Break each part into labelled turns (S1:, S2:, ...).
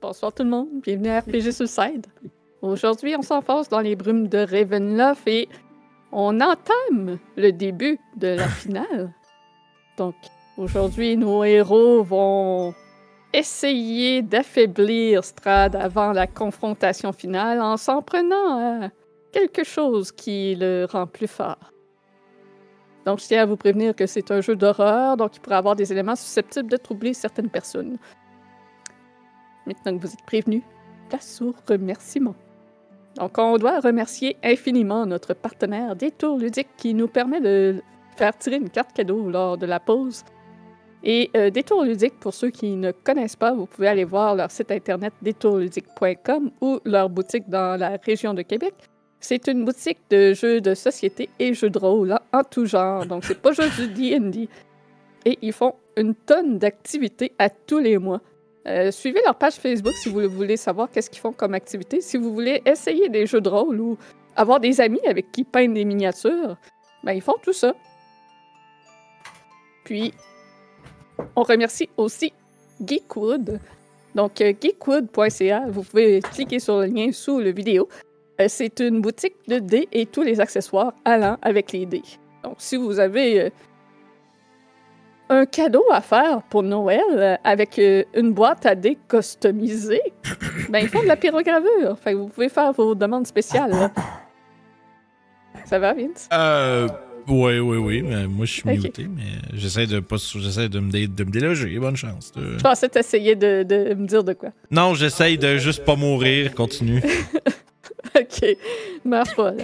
S1: Bonsoir tout le monde, bienvenue à RPG Suicide. Aujourd'hui, on s'enfonce dans les brumes de Ravenloft et on entame le début de la finale. Donc, aujourd'hui, nos héros vont essayer d'affaiblir Strad avant la confrontation finale en s'en prenant à quelque chose qui le rend plus fort. Donc, je tiens à vous prévenir que c'est un jeu d'horreur, donc il pourrait avoir des éléments susceptibles de troubler certaines personnes. Maintenant que vous êtes prévenus, place aux remerciements. Donc, on doit remercier infiniment notre partenaire Détour Ludique qui nous permet de faire tirer une carte cadeau lors de la pause. Et euh, Détour Ludique, pour ceux qui ne connaissent pas, vous pouvez aller voir leur site internet détourludique.com ou leur boutique dans la région de Québec. C'est une boutique de jeux de société et jeux de rôle hein, en tout genre. Donc, c'est pas juste du D&D. Et ils font une tonne d'activités à tous les mois. Euh, suivez leur page Facebook si vous voulez savoir qu'est-ce qu'ils font comme activité. Si vous voulez essayer des jeux de rôle ou avoir des amis avec qui peindre des miniatures, ben ils font tout ça. Puis, on remercie aussi Geekwood. Donc, euh, geekwood.ca, vous pouvez cliquer sur le lien sous le vidéo. Euh, c'est une boutique de dés et tous les accessoires allant avec les dés. Donc, si vous avez euh, un cadeau à faire pour Noël euh, avec euh, une boîte à dés customisée, ben, ils font de la pyrogravure. Fait que vous pouvez faire vos demandes spéciales. là. Ça va, Vince?
S2: Euh. Oui, oui, oui. mais moi, je suis
S1: Ok.
S2: muté, mais j'essaie de, pas, j'essaie de, me dé- de me déloger. Bonne chance. Euh,
S1: Je pensais t'essayer de, de me dire de quoi.
S2: Non, j'essaie de juste pas mourir. Continue.
S1: OK. Meurs folle.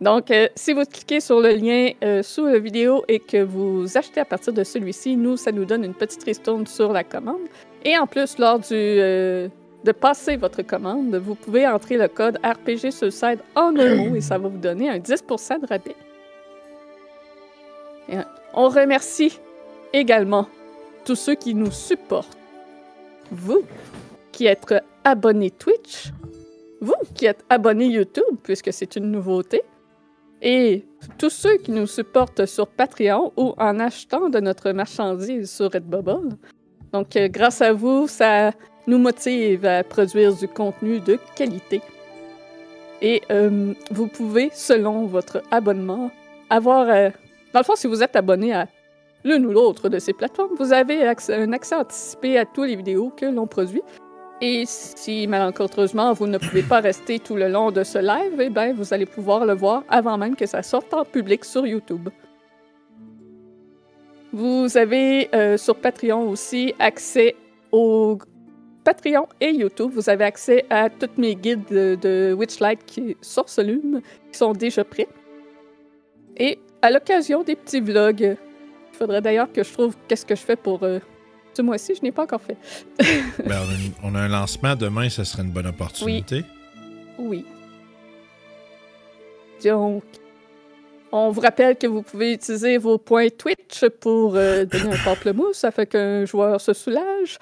S1: Donc, euh, si vous cliquez sur le lien euh, sous la vidéo et que vous achetez à partir de celui-ci, nous, ça nous donne une petite ristourne sur la commande. Et en plus, lors du, euh, de passer votre commande, vous pouvez entrer le code RPG Suicide en un mot et ça va vous donner un 10 de rabais. Et, euh, on remercie également tous ceux qui nous supportent. Vous, qui êtes abonné Twitch, vous qui êtes abonné YouTube, puisque c'est une nouveauté, et tous ceux qui nous supportent sur Patreon ou en achetant de notre marchandise sur Redbubble. Donc, euh, grâce à vous, ça nous motive à produire du contenu de qualité. Et euh, vous pouvez, selon votre abonnement, avoir... euh, dans le fond, si vous êtes abonné à l'une ou l'autre de ces plateformes, vous avez accès- un accès anticipé à toutes les vidéos que l'on produit. Et si malencontreusement vous ne pouvez pas rester tout le long de ce live, eh ben, vous allez pouvoir le voir avant même que ça sorte en public sur YouTube. Vous avez euh, sur Patreon aussi accès au Patreon et YouTube. Vous avez accès à tous mes guides de, de Witchlight qui Sorcelume qui sont déjà prêts. Et à l'occasion des petits vlogs, euh, il faudrait d'ailleurs que je trouve qu'est-ce que je fais pour euh, ce mois-ci. Je n'ai pas encore fait.
S2: Ben, on, a une- on a un lancement demain, ça serait une bonne opportunité.
S1: Oui. Donc, on vous rappelle que vous pouvez utiliser vos points Twitch pour euh, donner un pamplemousse, ça fait qu'un joueur se soulage,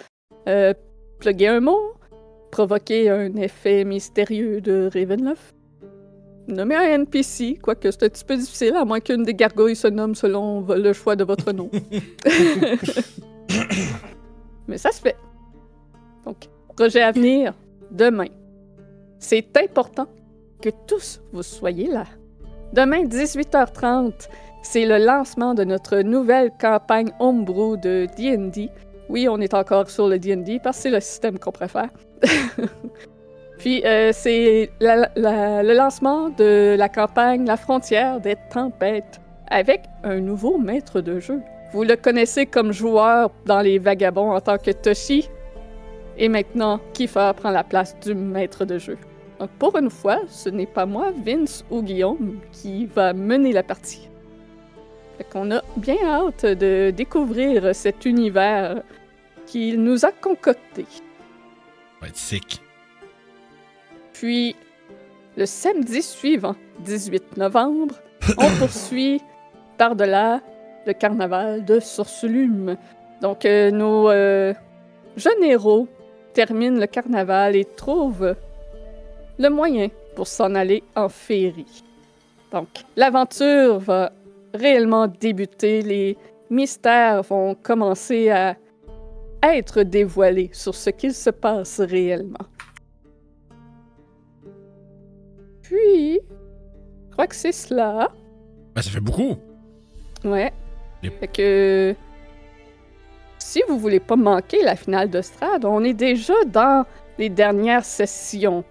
S1: euh, plugger un mot, provoquer un effet mystérieux de Ravenloft, nommer un NPC, quoique c'est un petit peu difficile, à moins qu'une des gargouilles se nomme selon vo- le choix de votre nom. Mais ça se fait. Donc, projet à venir, demain. C'est important que tous vous soyez là. Demain, 18h30, c'est le lancement de notre nouvelle campagne Homebrew de D&D. Oui, on est encore sur le D&D parce que c'est le système qu'on préfère. Puis, euh, c'est la- la- le lancement de la campagne La frontière des tempêtes avec un nouveau maître de jeu. Vous le connaissez comme joueur dans Les Vagabonds en tant que Toshi. Et maintenant, Kiefer prend la place du maître de jeu. Donc, Euh, pour une fois, ce n'est pas moi, Vince ou Guillaume qui va mener la partie. Fait qu'on a bien hâte de découvrir cet univers qu'il nous a concocté.
S2: Ça va être sick.
S1: Puis, le samedi suivant, 18 novembre, on poursuit par-delà le carnaval de Sursulume. Donc, euh, nos euh, jeunes héros terminent le carnaval et trouvent le moyen pour s'en aller en féerie. Donc, l'aventure va réellement débuter, les mystères vont commencer à être dévoilé sur ce qu'il se passe réellement. Puis, je crois que c'est cela.
S2: Ben, ça fait beaucoup.
S1: Ouais.
S2: Yep.
S1: Fait que si vous voulez pas manquer la finale de Strad, on est déjà dans les dernières sessions.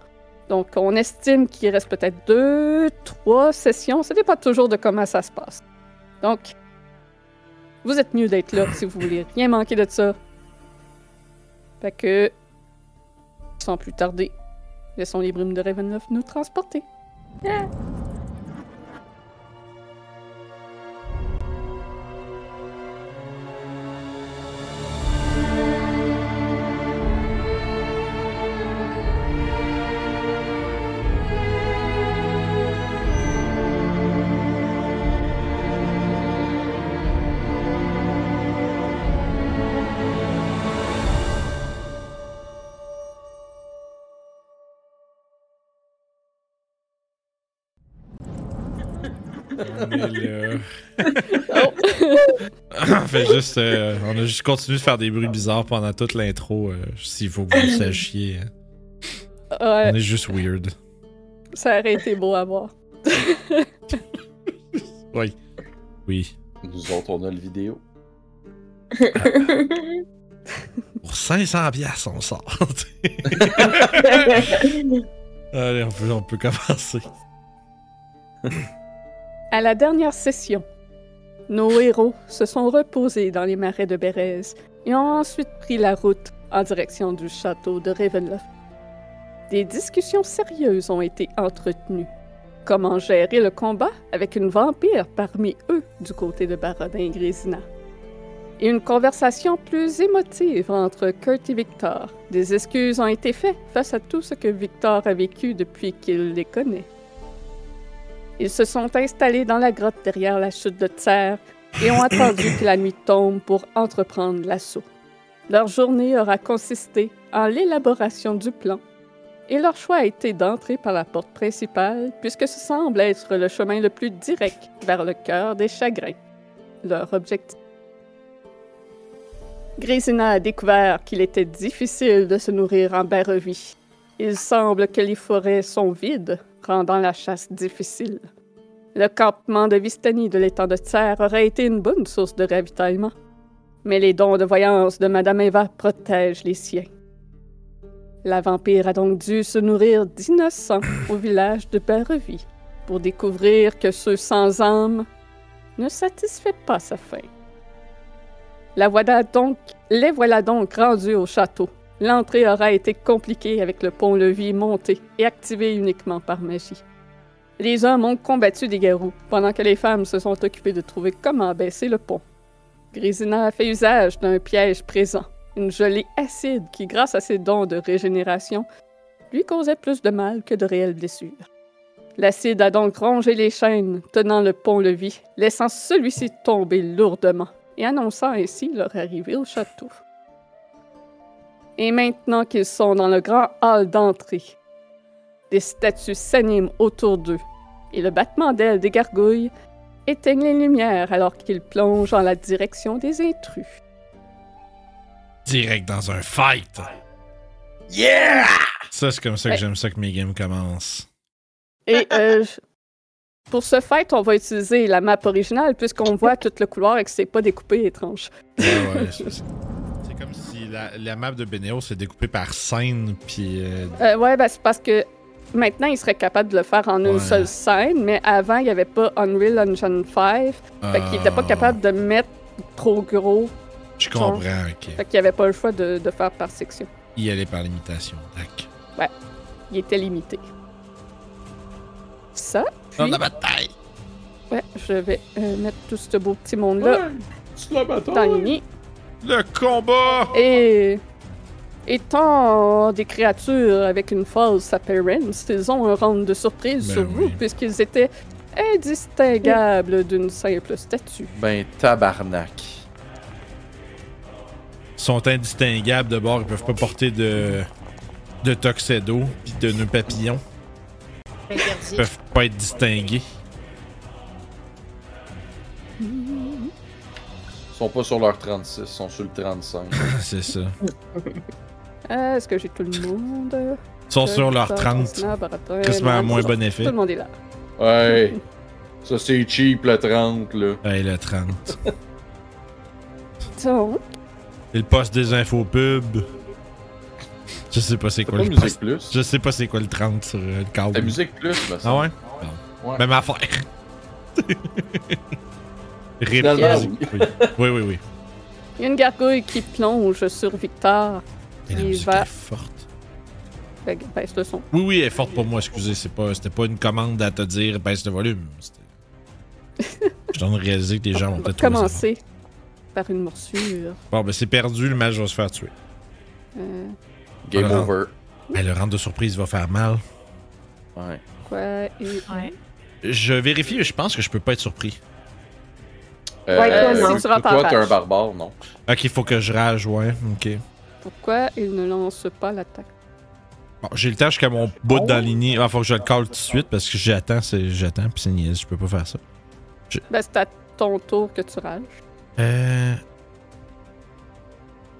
S1: Donc, on estime qu'il reste peut-être deux, trois sessions. Ça dépend toujours de comment ça se passe. Donc, vous êtes mieux d'être là si vous voulez rien manquer de ça. Fait que, sans plus tarder, laissons les brumes de Ravenloft nous transporter.
S2: On est
S1: Oh!
S2: là. fait juste, euh, on a juste continué de faire des bruits bizarres pendant toute l'intro, euh, s'il faut que vous le sachiez.
S1: Euh.
S2: hein.
S1: Ouais.
S2: On est juste weird.
S1: Ça aurait été beau à voir.
S2: Oui. Oui.
S3: Nous autres, on a le vidéo.
S2: Pour 500 piastres, on sort. Allez, on peut, on peut commencer.
S1: À la dernière session, nos héros se sont reposés dans les marais de Bérez et ont ensuite pris la route en direction du château de Ravenloft. Des discussions sérieuses ont été entretenues. Comment gérer le combat avec une vampire parmi eux du côté de Barodin Grésina? Et une conversation plus émotive entre Kurt et Victor. Des excuses ont été faites face à tout ce que Victor a vécu depuis qu'il les connaît. Ils se sont installés dans la grotte derrière la chute de terre et ont attendu que la nuit tombe pour entreprendre l'assaut. Leur journée aura consisté en l'élaboration du plan et leur choix a été d'entrer par la porte principale puisque ce semble être le chemin le plus direct vers le cœur des chagrins, leur objectif. Grésina a découvert qu'il était difficile de se nourrir en Barrevie. Il semble que les forêts sont vides, rendant la chasse difficile. Le campement de Vistani de l'étang de terre aurait été une bonne source de ravitaillement. Mais les dons de voyance de Madame Eva protègent les siens. La vampire a donc dû se nourrir d'innocents au village de Barrevie pour découvrir que ceux sans âme ne satisfait pas sa faim. La voilà donc, les voilà donc rendus au château. L'entrée aura été compliquée avec le pont-levis monté et activé uniquement par magie. Les hommes ont combattu des garous, pendant que les femmes se sont occupées de trouver comment baisser le pont. Grésina a fait usage d'un piège présent, une gelée acide qui, grâce à ses dons de régénération, lui causait plus de mal que de réelles blessures. L'acide a donc rongé les chaînes tenant le pont-levis, laissant celui-ci tomber lourdement et annonçant ainsi leur arrivée au château. Et maintenant qu'ils sont dans le grand hall d'entrée, des statues s'animent autour d'eux et le battement d'ailes des gargouilles éteignent les lumières alors qu'ils plongent en la direction des intrus.
S2: Direct dans un fight.
S3: Yeah!
S2: Ça, c'est comme ça que j'aime ça que mes games commencent.
S1: Et euh, je- pour ce fait, on va utiliser la map originale puisqu'on voit tout le couloir et que c'est pas découpé étrange.
S2: Ouais, ouais, c'est ça. C'est comme si la, la map de Beneo s'est découpée par scène, puis euh,
S1: Euh, ouais, ben, c'est parce que maintenant, ils seraient capables de le faire en
S2: Ouais.
S1: une seule scène, mais avant, il n'y avait pas Unreal Engine 5. Fait qu'il n'était pas
S2: Ah,
S1: capable de mettre trop gros.
S2: Je comprends, ok.
S1: Fait qu'il avait pas le choix de, de faire par section.
S2: Y aller par l'imitation. Tac.
S1: Il était limité. Ça,
S2: Dans
S1: puis-
S2: la bataille!
S1: ouais, je vais euh, mettre tout ce beau petit monde-là
S3: Tu la bataille!
S1: dans l'ennemi.
S2: Le combat!
S1: Et étant des créatures avec une false appearance, ils ont un round de surprise
S2: Ben
S1: sur vous
S2: oui.
S1: puisqu'ils étaient indistinguables d'une simple statue.
S3: Ben, tabarnak.
S2: Ils sont indistinguables de bord, ils peuvent pas porter de. de toxedo, puis de nœuds papillons. Ils peuvent pas être distingués.
S3: Ils sont pas sur leur 36, ils sont sur le 35.
S2: C'est ça.
S1: Euh, Est-ce que j'ai tout le monde?
S2: Ils sont sur leur 30. Christmas à moins bon
S1: Tout
S2: effet.
S1: le monde est là.
S3: Ouais. Ça, c'est cheap, le 30, là.
S2: Ouais, le 30.
S1: Donc,
S2: Et le poste des infos pub. Je sais pas c'est
S3: C'est
S2: quoi
S3: pas
S2: le
S3: Musique
S2: poste.
S3: Plus.
S2: Je sais pas c'est quoi le 30 sur euh, le câble.
S3: C'est Musique Plus, là.
S2: Ah ouais?
S3: Ouais.
S2: Même affaire. Rip.
S3: Finalement,
S2: musique. Oui. oui, oui, oui.
S1: il y a une gargouille qui plonge sur Victor.
S2: Et la
S1: Il
S2: musique
S1: va-
S2: est forte.
S1: Fait que ben, baisse le son.
S2: Oui, oui, elle est forte pour moi, excusez. c'est pas- C'était pas, une commande à te dire baisse le volume. C'était- Je t'en réaliser que les gens
S1: On
S2: vont
S1: va
S2: peut-être trouver ça fort.
S1: commencer par une morsure.
S2: Bon, ben c'est perdu, le match va se faire tuer.
S1: Euh,
S3: Game
S2: Voilà.
S3: over.
S2: Ben, le rentre de surprise va faire mal.
S3: Ouais.
S1: quoi et...
S4: Ouais.
S2: Je vérifie, je pense que je peux pas être surpris.
S3: Euh,
S1: Ouais,
S4: toi, non.
S3: oui,
S1: Tu
S3: toi,
S1: rattrapes.
S3: t'es un barbare, non?
S2: Ok, faut que je rage, ouais. Ok.
S1: Pourquoi il ne lance pas l'attaque?
S2: Bon, j'ai le temps jusqu'à mon bout dans la
S1: Oh!
S2: lignée. Ah, faut que je le call tout de suite parce que j'attends, c'est j'attends, puis c'est niaise, je peux pas faire ça.
S1: Ben, c'est à ton tour que tu rages.
S2: Euh.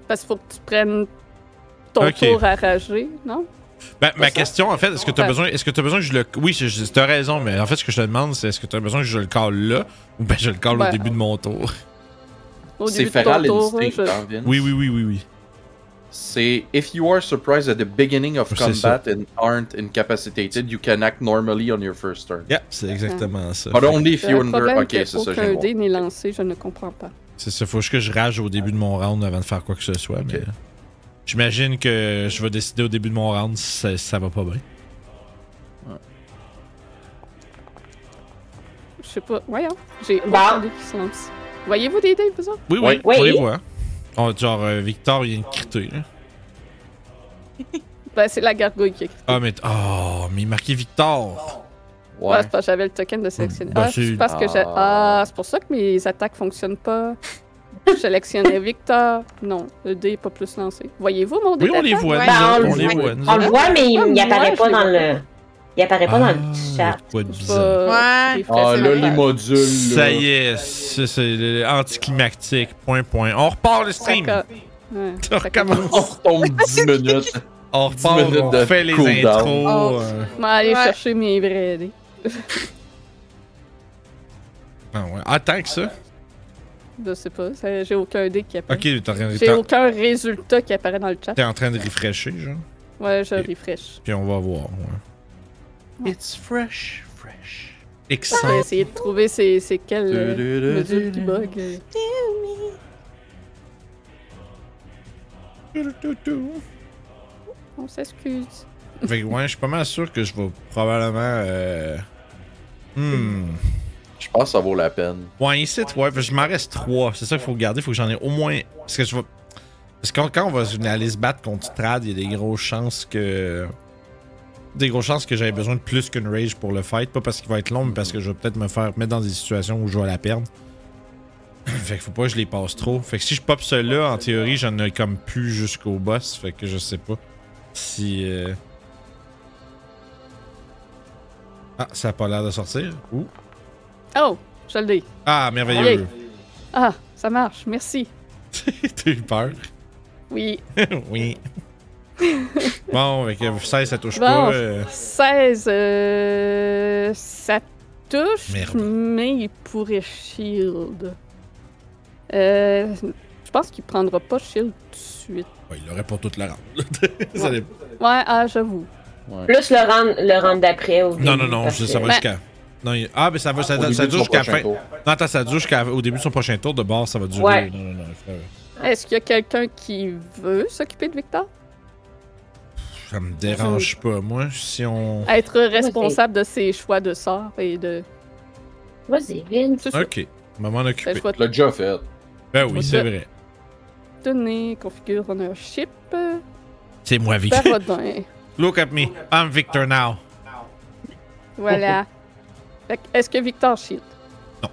S1: Parce qu'il faut que tu prennes ton
S2: Ok.
S1: tour à rager, non?
S2: Ben, ma question, en fait, est-ce que t'as
S1: Ouais.
S2: besoin, est-ce que t'as besoin que je le, oui, je- je- t'as raison, mais en fait, ce que je te demande, c'est est-ce que t'as besoin que je le call là ou ben je le call
S1: Ouais.
S2: au début de mon tour.
S1: Au
S3: C'est
S1: début de ton
S3: Feral
S1: tour, hein,
S3: Instinct,
S1: je-
S3: hein, Vince?
S2: Oui, oui, oui, oui, oui.
S3: C'est if you are surprised at the beginning of
S2: C'est ça.
S3: combat and aren't incapacitated, you can act normally on your first turn.
S2: Yeah, c'est exactement ça.
S3: But only if
S1: Le
S3: you under.
S1: problème
S3: Ok,
S1: c'est
S3: c'est ça, j'ai
S1: qu'aucun
S3: le
S1: dé n'est lancé, je ne comprends pas.
S2: C'est ça, faut juste que je rage au début de mon round avant de faire quoi que ce soit, mais. euh, J'imagine que je vais décider au début de mon round si ça, si ça va pas bien.
S1: Je sais pas. Voyons, j'ai
S4: Bon.
S1: aucun dé qui se lance. Voyez-vous des dés, vous autres?
S2: Oui, oui,
S3: Oui.
S2: on
S4: Oui.
S2: les voit. On- genre, euh, Victor, il vient de criter. là.
S1: Ben, c'est la gargouille qui écrit.
S2: Ah, mais. t- Oh, mais il marquait Victor.
S1: Ah,
S3: Ouais.
S1: c'est parce que j'avais le token de sélectionner.
S2: Ben,
S1: ah, c'est
S2: c'est-
S1: parce que j'ai.
S3: Ah.
S1: Ah, c'est pour ça que mes attaques fonctionnent pas. Je sélectionnais Victor. Non, le dé est pas plus lancé. Voyez-vous mon dé
S2: Oui, on les
S1: d'attaque?
S2: voit,
S4: ouais.
S2: nous
S4: Bah,
S2: autres,
S4: on
S2: on les
S4: le
S2: voit. nous
S4: On le
S2: autres.
S4: voit, mais il
S1: Ah, Ouais,
S4: n'y apparaît
S1: moi,
S4: pas
S1: je
S4: dans
S1: l'ai
S4: le. Il apparaît pas dans le
S2: Ah,
S4: chat.
S2: quoi de
S1: Je
S2: bizarre.
S1: vais-
S4: Ouais.
S1: je vais
S3: Ah,
S1: faire
S3: là,
S1: ça.
S3: les modules.
S2: Ça
S3: là.
S2: y est, c'est c'est le- anticlimactique. Point, point. On repart le stream.
S1: Ça co- ouais,
S2: Tu
S1: ça
S2: recommences.
S1: commence.
S3: Oh, On retombe 10 minutes.
S2: On repart,
S3: minutes
S2: on
S3: de
S2: fait les
S3: cooldown.
S2: intros.
S1: Oh.
S2: euh.
S1: Je vais aller
S4: Ouais.
S1: chercher mes vrais dés.
S2: Ah, ouais. Ah, tant que ça.
S1: Je sais pas, ça- j'ai aucun dé qui
S3: Ah,
S1: apparaît.
S2: Ok, t'es en, train de-
S1: J'ai
S2: t'es-
S1: aucun résultat qui apparaît dans le chat.
S2: t'es en train de rafraîchir, genre.
S1: Ouais, je refresh.
S2: Puis on va voir. ouais.
S3: It's fresh, fresh.
S1: Je vais
S2: Excellent.
S1: essayer de trouver c'est c'est quel euh, module qui
S3: Moi,
S1: bug. euh. On s'excuse.
S2: Fait que, ouais, je suis pas mal sûr que je vais probablement. euh, Hmm.
S3: Je pense que ça vaut la peine.
S2: Ouais, ici, ouais, parce que je m'en reste trois. C'est ça qu'il faut garder. Il faut que j'en ai au moins. Parce que je vais. Parce que quand, quand on va aller se battre contre Trad, il y a des grosses chances que. Des grosses chances que j'avais besoin de plus qu'une rage pour le fight. Pas parce qu'il va être long, mais parce que je vais peut-être me faire mettre dans des situations où je vais la perdre. fait que faut pas que je les passe trop. Fait que si je pop ceux-là, en théorie, j'en ai comme plus jusqu'au boss. Fait que je sais pas si. euh, Ah, ça a pas l'air de sortir. Ouh.
S1: Oh, je le dis.
S2: Ah, merveilleux.
S1: Allez. Ah, ça marche, merci.
S2: T'as eu peur?
S1: Oui,
S2: oui. bon, avec 16, ça touche
S1: Bon.
S2: pas. euh,
S1: 16, euh, ça touche,
S2: Merde.
S1: mais il pourrait shield. Euh, je pense qu'il prendra pas shield tout de suite.
S2: ouais, il l'aurait pour toute la ronde. Ça dépend.
S1: Ouais, ah, j'avoue.
S4: Plus le round, le round d'après. au
S2: Non,
S4: début,
S2: non, non,
S4: parce
S2: ça ça
S4: que-
S2: va jusqu'à. Non, il- Ah, mais ça, va, ça,
S3: Au
S2: ça
S3: début de
S2: dure
S3: son
S2: jusqu'à la
S3: prochain
S2: fin.
S3: tour.
S2: Non, attends, ça dure jusqu'au début de son prochain tour. De bord, ça va durer.
S4: Ouais.
S2: Non, non, non, frère.
S1: Est-ce qu'il y a quelqu'un qui veut s'occuper de Victor?
S2: Ça me dérange pas, moi. Si on.
S1: Être responsable de ses choix de sort et de.
S4: Vas-y, Vince.
S1: C'est ça.
S2: Ok,
S1: Fait
S2: maman
S1: que
S2: occupé.
S1: Je vais
S3: Tu l'as déjà fait.
S2: Ben oui,
S1: Ok.
S2: c'est vrai.
S1: te donner, configure ownership, euh,
S2: C'est moi, Victor.
S1: parodin.
S2: Look at me. I'm Victor now.
S1: Voilà. Fait que, est-ce que Victor shield?
S2: Non.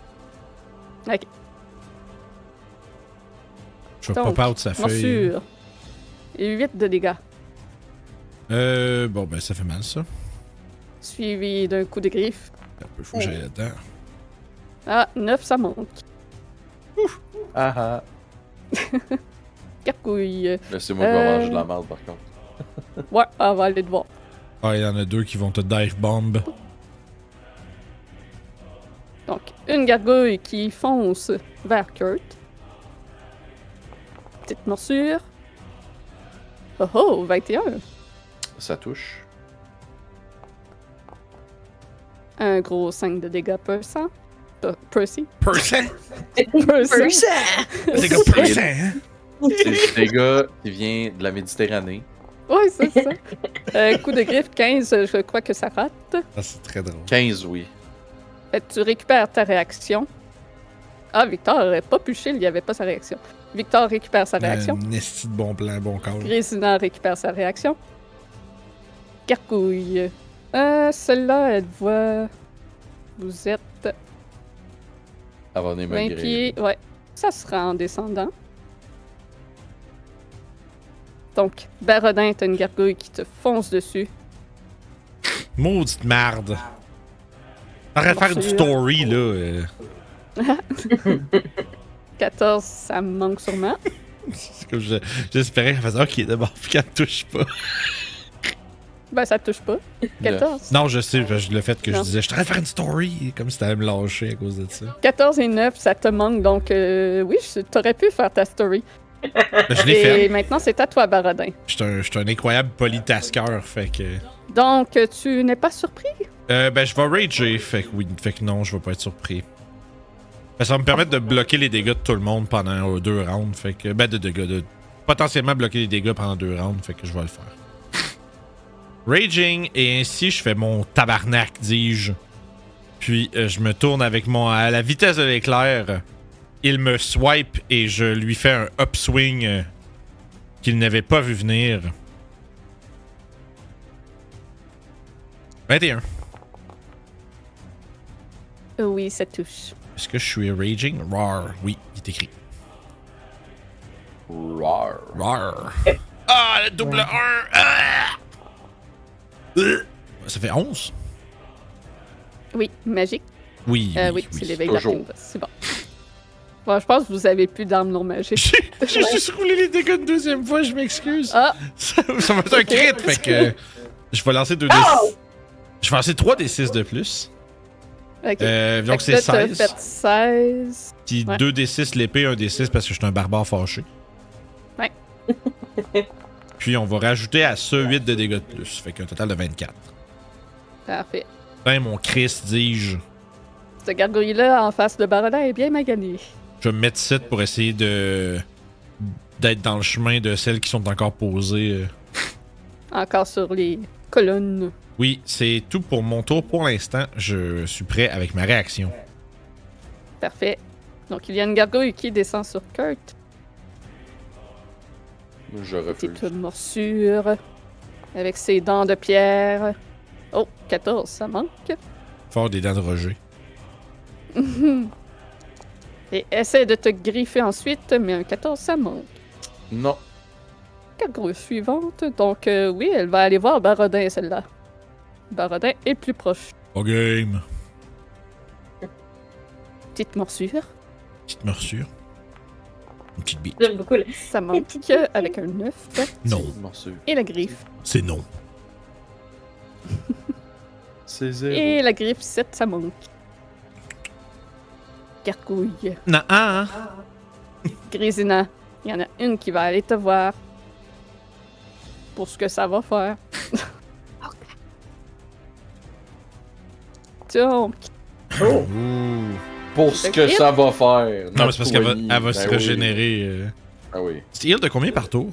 S1: Ok,
S2: Je vais
S1: Donc,
S2: pop out sa feuille.
S1: morsure. Et 8 de dégâts,
S2: Euh, bon, ben ça fait mal, ça.
S1: suivi d'un coup de griffe.
S2: Un peu, faut que j'aille là-dedans.
S1: Ah, 9, ça manque.
S3: Ah ah.
S1: Carcouille.
S3: Laissez-moi, je vais
S1: Euh.
S3: manger de la merde par contre.
S1: Ouais, on va aller te voir.
S2: Ah, il y en a deux qui vont te dive bomb.
S1: Donc, une gargouille qui fonce vers Kurt. Petite morsure. Oh oh, 21.
S3: Ça touche.
S1: Un gros 5 de dégâts per cent. Pe- Percy.
S2: Percent!
S1: Percy.
S2: C'est comme percent, hein?
S3: C'est du dégât qui vient de la Méditerranée.
S1: Ouais, c'est ça. Euh, coup de griffe 15, je crois que ça rate.
S2: Ah, c'est très drôle.
S3: 15, oui.
S1: Fait que tu récupères ta réaction. Ah, Victor aurait pas pu chier, il n'y avait pas sa réaction. Victor récupère
S2: Euh,
S1: sa réaction.
S2: Un esti de bon plan, bon call.
S1: Grésina récupère sa réaction. Carcouille. Euh, celle-là, elle voit. Vous êtes
S3: Avant des
S1: 20
S3: malgré.
S1: pieds. Ouais. Ça sera en descendant. Donc, Barodin, t'as une gargouille qui te fonce dessus.
S2: Maudite marde. Arrête de faire du
S1: Morsure.
S2: story, là. euh.
S1: 14, ça me manque sûrement.
S2: C'est comme je- j'espérais qu'elle faisait OK, d'abord, puis qu'elle touche pas.
S1: Ben, ça te touche pas. 14.
S2: Non, je sais, parce que le fait que je
S1: Non.
S2: disais, je suis en train de faire une story, comme si t'allais me lâcher à cause de ça.
S1: 14 et 9, ça te manque. Donc, euh, oui, je- t'aurais pu faire ta story.
S2: Ben, je l'ai fait.
S1: Et maintenant, c'est à toi, Barodin.
S2: Je suis un, je suis un incroyable polytasker, fait que.
S1: Donc, tu n'es pas surpris?
S2: Euh, ben, je vais rager, fait que oui, fait que non, je vais pas être surpris. Ben, ça va me permettre de bloquer les dégâts de tout le monde pendant euh, deux rounds, fait que. Ben, de dégâts, de. Potentiellement bloquer les dégâts pendant deux rounds, fait que je vais le faire. Raging, et ainsi je fais mon tabarnak, dis-je. Puis euh, je me tourne avec mon. à la vitesse de l'éclair. Il me swipe et je lui fais un upswing euh, qu'il n'avait pas vu venir. 21.
S1: Euh, Oui, ça touche.
S2: Est-ce que je suis raging? Roar. Oui, il est écrit.
S3: Roar.
S2: Roar. Ah, le double 1! Ça fait 11?
S1: Oui, magique.
S2: Oui.
S1: Euh, oui, c'est l'éveil
S3: toujours.
S1: d'Arkham. C'est bon. Bon, je pense que vous avez plus d'armes non magiques.
S2: J'ai j'ai juste roulé les dégâts une deuxième fois, je m'excuse.
S1: Ah,
S2: Ça, ça va être un crit, fait que. Je vais lancer 2
S1: Ah!
S2: d
S4: Oh!
S2: Je vais lancer 3 d6 de plus.
S1: ok.
S2: Euh, donc
S1: Fait que
S2: c'est
S1: là, t'as
S2: 16.
S1: fait 16.
S2: Puis
S1: ouais.
S2: 2 d6 l'épée, 1 d6 parce que je suis un barbare fâché.
S1: Ouais.
S2: Puis on va rajouter à ça 8 de dégâts de plus. Fait qu'un total de 24.
S1: Parfait.
S2: Ben mon Christ, dis-je.
S1: Ce gargouille-là en face de Barodin est bien magané.
S2: Je vais me mettre site pour essayer de d'être dans le chemin de celles qui sont encore posées. euh.
S1: Encore sur les colonnes.
S2: Oui, c'est tout pour mon tour pour l'instant. Je suis prêt avec ma réaction.
S1: Parfait. Donc, il y a une gargouille qui descend sur Kurt.
S3: Je refuse.
S1: Petite morsure. Avec ses dents de pierre. Oh, 14, ça manque.
S2: Fort des dents de Roger.
S1: Et essaie de te griffer ensuite, mais un 14, ça manque.
S3: Non.
S1: Gargouille suivante. Donc, euh, oui, elle va aller voir Barodin, celle-là. Barodin est plus proche.
S2: Pas game.
S1: Petite morsure.
S2: Petite morsure. Une petite bite.
S4: J'aime beaucoup le.
S1: Ça manque avec un 9.
S2: Non,
S3: Morceau.
S1: Et la griffe.
S2: c'est non.
S3: C'est zéro.
S1: Et la griffe 7, ça manque. Gargouille.
S2: Non, hein?
S1: Grésina. Il y en a une qui va aller te voir. Pour ce que ça va faire. Donc,
S4: Oh!
S2: Ouh.
S3: Pour ce
S1: Le
S3: que
S1: crit?
S3: ça va faire.
S2: Non, mais
S3: notre
S2: c'est parce qu'elle va,
S3: poignée.
S2: elle va se
S3: Ben oui.
S2: régénérer. euh.
S3: Ah oui.
S2: C'est heal de combien par tour?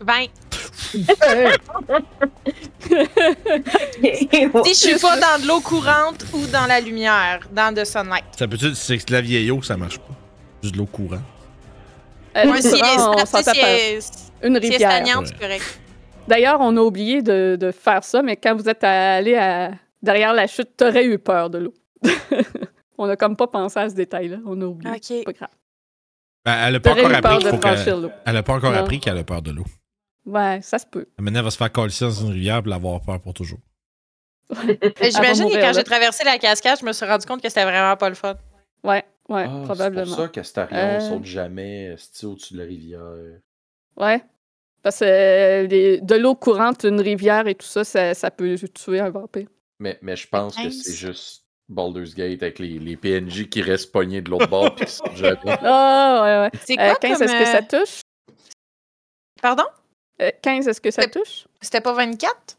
S5: 20. Si
S1: Oh.
S4: je
S5: je suis pas dans de l'eau courante ou dans la lumière, dans de sunlight.
S2: Ça peut-tu c'est que de la vieille eau, ça marche pas. Juste de l'eau courante.
S1: elle
S5: Moi, si elle est
S1: prend, Ah, on s'en
S5: si
S1: tape à
S5: elle est-
S1: une
S5: si elle est
S1: rivière.
S5: stagnante, c'est correct.
S1: D'ailleurs, on a oublié de, de faire ça, mais quand vous êtes allé à- derrière la chute, t'aurais eu peur de l'eau. on a comme pas pensé à ce détail-là. On a oublié. C'est
S5: Ok.
S1: pas grave.
S2: Ben, elle a pas
S1: T'aurais
S2: encore
S1: eu peur
S2: appris qu'il
S1: de
S2: faut
S1: franchir
S2: qu'elle.
S1: l'eau.
S2: Elle a pas encore
S1: Non.
S2: appris qu'elle a peur de l'eau.
S1: Ouais, ça se peut.
S2: Maintenant, elle va se faire coller dans une rivière pour l'avoir peur pour toujours.
S5: Mais J'imagine
S1: Avant de
S5: que
S1: mourir,
S5: quand
S1: là.
S5: j'ai traversé la cascade, je me suis rendu compte que c'était vraiment pas le fun.
S1: Ouais, Ouais,
S3: Ah, C'est
S1: probablement.
S3: pour ça qu'Astarion
S1: Euh.
S3: saute jamais esti, au-dessus de la rivière.
S1: Ouais. Parce que euh, les- de l'eau courante, une rivière et tout ça, ça, ça peut tuer un vampire.
S3: Mais, mais je pense que
S5: Nice.
S3: c'est juste Baldur's Gate avec les, les PNJ qui restent pognés de l'autre bord puis qui sautent jamais.
S1: Ah, ouais, ouais.
S5: C'est
S1: Euh,
S5: quoi
S1: 15,
S5: comme...
S1: est-ce que ça touche?
S5: euh, Pardon?
S1: Euh, 15, est-ce que ça
S5: C'est-
S1: touche?
S5: C'était pas 24?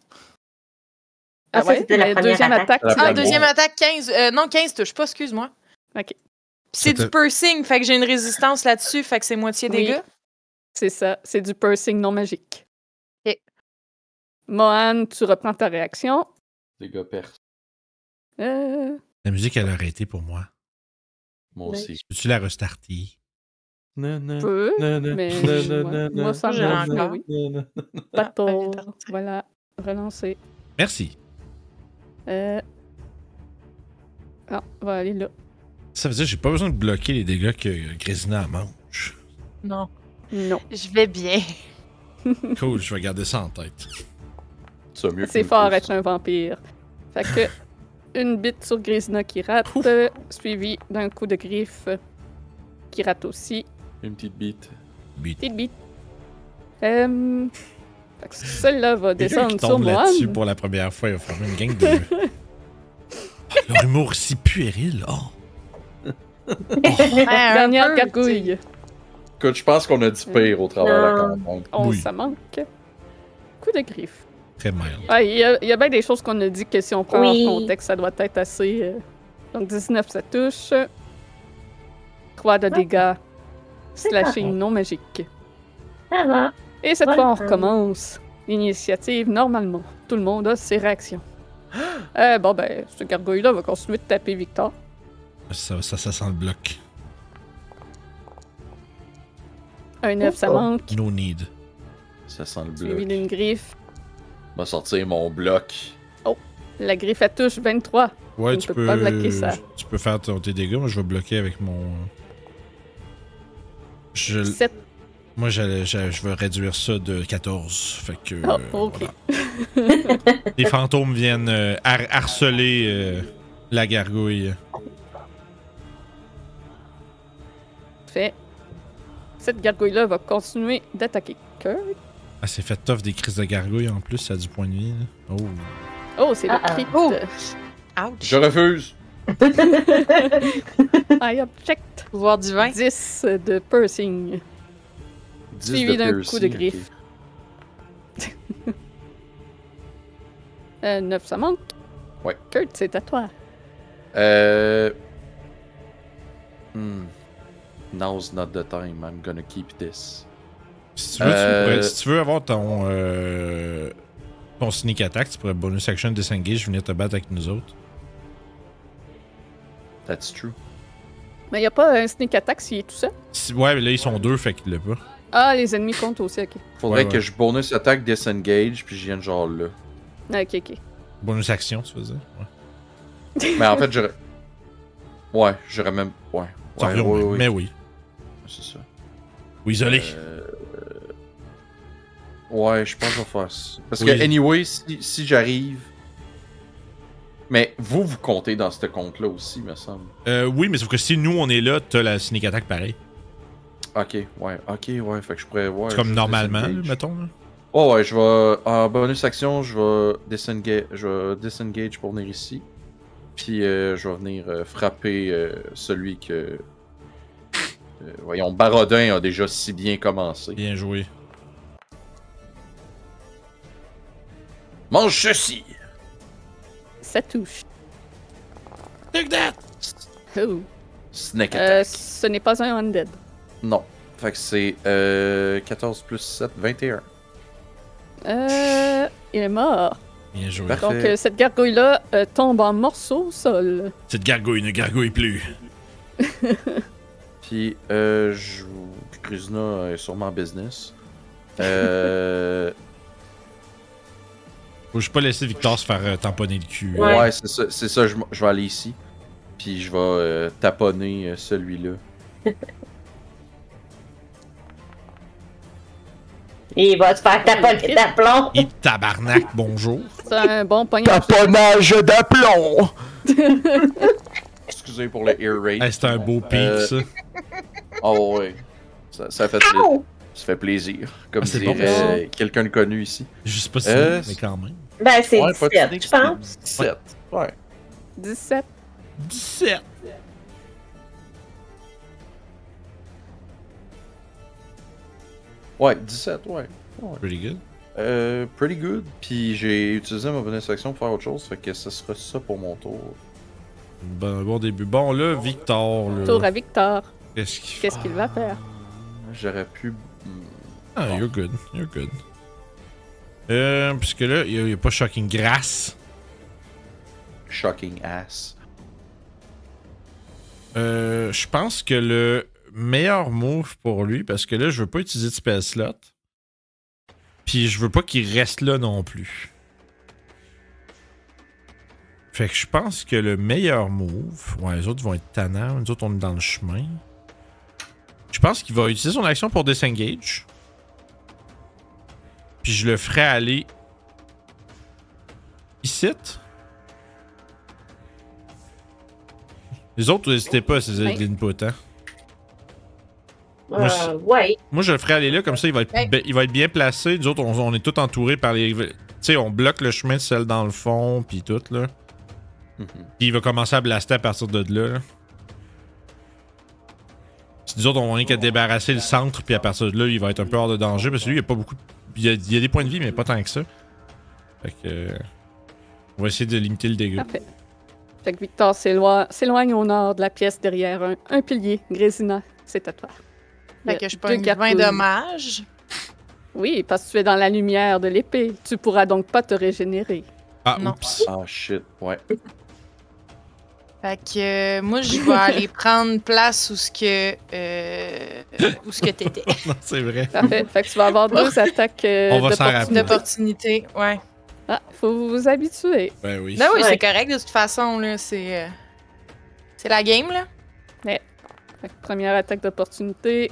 S4: Ah, ça,
S1: ouais,
S4: c'était la
S1: mais
S4: première
S1: deuxième
S4: attaque.
S1: attaque.
S3: La
S1: tu
S5: Ah,
S1: l'as
S3: Ouais,
S5: deuxième
S3: bon.
S5: attaque, 15. Euh, non, 15 touche pas, excuse-moi.
S1: Ok.
S5: Puis c'est du
S2: C'était-
S5: piercing, fait que j'ai une résistance là-dessus, fait que c'est moitié
S1: Oui.
S5: dégâts.
S1: C'est ça, c'est du piercing non magique.
S5: Ok.
S1: Mohan, tu reprends ta réaction.
S3: Les gars perdent.
S1: Euh,
S2: La musique, elle a arrêté pour moi.
S3: Moi
S4: Ouais.
S3: aussi.
S2: Peux-tu la restarter?
S3: Non, non,
S1: peu,
S3: non, non,
S1: mais
S3: non,
S1: ouais.
S3: non,
S1: moi, ça
S5: J'ai
S1: me
S5: encore.
S1: oui.
S3: non, non.
S1: Bateau.
S5: Ah, elle est
S1: Voilà, relancer.
S2: Merci.
S1: Euh... Ah, on va aller là.
S2: Ça veut dire que j'ai pas besoin de bloquer les dégâts que Grésina mange.
S5: Non.
S1: Non,
S5: Je vais bien.
S2: Cool, je vais garder ça en tête.
S3: Tu as mieux que
S1: c'est
S3: nous
S1: fort
S3: tous.
S1: être un vampire. Fait que, une bite sur Grisna qui rate, suivie d'un coup de griffe qui rate aussi.
S3: Une petite bite.
S2: But.
S1: Petite bite. Euh... Fait que celle-là va
S2: Et eux qui
S1: descendre sur
S2: tombe
S1: moi.
S2: là-dessus pour la première fois, il va faire une gang de. Ah, Leur humour si puéril. Oh.
S5: Ouais, un
S1: Dernière
S5: peu, tu sais.
S1: gargouille.
S3: Écoute, je pense qu'on a dit pire au travers de la
S4: Non.
S3: campagne.
S1: On,
S2: Oui.
S1: ça manque. Coup de griffe.
S2: Très mal.
S1: Ouais, Il y a- il y, a bien des choses qu'on a dit que si on prend
S4: Oui.
S1: en contexte, ça doit être assez. euh, Donc 19, ça touche. 3 de dégâts.
S4: Ah. C'est
S1: Slashing
S4: correct.
S1: non magique.
S4: Ça va.
S1: Et cette
S4: Bonne
S1: fois, on
S4: femme.
S1: recommence l'initiative normalement. Tout le monde a ses réactions. Euh, bon, ben, ce gargouille-là va continuer de taper Victor.
S2: Ça, ça, ça sent le bloc.
S1: Un 9, ça
S4: Oh.
S1: manque.
S2: No need.
S3: Ça sent le
S1: Suivi
S3: bloc.
S1: d'une griffe.
S3: Je vais sortir mon bloc.
S1: La griffe, elle touche 23.
S2: Ouais,
S1: On
S2: tu
S1: peut
S2: peux.
S1: pas bloquer ça.
S2: Tu peux faire ton- tes dégâts. Moi, je vais bloquer avec mon. Je,
S1: 7.
S2: moi, je, je, je vais réduire ça de 14. Fait que.
S1: Oh,
S2: euh,
S1: ok.
S2: voilà. les fantômes viennent euh, har- harceler euh, la gargouille.
S1: Fait. Cette gargouille-là va continuer d'attaquer. Kirk.
S2: Ah, c'est fait tough des crises de gargouille en plus, ça a du point de vie. là. Oh.
S1: Oh, c'est
S4: Ah, ah.
S1: le crit.
S5: Oh. Ouch.
S3: Je refuse.
S1: I object.
S5: Pouvoir divin.
S1: 10 de piercing.
S3: 10
S1: Suivi d'un
S3: piercing,
S1: coup de
S3: ok.
S1: griffe. Euh, 9, ça manque.
S3: Ouais.
S1: Kurt, c'est à toi.
S3: Euh. Hmm. Now's not the time. I'm gonna keep this.
S2: Si tu veux, tu
S3: Euh,
S2: pourrais- si tu veux avoir ton, euh, ton sneak attack, tu pourrais bonus action disengage, venir te battre avec nous autres.
S3: That's true.
S1: Mais y a pas un sneak attack s'il est tout seul?
S2: Si- ouais, mais là, ils sont deux, fait qu'il l'a pas.
S1: Ah, les ennemis comptent aussi, ok.
S3: Faudrait
S2: Ouais, ouais.
S3: que je bonus attaque disengage puis je vienne genre là.
S1: Ah, Ok, ok.
S2: Bonus action, tu veux dire. Ouais.
S3: Mais en fait, j'aurais. Ouais, j'aurais même. Ouais.
S2: Ça
S3: Ouais,
S2: revient au
S3: ouais,
S2: même,
S3: ouais,
S2: Mais oui.
S3: C'est ça.
S2: Ou isolé.
S3: Euh, Ouais, je pense que je vais faire ça. Parce
S2: Oui.
S3: que, anyway, si, si j'arrive. Mais vous, vous comptez dans ce compte-là aussi, me semble.
S2: Euh, oui, mais sauf que si nous, on est là, t'as la sneak attack pareil.
S3: Ok, ouais, ok, ouais. Fait que je pourrais. Ouais,
S2: C'est
S3: je
S2: comme
S3: vais
S2: normalement, là,
S3: disengage.
S2: mettons. là.
S3: Oh, ouais, je vais. En bonus action, je vais disengage, je vais disengage pour venir ici. Puis euh, je vais venir euh, frapper euh, celui que. euh, voyons, Barodin a déjà si bien commencé.
S2: Bien joué.
S3: Mange ceci!
S1: Ça touche.
S2: Take that!
S1: Oh.
S3: Snack
S1: Euh,
S3: attack.
S1: ce n'est pas un undead.
S3: Non. Fait que c'est euh, 14 plus 7, 21.
S1: Euh, il est mort.
S2: Bien joué.
S3: Parfait.
S1: Donc, euh, cette gargouille-là euh, tombe en morceaux au sol.
S2: Cette gargouille ne gargouille plus.
S3: Puis, euh, je... Kruzna est sûrement en business. Euh...
S2: Faut juste pas laisser Victor se faire euh, tamponner le cul.
S4: Ouais.
S3: ouais, c'est ça, c'est ça je, m- je vais aller ici. Puis je vais euh, taponner euh, celui-là.
S4: Il va te faire tapoter ta plomb.
S2: Et tabarnak, bonjour.
S1: C'est un bon poignet.
S3: Taponnage d'aplomb! excusez pour le ear raid.
S2: Hey, c'est un beau pic,
S3: Euh,
S2: ça.
S3: Oh ouais. Ça, ça fait, pla-
S4: Ow!
S3: ça fait plaisir. Comme
S2: Ah, c'est bon,
S3: dirait quelqu'un de connu ici.
S2: Je sais pas si
S3: euh,
S2: mais quand même.
S4: Ben, c'est
S3: Ouais, pas de
S4: 17,
S3: sneak,
S4: je pense.
S3: c'est 17. Ouais.
S1: 17.
S2: 17!
S3: Ouais, 17, ouais.
S2: Pretty good.
S3: Euh, pretty good. Puis j'ai utilisé ma bonus action pour faire autre chose, fait que ce sera ça pour mon tour.
S2: Bon, bon début. Bon, là, Victor,
S1: Tour
S2: là.
S1: à Victor.
S2: Qu'est-ce qu'il fait?
S1: Qu'est-ce qu'il va faire?
S3: J'aurais pu. Hmm.
S2: Ah, you're good. You're good. Euh, puisque là, il n'y a, pas Shocking Grass.
S3: Shocking ass.
S2: Euh, je pense que le meilleur move pour lui, parce que là, je veux pas utiliser de spell slot. Puis je veux pas qu'il reste là non plus. Fait que je pense que le meilleur move. Ouais, les autres vont être tannants. Nous autres, on est dans le chemin. Je pense qu'il va utiliser son action pour disengage. Puis je le ferai aller. Ici. Les autres, n'hésitez pas si vous avez de l'input, hein. Moi, c'est-
S4: Euh, ouais.
S2: Moi, je le ferai aller là, comme ça, il va être,
S5: Ouais.
S2: bi- il va être bien placé. Nous autres, on, on est tout entourés par les. Tu sais, on bloque le chemin de celle dans le fond, puis tout, là.
S3: Mhm.
S2: Puis il va commencer à blaster à partir de là. là. Si nous autres, on n'a qu'à débarrasser le centre, puis à partir de là, il va être un peu hors de danger, parce que lui, il a pas beaucoup. de- Il y a, il y a des points de vie, mais pas tant que ça. Fait que. euh, On va essayer de limiter le dégât.
S1: Parfait. Fait que Victor s'éloi- s'éloigne au nord de la pièce derrière un, un pilier grésinant. C'est à toi. Il y
S5: Fait
S1: a
S5: que je
S1: deux
S5: peux 20
S1: cartouches.
S5: dommages.
S1: Oui, parce que tu es dans la lumière de l'épée. Tu pourras donc pas te régénérer.
S2: Ah,
S5: Non.
S2: oups.
S3: Ah shit, ouais.
S5: Fait que euh, moi, je vais aller prendre place où ce que, euh, où ce que t'étais.
S2: Non, c'est vrai.
S1: Parfait. fait que tu vas avoir deux attaques euh,
S2: On va s'en
S1: d'opportunité.
S5: Une
S2: rappeler.
S5: opportunité, ouais.
S1: Ah, faut vous habituer.
S2: Ben oui.
S5: Ben oui,
S4: Ouais.
S5: c'est correct de toute façon, là. C'est euh, c'est la game, là.
S1: Fait que première attaque d'opportunité.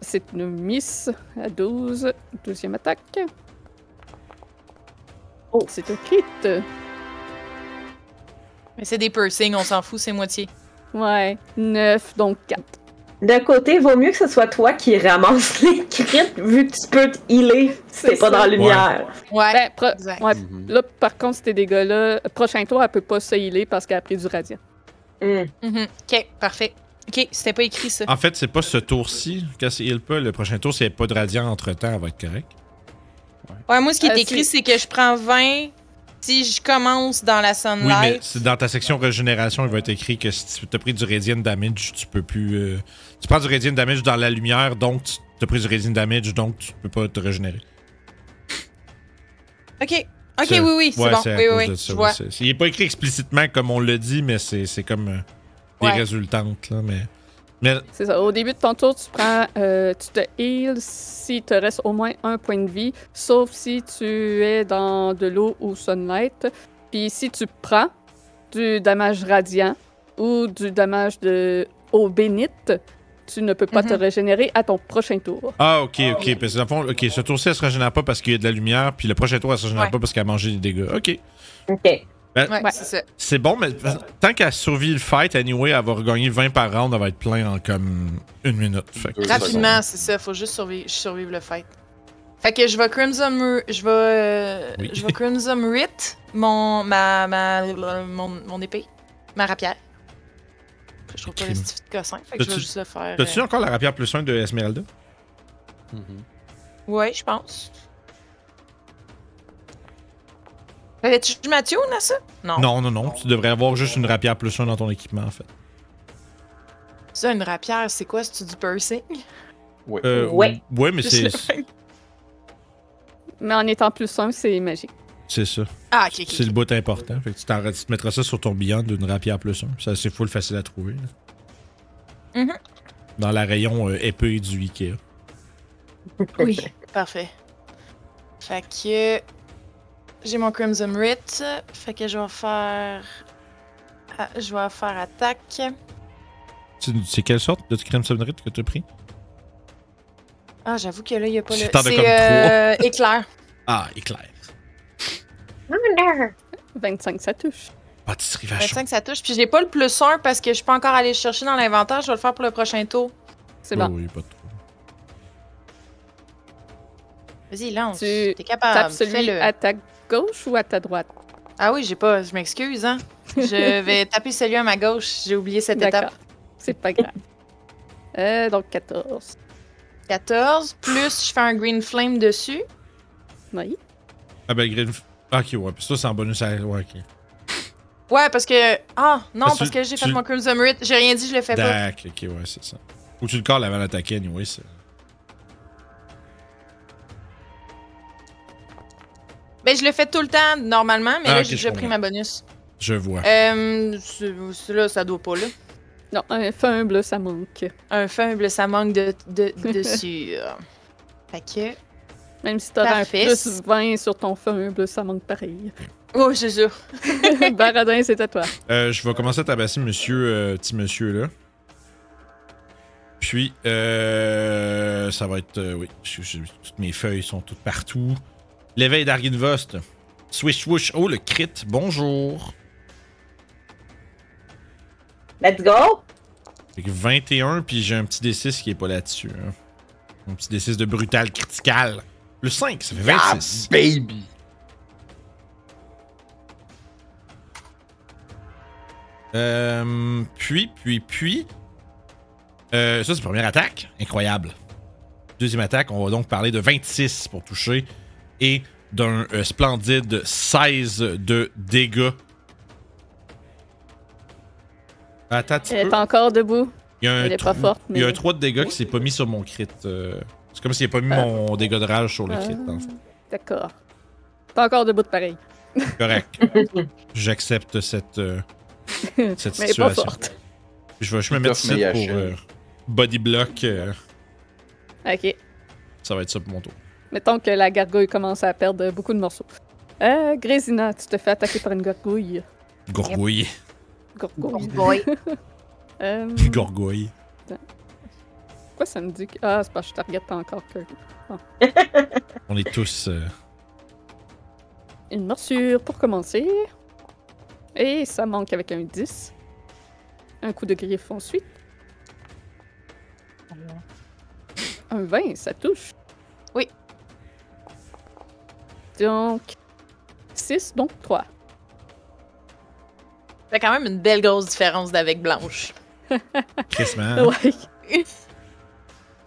S1: C'est une miss à 12. Deuxième attaque. Oh, c'est un crit.
S5: Mais c'est des piercings, on s'en fout, c'est moitié.
S1: Ouais. 9, donc 4.
S4: D'un côté, vaut mieux que ce soit toi qui ramasse les crits vu que tu peux te healer si t'es
S1: C'est
S4: pas
S1: ça.
S4: dans la lumière.
S5: Ouais.
S1: Ben, pro-
S5: exact.
S1: ouais,
S3: Mhm.
S1: Là, par contre, ces dégâts-là, prochain tour, elle peut pas se healer parce qu'elle a pris du radiant.
S4: Hmm.
S5: Mhm. Ok, parfait. Ok, c'était pas écrit ça.
S2: En fait, c'est pas ce tour-ci. Quand c'est heal pas, le prochain tour, s'il n'y a pas de radiant entre temps, elle va être correcte.
S5: Ouais, moi, ce qui
S1: Euh,
S5: est écrit, c'est que je prends 20 si je commence dans la
S2: Oui, mais
S5: sunlight.
S2: c'est dans ta section régénération, il va être écrit que si tu as pris du radiant damage, tu peux plus. euh, tu prends du radiant damage dans la lumière, donc tu as pris du radiant damage, donc tu peux pas te régénérer.
S5: Ok. Ok,
S2: C'est-
S5: oui, oui, c'est
S2: Ouais,
S5: bon.
S2: c'est à
S5: Oui,
S2: cause
S5: oui,
S2: de
S5: oui,
S2: ça.
S5: je
S2: oui,
S5: vois.
S2: c'est- c'est- il est pas écrit explicitement comme on le dit, mais c'est c'est comme euh, des
S5: Ouais.
S2: résultantes. Là, mais, mais
S1: C'est ça. Au début de ton tour, tu prends, euh, tu te heals s'il te reste au moins un point de vie, sauf si tu es dans de l'eau ou sunlight. Puis si tu prends du damage radiant ou du damage de eau bénite, tu ne peux pas
S5: Mhm.
S1: te régénérer à ton prochain tour.
S2: Ah, ok, ok. Parce que dans le fond, ok, ce tour-ci, elle se régénère pas parce qu'il y a de la lumière, puis le prochain tour, elle se régénère
S5: Ouais.
S2: pas parce qu'elle a mangé des dégâts. Ok.
S4: Ok.
S5: Ouais,
S1: Ouais.
S5: c'est ça.
S2: C'est bon, mais tant qu'elle survit le fight, anyway, elle va regagner 20 par round, elle va être plein en comme une minute. Fait que-
S3: Deux
S5: Rapidement, c'est ça. Faut juste survivre, survivre le fight. Fait que je vais Crimson, Ru- je vais, euh,
S2: Oui.
S5: je vais Crimson Rit, mon, ma, ma, mon, mon épée, ma rapière. Je trouve pas le
S2: Crime.
S5: stiff de cossin, fait que je vais
S2: T'as-tu-
S5: juste le faire.
S2: T'as-tu
S5: euh,
S2: encore la rapière plus 1 de Esmeralda?
S3: Mhm.
S5: Ouais, je pense. Fallait-tu que je me tune à ça? Non.
S2: Non, non, non. Tu devrais avoir juste une rapière plus 1 dans ton équipement, en fait.
S5: Ça, une rapière, c'est quoi? C'est-tu du piercing?
S3: Ouais.
S2: Euh,
S4: Ouais.
S2: Ouais, mais
S5: Juste
S2: c'est
S5: le-
S1: Mais en étant plus simple, c'est magique.
S2: c'est ça.
S5: Ah, ok,
S2: C'est
S5: ok.
S2: le bout important. Fait que tu, t'en- tu te mettras ça sur ton beyond d'une rapière plus 1. Ça, c'est full facile à trouver. là.
S5: Mhm.
S2: Dans la rayon euh, épée du Ikea.
S5: Oui. Parfait. Fait que. J'ai mon Crimson Rit. Fait que je vais faire. ah, je vais faire attaque.
S2: C'est c'est quelle sorte de crème sonnerite que t'as pris?
S5: Ah, j'avoue que là, il n'y a pas le.
S2: C'est- t'en as comme
S5: euh, éclair.
S2: Ah, éclair.
S4: Wonder.
S1: 25, ça touche.
S2: Pâtisserie vachon.
S5: 25, ça touche. Puis j'ai pas le plus 1 parce que je suis pas encore allé chercher dans l'inventaire. Je vais le faire pour le prochain tour.
S1: C'est bon.
S2: Oh, Oui, oui, pas de trouble.
S5: Vas-y, lance.
S1: Tu
S5: T'es capable.
S1: Tape celui
S5: Ah, Fais-le.
S1: à ta gauche ou à ta droite?
S5: Ah oui, j'ai pas. Je m'excuse, hein. je vais taper celui à ma gauche. J'ai oublié cette étape.
S1: D'accord. C'est pas grave. Euh, donc 14.
S5: 14. Plus, je fais un green flame dessus.
S1: Oui.
S2: Ah ben, Green. Ok, ouais. Puis ça, c'est en bonus. à- Ouais, ok.
S5: Ouais, parce que. Ah, non,
S2: Parce
S5: parce,
S2: que
S5: que j'ai
S2: tu-
S5: fait mon Crimson Rit. J'ai rien dit, je le fais pas.
S2: Dac, ok, ouais, c'est ça. Ou tu le colles avant d'attaquer, anyway. c'est-
S5: Ben, je le fais tout le temps, normalement, mais
S2: Ah,
S5: là,
S2: ok,
S5: j'ai
S2: je
S5: déjà pris
S2: comprends.
S5: ma bonus.
S2: Je vois.
S5: Euh. ce- Celui-là, ça doit pas, là.
S1: Non, un fumble, ça manque.
S5: Un fumble, ça manque de, de, de sûr. Fait que.
S1: Même si t'aurais un
S5: Parfait.
S1: plus 20 sur ton fumble, ça manque pareil.
S5: Oh, je jure.
S1: Baradin, c'est à toi.
S2: Euh, je vais commencer à tabasser monsieur, euh, petit monsieur là. Puis, euh, ça va être. euh, oui, je- je- toutes mes feuilles sont toutes partout. L'éveil d'Arginvost. Swish, swish. Oh, le crit. Bonjour.
S4: Let's go!
S2: Fait que 21, puis j'ai un petit D6 qui est pas là-dessus. hein. Un petit D6 de brutal critical. Le 5, ça fait 26.
S3: Ah, baby!
S2: Euh, puis, puis, puis. Euh, ça, c'est première attaque. Incroyable. Deuxième attaque, on va donc parler de 26 pour toucher et d'un euh, splendide 16 de dégâts. Ben, Attends, un petit
S1: Elle
S2: peu.
S1: est Euh, encore debout.
S2: Il y a un
S1: elle est
S2: trou-
S1: pas forte,
S2: Il y a
S1: mais-
S2: un 3 de dégâts qui s'est pas mis sur mon crit. euh, c'est comme s'il n'a pas mis
S1: Euh.
S2: mon dégât de rage sur le
S1: Ah.
S2: crit, en fait.
S1: D'accord. T'es encore debout de pareil.
S2: Correct. J'accepte cette, euh, cette
S1: Mais
S2: situation.
S1: pas forte.
S2: Je vais je me
S3: Tough,
S2: mettre ici
S3: mais il
S2: pour
S3: achève.
S2: euh, body block. euh,
S1: Ok.
S2: ça va être ça pour mon tour.
S1: Mettons que la gargouille commence à perdre beaucoup de morceaux. Euh, Grésina, tu te fais attaquer par une gargouille.
S2: Gorgouille.
S1: Gorgouille.
S5: boy.
S1: Euh,
S2: Gorgouille.
S1: pourquoi ça me dit que. Ah, c'est parce que je te regarde pas encore que.
S2: On est tous. euh,
S1: Une morsure pour commencer. Et ça manque avec un 10. Un coup de griffe ensuite. Un 20, ça touche.
S5: Oui.
S1: Donc, 6, donc 3.
S5: Fait quand même une belle grosse différence d'avec Blanche.
S2: Christmas.
S1: Ouais.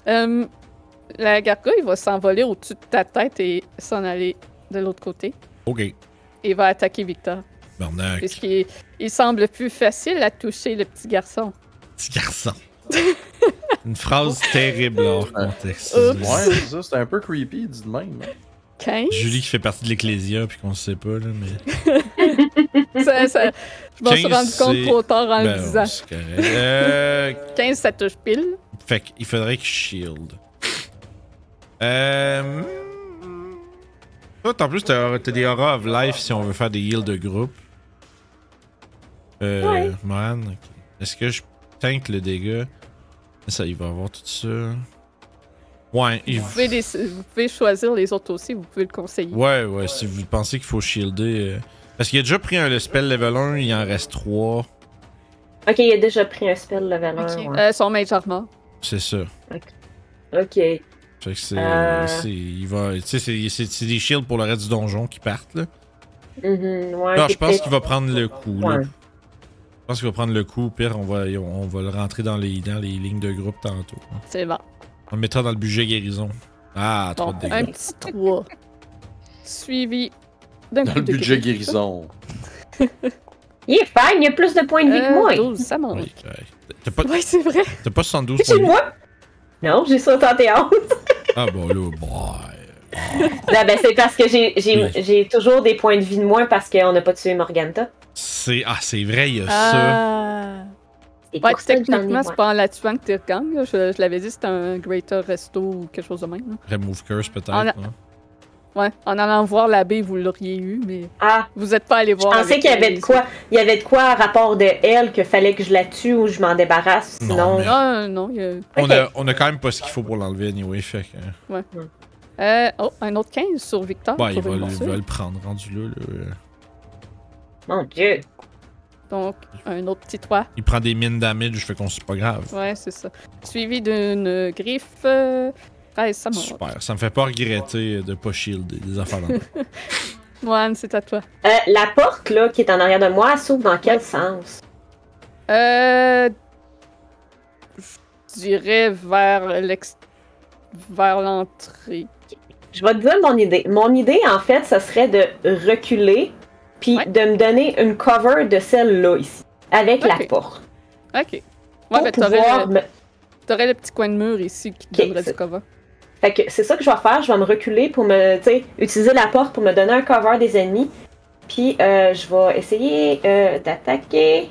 S1: Euh, la gargouille va s'envoler au-dessus de ta tête et s'en aller de l'autre côté.
S2: Ok.
S1: Et va attaquer Victor.
S2: Barnac.
S1: Puisqu'il il semble plus facile à toucher le petit garçon.
S2: Petit garçon. Une phrase terrible hors contexte.
S1: Oups.
S3: Ouais,
S2: Ouais.
S3: c'est ça, c'était un peu creepy, dit de même. hein.
S1: 15.
S2: Julie qui fait partie de l'Ecclésia, puis qu'on sait pas, là, mais.
S1: Ça- ça- je m'en suis
S2: 15,
S1: rendu
S2: c'est-
S1: compte trop tard en
S2: Ben,
S1: le disant.
S2: c'est correct. Euh,
S1: 15, ça touche pile.
S2: Fait qu'il faudrait que je shield. Euh. Toi, en plus, t'as t'as des auras of life si on veut faire des heals de groupe. Euh.
S4: Ouais.
S2: Man, ok. est-ce que je tank le dégât Ça, il va avoir tout ça. Ouais, il-
S1: Vous pouvez, les- vous pouvez choisir les autres aussi, vous pouvez le conseiller.
S2: ouais, ouais, si vous pensez qu'il faut shielder. euh, Parce qu'il a déjà pris un le spell level 1, il en reste 3.
S4: Ok, il a déjà pris un spell level 1.
S5: Ok.
S4: ouais.
S1: Euh, son mage armor.
S2: C'est ça.
S4: Ok.
S2: Fait que c'est.
S4: Euh.
S2: c'est- Il va. Tu sais, c'est- c'est c'est des shields pour le reste du donjon qui partent, là.
S4: Mhm, ouais,
S2: Non,
S4: t'es
S2: je pense
S4: peut-être-
S2: qu'il va prendre le coup. là.
S4: Ouais.
S2: Je pense qu'il va prendre le coup. Au pire, on va, on va le rentrer dans les, dans les lignes de groupe tantôt. hein.
S1: C'est bon.
S2: On le mettra dans le budget guérison. Ah, trop
S1: Bon,
S2: de
S1: un
S2: dégâts.
S1: petit 3. Suivi d'un
S3: Dans
S1: coup
S3: le
S1: de
S3: budget
S1: griffe.
S3: guérison.
S4: Il est fine, il a plus de points de vie que
S1: Euh,
S4: moi.
S1: 12, ça manque.
S2: Oui, ouais. T'as pas,
S1: Ouais, c'est vrai.
S2: t'as pas 72
S4: C'est
S2: points de vie?
S4: moi? Non, j'ai 71.
S2: Ah, bah là, bah,
S4: non, ben c'est parce que j'ai-
S2: Oui.
S4: j'ai j'ai toujours des points de vie de moins parce qu'on n'a pas tué Morganta.
S2: c'est Ah, c'est vrai, il y a ça.
S1: Ah.
S4: C'est
S1: Ouais,
S4: pour ça que j'en ai
S1: techniquement,
S4: moins.
S1: c'est pas en la tuant que tu regagnes. là. Je, je l'avais dit, c'était un Greater Resto ou quelque chose de même. là.
S2: Remove Curse, peut-être.
S1: On a-
S2: hein.
S1: Ouais, en allant voir l'abbé, vous l'auriez eu, mais
S4: Ah,
S1: vous êtes pas allé
S4: je
S1: voir.
S4: pensais
S1: avec
S4: qu'il y
S1: les
S4: avait de quoi. Il y avait de quoi à rapport de elle que fallait que je la tue ou je m'en débarrasse,
S2: Non,
S4: sinon.
S2: mais-
S1: Ah, non, il y a-
S2: On, a, on a quand même pas ce qu'il faut pour l'enlever, anyway. Fait que.
S1: Euh, oh, un autre 15 sur Victor.
S2: Ouais, bah, il
S1: pour
S2: va,
S1: une
S2: le- il
S1: morsure.
S2: va le prendre, rendu là. là.
S4: Mon dieu.
S1: Donc, un autre petit 3.
S2: Il prend des mines damage, je fais qu'on c'est pas grave.
S1: Ouais, c'est ça. Suivi d'une euh, griffe. euh, 13, ça m'a.
S2: Super. Ça me fait pas regretter de pas shielder des affaires là
S1: Moine, c'est à toi.
S4: Euh, la porte, là, qui est en arrière de moi, elle s'ouvre dans quel sens?
S1: Euh. Je dirais vers l'ex. vers l'entrée.
S4: Je vais te dire mon idée. Mon idée, en fait, ce serait de reculer, puis
S1: Ouais.
S4: de me donner une cover de celle-là, ici, avec
S1: Ok.
S4: la porte.
S1: Ok. Ouais,
S4: pour
S1: ben, t'aurais,
S4: pouvoir
S1: le,
S4: me-
S1: t'aurais le petit coin de mur ici qui te
S4: Ok,
S1: donnerait du
S4: c'est-
S1: cover.
S4: Fait que c'est ça que je vais faire, je vais me reculer pour me, tu sais, utiliser la porte pour me donner un cover des ennemis. Puis euh, je vais essayer euh, d'attaquer.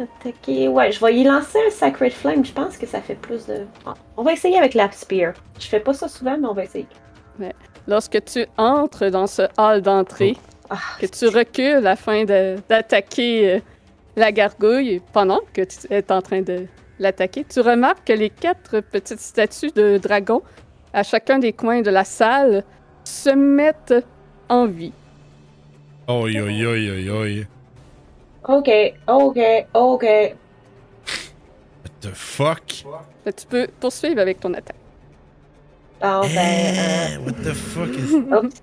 S4: Attaquer. Ouais, je vais y lancer un Sacred Flame. Je pense que ça fait plus de. Ah, On va essayer avec la Spear. Je fais pas ça souvent, mais on va essayer.
S1: Lorsque tu entres dans ce hall d'entrée,
S4: Ah,
S1: que tu recules afin de- d'attaquer euh, la gargouille pendant que tu es en train de l'attaquer, tu remarques que les quatre petites statues de dragons à chacun des coins de la salle se mettent en vie.
S2: Oi, oi, oi, oi, oi.
S4: Ok, ok, ok.
S2: What the fuck?
S4: Oh,
S1: Fait que Tu peux poursuivre avec ton attaque.
S4: Bon, ben.
S2: Eh, what the fuck is...
S4: Euh, oups.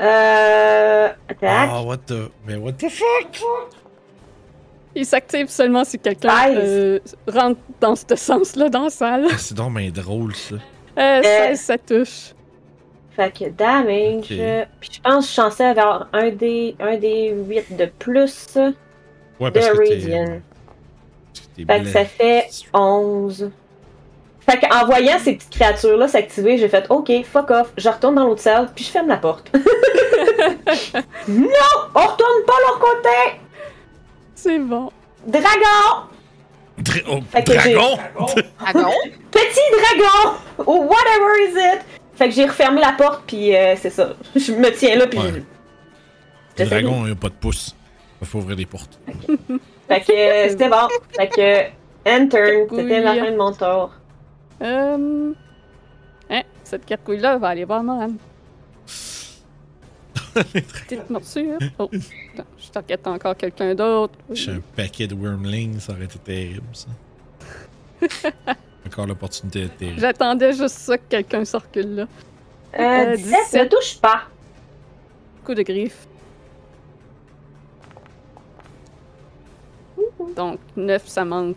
S4: euh. Attaque.
S2: Ah, what the... Mais what the fuck?
S1: Il s'active seulement si quelqu'un
S4: Nice.
S1: euh, rentre dans ce sens-là, dans la salle.
S2: Ah, C'est donc bien drôle, ça.
S1: Euh, 16, ça touche.
S4: Fait que damage.
S2: Ok.
S4: euh, Puis je pense que je suis censée avoir un des, un des 8 de plus de
S2: Ouais, parce que t'es...
S4: Radiant.
S2: parce que t'es
S4: Fait que ça
S2: blessé.
S4: fait 11. Fait qu'en voyant ces petites créatures-là s'activer, j'ai fait OK, fuck off, je retourne dans l'autre salle, puis je ferme la porte. non! On retourne pas leur côté!
S1: C'est bon.
S4: Dragon!
S2: Dra- oh,
S4: Fait que j'ai-
S2: dragon!
S5: Dragon?
S4: Petit dragon! Ou whatever is it! Fait que j'ai refermé la porte, puis euh, c'est ça. Je me tiens là, puis
S2: Ouais.
S4: je-
S2: Le
S4: J'essaie de-
S2: dragon, il a pas de pouce. Il faut ouvrir les portes.
S4: Fait que euh, c'était bon. Fait que end turn, c'était la fin de mon tour.
S1: Euh... Hein, cette gargouille-là va aller voir Moran. Petite morsure. Oh, attends, je target encore quelqu'un d'autre.
S2: J'ai un paquet de wormlings, ça aurait été terrible, ça. Encore l'opportunité de terrible.
S1: J'attendais juste ça que quelqu'un se recule là.
S4: Euh,
S1: Euh,
S4: 17,
S1: 17.
S4: ne touche pas.
S1: Coup de griffe. Donc, 9, ça manque.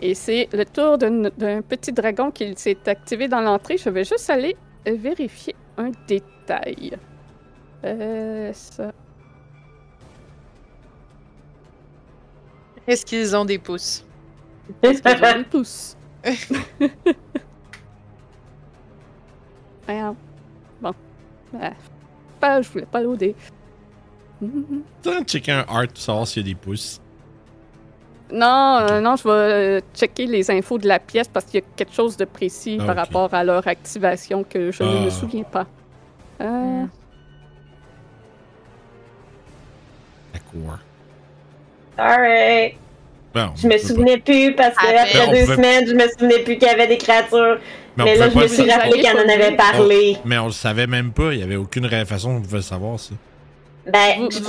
S1: Et c'est le tour d'un d'un petit dragon qui s'est activé dans l'entrée. Je vais juste aller vérifier un détail. Euh, ça.
S5: Est-ce qu'ils ont des pouces?
S1: Est-ce que j'en ai le pouce? Merde. Bon. Ah, pas, je voulais pas loader. Mhm.
S2: Attends de checker un art pour savoir s'il y a des pouces.
S1: Non, euh, non, je vais euh, checker les infos de la pièce parce qu'il y a quelque chose de précis
S2: Ah,
S1: par
S2: ok.
S1: rapport à leur activation que je ne
S2: Ah.
S1: me souviens pas. Euh,
S5: Hmm.
S2: D'accord.
S4: Alright.
S2: Bon,
S4: Je me
S2: Ben, on peut
S4: souvenais plus parce que
S5: Ah, ben.
S4: après
S2: Ben, on
S4: deux
S2: pouvait-
S4: semaines, je me souvenais plus qu'il y avait des créatures.
S2: pas- on
S4: mais là,
S2: pouvait pas
S4: je me suis
S2: le-
S1: savoir.
S4: rappelé qu'elle en avait parlé.
S2: Mais on le savait même pas, il y avait aucune ra- façon on pouvait le savoir ça.
S4: Ben,
S1: vous-
S4: je,
S1: je-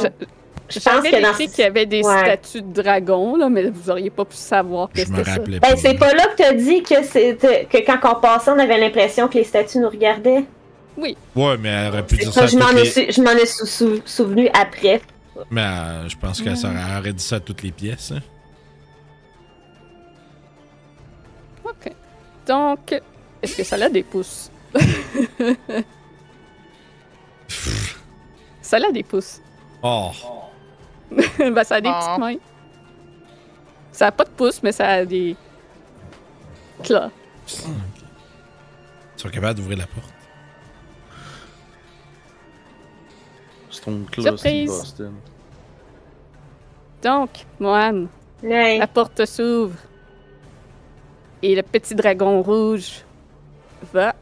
S4: je pense
S1: J'avais
S4: que dans.
S1: écrit qu'il y avait des
S4: Ouais.
S1: statues de dragons, là, mais vous auriez pas pu savoir que
S2: Je me
S1: c'était ça.
S2: rappelais
S4: Ben,
S2: pas.
S4: c'est pas là que t'as dit que, c'était- que quand on passait, on avait l'impression que les statues nous regardaient.
S2: Ouais, mais elle aurait pu dire ça.
S4: Ça,
S2: à
S4: je m'en
S2: toutes
S4: ai,
S2: les-
S4: su- je m'en ai sou- sou- souvenu après.
S2: Mais euh, je pense qu'elle serait- elle aurait dit ça à toutes les pièces. hein.
S1: Ok. Donc, est-ce que ça a des pouces? ça a des pouces.
S2: Oh,
S1: ben, ça a des
S5: Oh.
S1: petites mains. Ça a pas de pouces, mais ça a des claws.
S2: ils sont capables d'ouvrir la porte.
S3: Stone
S1: Surprise.
S3: Boston.
S1: Donc, Mohan,
S4: Ouais.
S1: la porte s'ouvre. Et le petit dragon rouge va.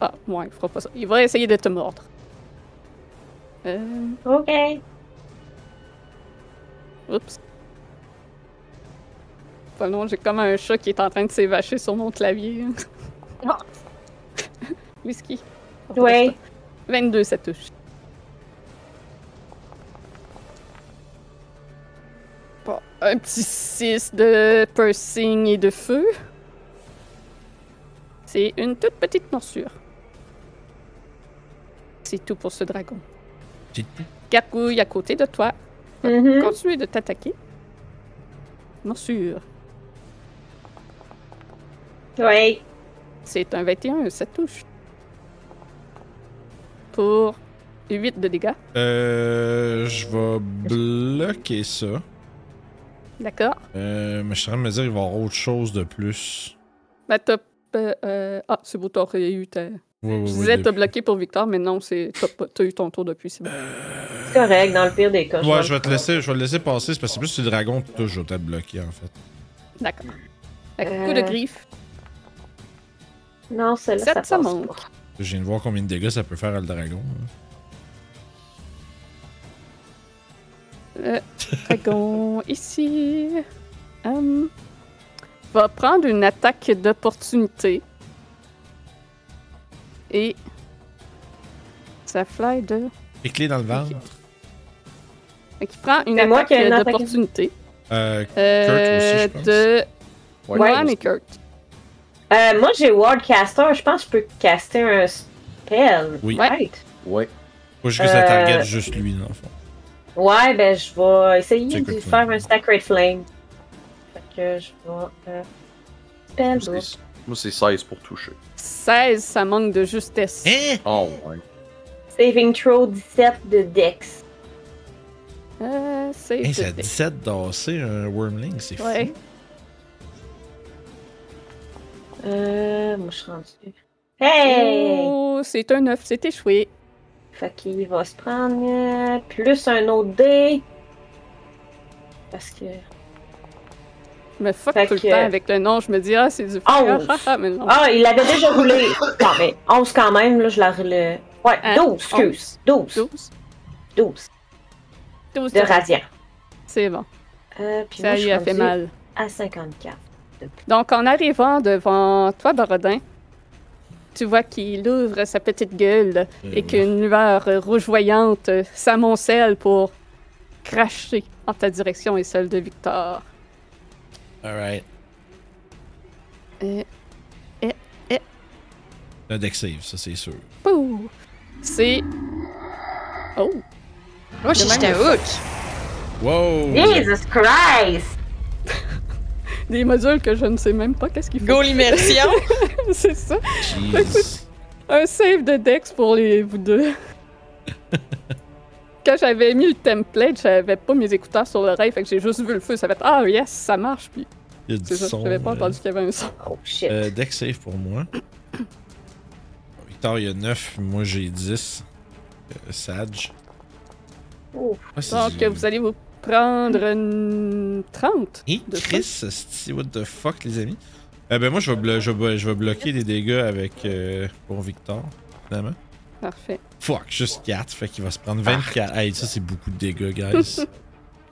S1: Ah, ouais, il fera pas ça. Il va essayer de te mordre. Euh.
S4: Ok.
S1: Oups. Pas long, j'ai comme un chat qui est en train de s'évacher sur mon clavier.
S4: Ah.
S1: Whisky.
S4: Ouais.
S1: 22, ça touche. Un petit 6 de piercing et de feu. C'est une toute petite morsure. C'est tout pour ce dragon.
S2: C'est
S1: Gargouille à côté de toi.
S4: Mhm.
S1: Continue de t'attaquer. Morsure.
S4: Ouais.
S1: C'est un 21, ça touche. Pour 8 de dégâts.
S2: Euh, je vais bloquer ça.
S1: D'accord.
S2: Euh, mais je suis en train de me dire qu'il va y avoir autre chose de plus.
S1: Ma top. euh, euh, ah, c'est beau, t'aurais eu ta.
S2: Ouais,
S1: Je
S2: ouais, ouais,
S1: disais,
S2: de-
S1: t'as bloqué pour Victor, mais non, c'est t'as pas- t'as eu ton tour depuis, c'est bon.
S4: C'est correct, dans le pire des cas.
S2: Ouais,
S4: pense.
S2: je vais te laisser, je vais le laisser passer. C'est parce que c'est plus si le dragon te touche, je vais peut-être bloquer en fait.
S1: D'accord. Fait que Coup de
S4: Euh,
S1: griffe.
S4: Non, celle-là,
S1: Sept,
S4: ça,
S1: ça
S4: passe
S1: manque.
S4: pas.
S2: Je viens de voir combien de dégâts ça peut faire à le dragon. hein.
S1: Dragon ici. Hum. va prendre une attaque d'opportunité. Et. Ça fly de.
S2: Et clé dans le ventre.
S1: Fait qu'il prend une
S4: C'est moi
S1: attaque
S4: qui ai une attaque.
S1: d'opportunité.
S2: Euh,
S1: Euh,
S2: Kurt aussi, je pense.
S1: de
S3: Ouais,
S1: Mohan
S3: je pense.
S1: et Kurt.
S4: Euh, moi, j'ai Wardcaster. Je pense que je peux caster un spell.
S2: Oui.
S4: Right?
S3: Ouais.
S2: faut juste que ça
S4: euh,
S2: target juste lui, dans le fond.
S4: Ouais, ben, je vais essayer
S2: Sacred
S4: de
S2: Flame.
S4: faire un Sacred Flame. Fait que je vais. Euh, spell
S3: Moi,
S4: book.
S3: c'est- Moi, c'est 16 pour toucher.
S1: 16, ça manque de justesse.
S2: Hein?
S3: Oh, ouais.
S4: Saving throw 17 de Dex.
S1: Euh, c'est
S2: Hey, Hein, ça a 17 d'AC, un Wormling, c'est fou.
S1: Ouais.
S4: Euh, moi, je suis rendue. Hey!
S1: Oh, c'est un 9, c'est échoué.
S4: Fait qu'il va se prendre euh, plus un autre dé. Parce que.
S1: Je me fuck
S4: Fait
S1: tout le
S4: que-
S1: temps avec le nom. Je me dis, ah, c'est du fire. Ah, ah, mais non.
S4: Ah, il l'avait déjà roulé! Non, mais 11 quand même, là, je la roule. euh, Ouais,
S1: Hein?
S4: 12, excuse. 12.
S1: 12.
S4: 12
S1: 12
S4: de radiant.
S1: C'est bon.
S4: Euh, puis
S1: Ça
S4: moi, je
S1: lui
S4: suis
S1: a fait
S4: rendue
S1: mal.
S4: à 54.
S1: Donc, en arrivant devant toi, Barodin, tu vois qu'il ouvre sa petite gueule
S2: Mm.
S1: et qu'une lueur euh, rougeoyante euh, s'amoncelle pour cracher en ta direction et celle de Victor.
S2: Alright.
S1: Eh, eh, eh.
S2: Un deck save, ça c'est sûr.
S1: Pouh! C'est. Oh!
S5: Moi, je
S1: De même,
S5: suis à
S1: le
S5: hook.
S2: Wow!
S4: Jesus Christ!
S1: Des modules que je ne sais même pas qu'est-ce qu'ils font.
S5: Go l'immersion.
S1: C'est ça!
S2: Jeez.
S1: Un save de Dex pour les vous deux. Quand j'avais mis le template, j'avais pas mes écouteurs sur l'oreille, fait que j'ai juste vu le feu. Ça fait Ah yes, ça marche! Puis
S2: Il y a du
S1: c'est ça,
S2: son.
S1: j'avais pas
S2: euh.
S1: entendu qu'il y avait un son.
S4: Oh shit.
S2: Euh, deck save pour moi. Victor, il y a 9, moi j'ai 10. Euh, Sage.
S4: Ouf.
S2: Ouais, c'est
S1: Donc
S2: du-
S1: vous allez vous prendre une 30.
S2: Et
S1: de
S2: Chris, esti, what the fuck, les amis? Euh, ben moi, je vais, blo- je vais- je vais bloquer des dégâts avec euh, pour Victor, finalement.
S1: Parfait.
S2: Fuck, juste 4, fait qu'il va se prendre 24. Hey, ça, c'est beaucoup de dégâts, guys.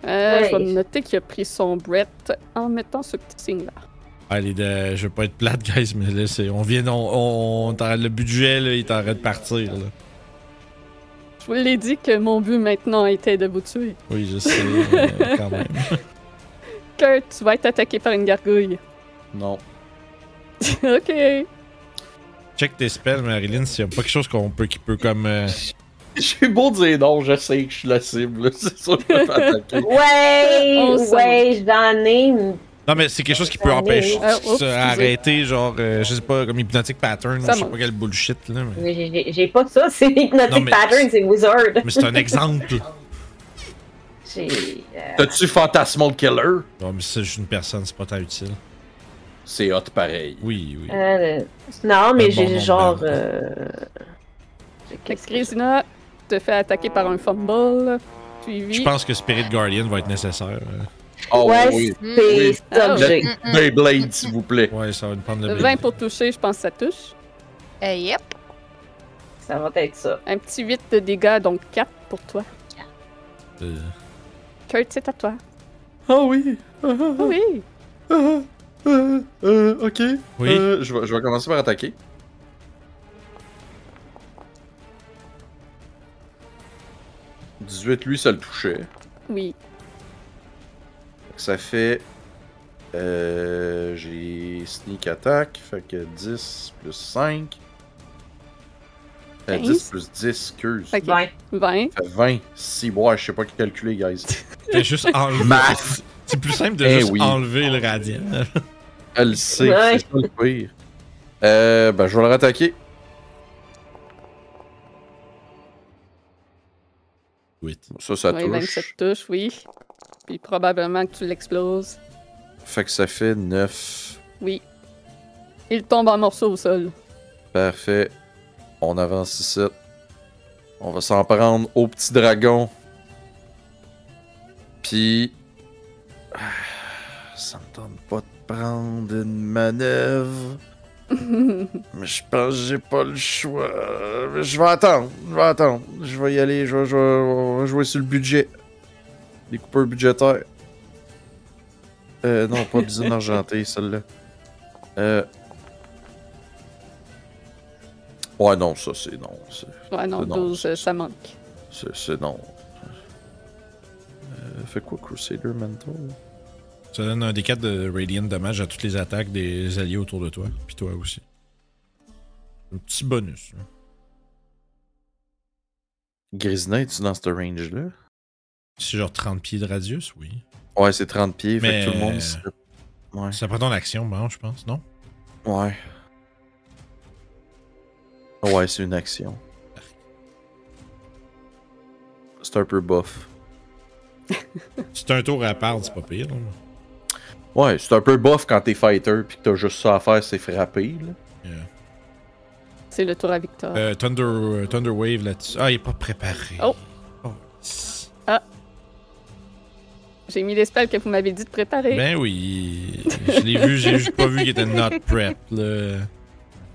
S1: Euh, Je vais
S4: Ouais.
S1: noter qu'il a pris son breath en mettant ce petit signe-là.
S2: Allez, de- je veux pas être plate, guys, mais là, c'est, on vient, on, on, on t'arrête- le budget, là, il est en train de partir, là.
S1: Je vous l'ai dit que mon but maintenant était de vous tuer.
S2: Oui, je sais, mais quand même.
S1: Kurt, tu vas être attaqué par une gargouille.
S3: Non.
S1: ok.
S2: Check tes spells, Marilyn, s'il y a pas quelque chose qu'on peut, qui peut comme... euh,
S3: J'ai beau dire non, je sais que je suis la cible. là. C'est sûr que je me fais attaquer.
S4: Ouais!
S1: On sent.
S4: ouais, j'en ai.
S2: Non, mais c'est quelque chose qui peut
S4: Ah,
S2: empêcher,
S1: ah, oups,
S2: se-
S1: excusez.
S2: arrêter, genre, euh, je sais pas, comme hypnotic pattern,
S1: Ça
S2: je sais
S1: monte.
S2: pas quel bullshit, là, mais...
S4: mais j'ai- j'ai- J'ai pas ça, c'est
S2: Non,
S4: Hypnotic
S2: mais-
S4: Pattern, c'est Wizard.
S2: Mais c'est un exemple.
S4: J'ai. euh,
S3: T'as-tu Fantasmal Killer?
S2: Bon, mais c'est juste une personne, c'est pas tant utile.
S3: C'est hot pareil.
S2: Oui, oui.
S4: euh, non, mais
S2: Un bon ben,
S4: j'ai
S2: nombre
S4: genre.
S2: de-
S4: euh, j'ai-
S1: Fait que
S4: Qu'est-ce que
S1: Grisina te fait attaquer par un fumble, suivi.
S2: Je pense que Spirit Guardian va être nécessaire. euh.
S3: Oh
S4: Ouais,
S3: oui.
S4: c'est
S3: Oui.
S4: ça
S1: Ah,
S4: que j'ai.
S5: Mm, mm.
S3: Beyblade, s'il vous plaît.
S2: Ouais, ça va nous prendre le bébé.
S1: 20 pour toucher, je pense que ça touche.
S5: Eh, yep.
S4: Ça va être ça.
S1: Un petit 8 de dégâts, donc 4 pour toi.
S2: Euh,
S1: Kurt, c'est à toi.
S3: Oh oui.
S1: Ah oui!
S3: Euh, euh, ok.
S2: Oui.
S3: Euh, je, vais, je vais commencer par attaquer. « 18, lui, ça le touchait.
S1: Oui.
S3: Ça fait. euh, J'ai sneak attack, fait que 10 plus 5. Euh, 10
S1: Quinze.
S3: plus 10, excuse.
S1: Fait que-
S4: Ouais.
S1: 20.
S3: Ça fait 20. Si, ouais, je sais pas calculer, guys.
S2: Fais juste enlever.
S3: Math!
S2: C'est plus simple de
S3: Eh
S2: juste
S3: oui.
S2: enlever le radian.
S3: Elle le sait,
S4: Ouais.
S3: c'est ça le pire. Euh, ben, je vais le rattaquer.
S2: 8.
S3: Ça, ça
S1: Oui,
S3: touche.
S1: 27 touches, oui. Puis probablement que tu l'exploses.
S3: Fait que ça fait 9.
S1: Oui. Il tombe en morceaux au sol.
S3: Parfait. On avance ici. On va s'en prendre au petit dragon. Puis. Ah, Ça me tente pas de prendre une manœuvre. Mais je pense que j'ai pas le choix. Mais Je vais attendre. Je vais attendre. Je vais y aller. Je vais, je vais- on va jouer sur le budget. Les coupeurs budgétaires. Euh, non, pas Bisine Argentée, celle-là. Euh. Ouais, non, ça c'est non. C'est-
S1: ouais, non,
S3: C'est non,
S1: 12,
S3: c'est-
S1: ça manque.
S3: C'est c'est non. Euh, fait quoi, Crusader Mental
S2: Ça donne un D4 de Radiant dommage à toutes les attaques des alliés autour de toi. Puis toi aussi. Un petit bonus. hein.
S3: Grisina, es-tu dans ce range-là
S2: C'est genre 30 pieds de radius, oui.
S3: Ouais, c'est 30 pieds,
S2: Mais-
S3: fait que tout le monde. se- Ouais.
S2: Ça prend ton action, bon, je pense, non?
S3: Ouais. Ouais, c'est une action. C'est un peu bof.
S2: C'est un tour à part, c'est pas pire. là.
S3: Ouais, c'est un peu bof quand t'es fighter puis que t'as juste ça à faire, c'est frapper. Là.
S1: C'est le tour à Victor.
S2: Euh, Thunder, euh, Thunder Wave là-dessus. Ah, il est pas préparé.
S1: Oh.
S2: Oh, tss.
S1: J'ai mis les spells que vous m'avez dit de préparer.
S2: Ben oui. Je l'ai vu, j'ai juste pas vu qu'il était not prep. Là.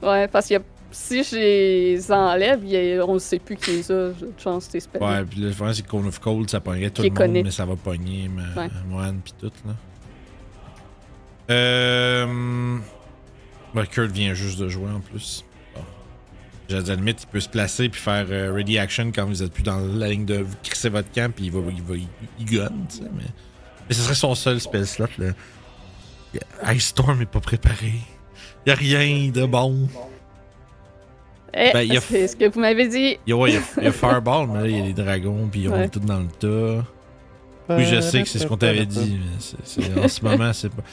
S1: Ouais, parce que si je les enlève, il y a- on ne sait plus qui les a. J'ai de chance, tes spells.
S2: Ouais, puis le problème, c'est que Cone of Cold, ça pognerait tout
S1: Qui
S2: le monde,
S1: connaît.
S2: mais ça va pogner ma,
S1: Ouais.
S2: Moine puis tout, là. Euh. Bah, Kurt vient juste de jouer en plus. Bon. J'ai dit, à la limite, il peut se placer puis faire euh, ready action quand vous êtes plus dans la ligne de vous crissez votre camp puis il va, il va, il, il gun, tu sais, mais. Mais ce serait son seul spell slot, là. Ice Storm est pas préparé. Y'a rien de bon.
S1: Eh,
S2: ben, il y a-
S1: C'est ce que vous m'avez dit.
S2: Y'a ouais, y a, y a Fireball, mais là, il y a les dragons, puis on
S1: Ouais.
S2: est tous dans le tas. Oui, je sais que c'est ce qu'on t'avait dit, mais c'est- c'est- en ce moment, c'est pas.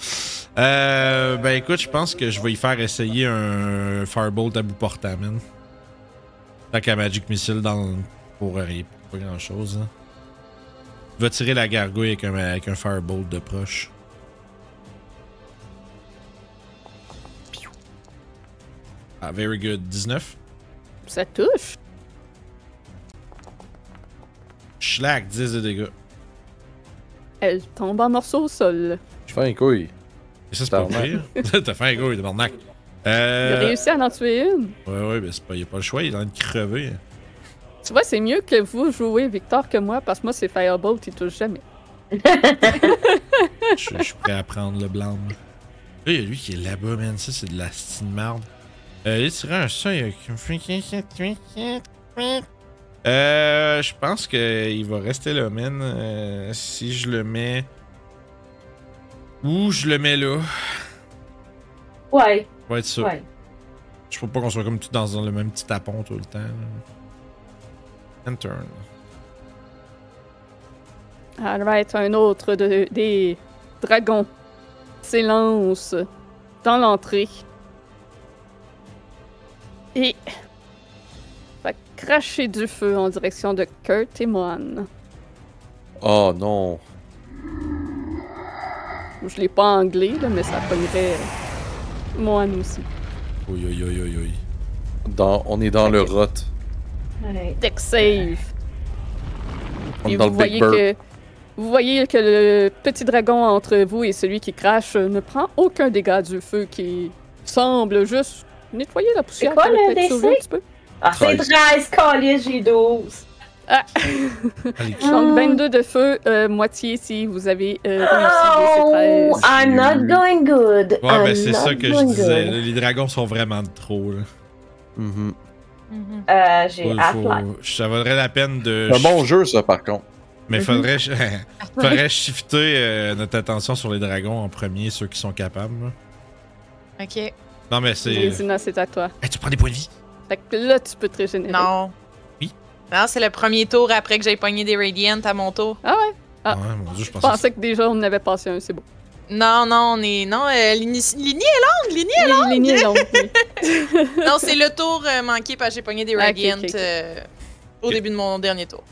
S2: Euh, ben écoute, je pense que je vais y faire essayer un Firebolt à bout portant, man. Tant qu'à Magic Missile dans le- pour rien, pour pas grand chose. Hein. Il va tirer la gargouille avec un, avec un Firebolt de proche. Ah, very good. 19.
S1: Ça touche.
S2: Schlack, 10 de dégâts.
S1: Elle tombe en morceaux au sol.
S3: Je fais un couille.
S2: Et ça, c'est pas
S3: Tabarnak.
S2: pire. T'as fait un gros, tabarnak.
S1: Il a
S2: Euh,
S1: réussi à en tuer une.
S2: Ouais, ouais, ben c'est pas, y a pas le choix, il est en train de crever.
S1: Tu vois, c'est mieux que vous jouez Victor que moi, parce que moi, c'est Firebolt, il touche jamais.
S2: Je je suis prêt à prendre le blanc. Là, il y a lui qui est là-bas, man, ça c'est de la stine marde. Euh, il tirait un ça, il a... Euh, je pense que il va rester là, man. Euh, si je le mets... Ou je le mets là.
S4: Ouais,
S2: Pour être sûr.
S4: ouais.
S2: Je peux pas qu'on soit comme tout dans le même petit tapon tout le temps. là. And turn.
S1: Alright, un autre de- des dragons s'élance dans l'entrée. Et va cracher du feu en direction de Kurt et Moan.
S3: Oh non.
S1: Je l'ai pas anglais, là, mais ça pognerait Moan aussi.
S2: Oui, oui, oui, oui, oui.
S3: Dans, on est dans le rot.
S4: ouais.
S1: Deck save.
S3: On
S1: Et
S3: est dans
S1: vous
S3: le Big
S1: voyez que
S3: Bird.
S1: vous voyez que le petit dragon entre vous et celui qui crache ne prend aucun dégât du feu qui semble juste nettoyer la poussière.
S4: quoi
S1: qui
S4: le
S1: aurait peut-être
S4: dessin?
S1: sauvé un petit peu.
S4: Ah, c'est
S3: 13.
S4: 13, calice, j'ai 12.
S2: Allez,
S4: Ah.
S1: Donc 22 de feu, euh, moitié si vous avez euh, réussi
S4: Oh,
S1: les 13.
S4: I'm not going good.
S2: Mmh. Ouais,
S4: I'm
S2: ben c'est
S4: not
S2: ça que je
S4: going
S2: disais.
S4: good.
S2: là, Les dragons sont vraiment de trop. Là.
S3: Mhm.
S5: Mhm.
S4: Euh, j'ai
S2: Faut-
S4: half
S2: faut- Ça vaudrait la peine de.
S3: C'est un bon jeu, ça, par contre.
S2: Mais
S5: Mhm.
S2: faudrait, faudrait shifter euh, notre attention sur les dragons en premier, ceux qui sont capables. là.
S5: Ok.
S2: Non, mais c'est.
S1: Zina, c'est à toi.
S2: Hey, tu prends des points de vie.
S1: Fait que là, tu peux te régénérer.
S5: Non.
S2: Oui.
S5: Non, c'est le premier tour après que j'ai pogné des Radiant à mon tour.
S1: Ah ouais? Ah.
S2: Ouais, mon dieu, je
S1: Je
S2: pensais.
S1: pensais que déjà, on en avait passé un, c'est beau.
S5: Non, non, on est. Non, euh, l'ini- l'ini est longue, l'ini est
S1: Quelle lignée longue, oui.
S5: longue. Non, c'est le tour euh, manqué parce que j'ai pogné des
S1: Ah, ok,
S5: Radiant
S1: ok, ok.
S5: euh, au
S2: Ok.
S5: début de mon dernier tour.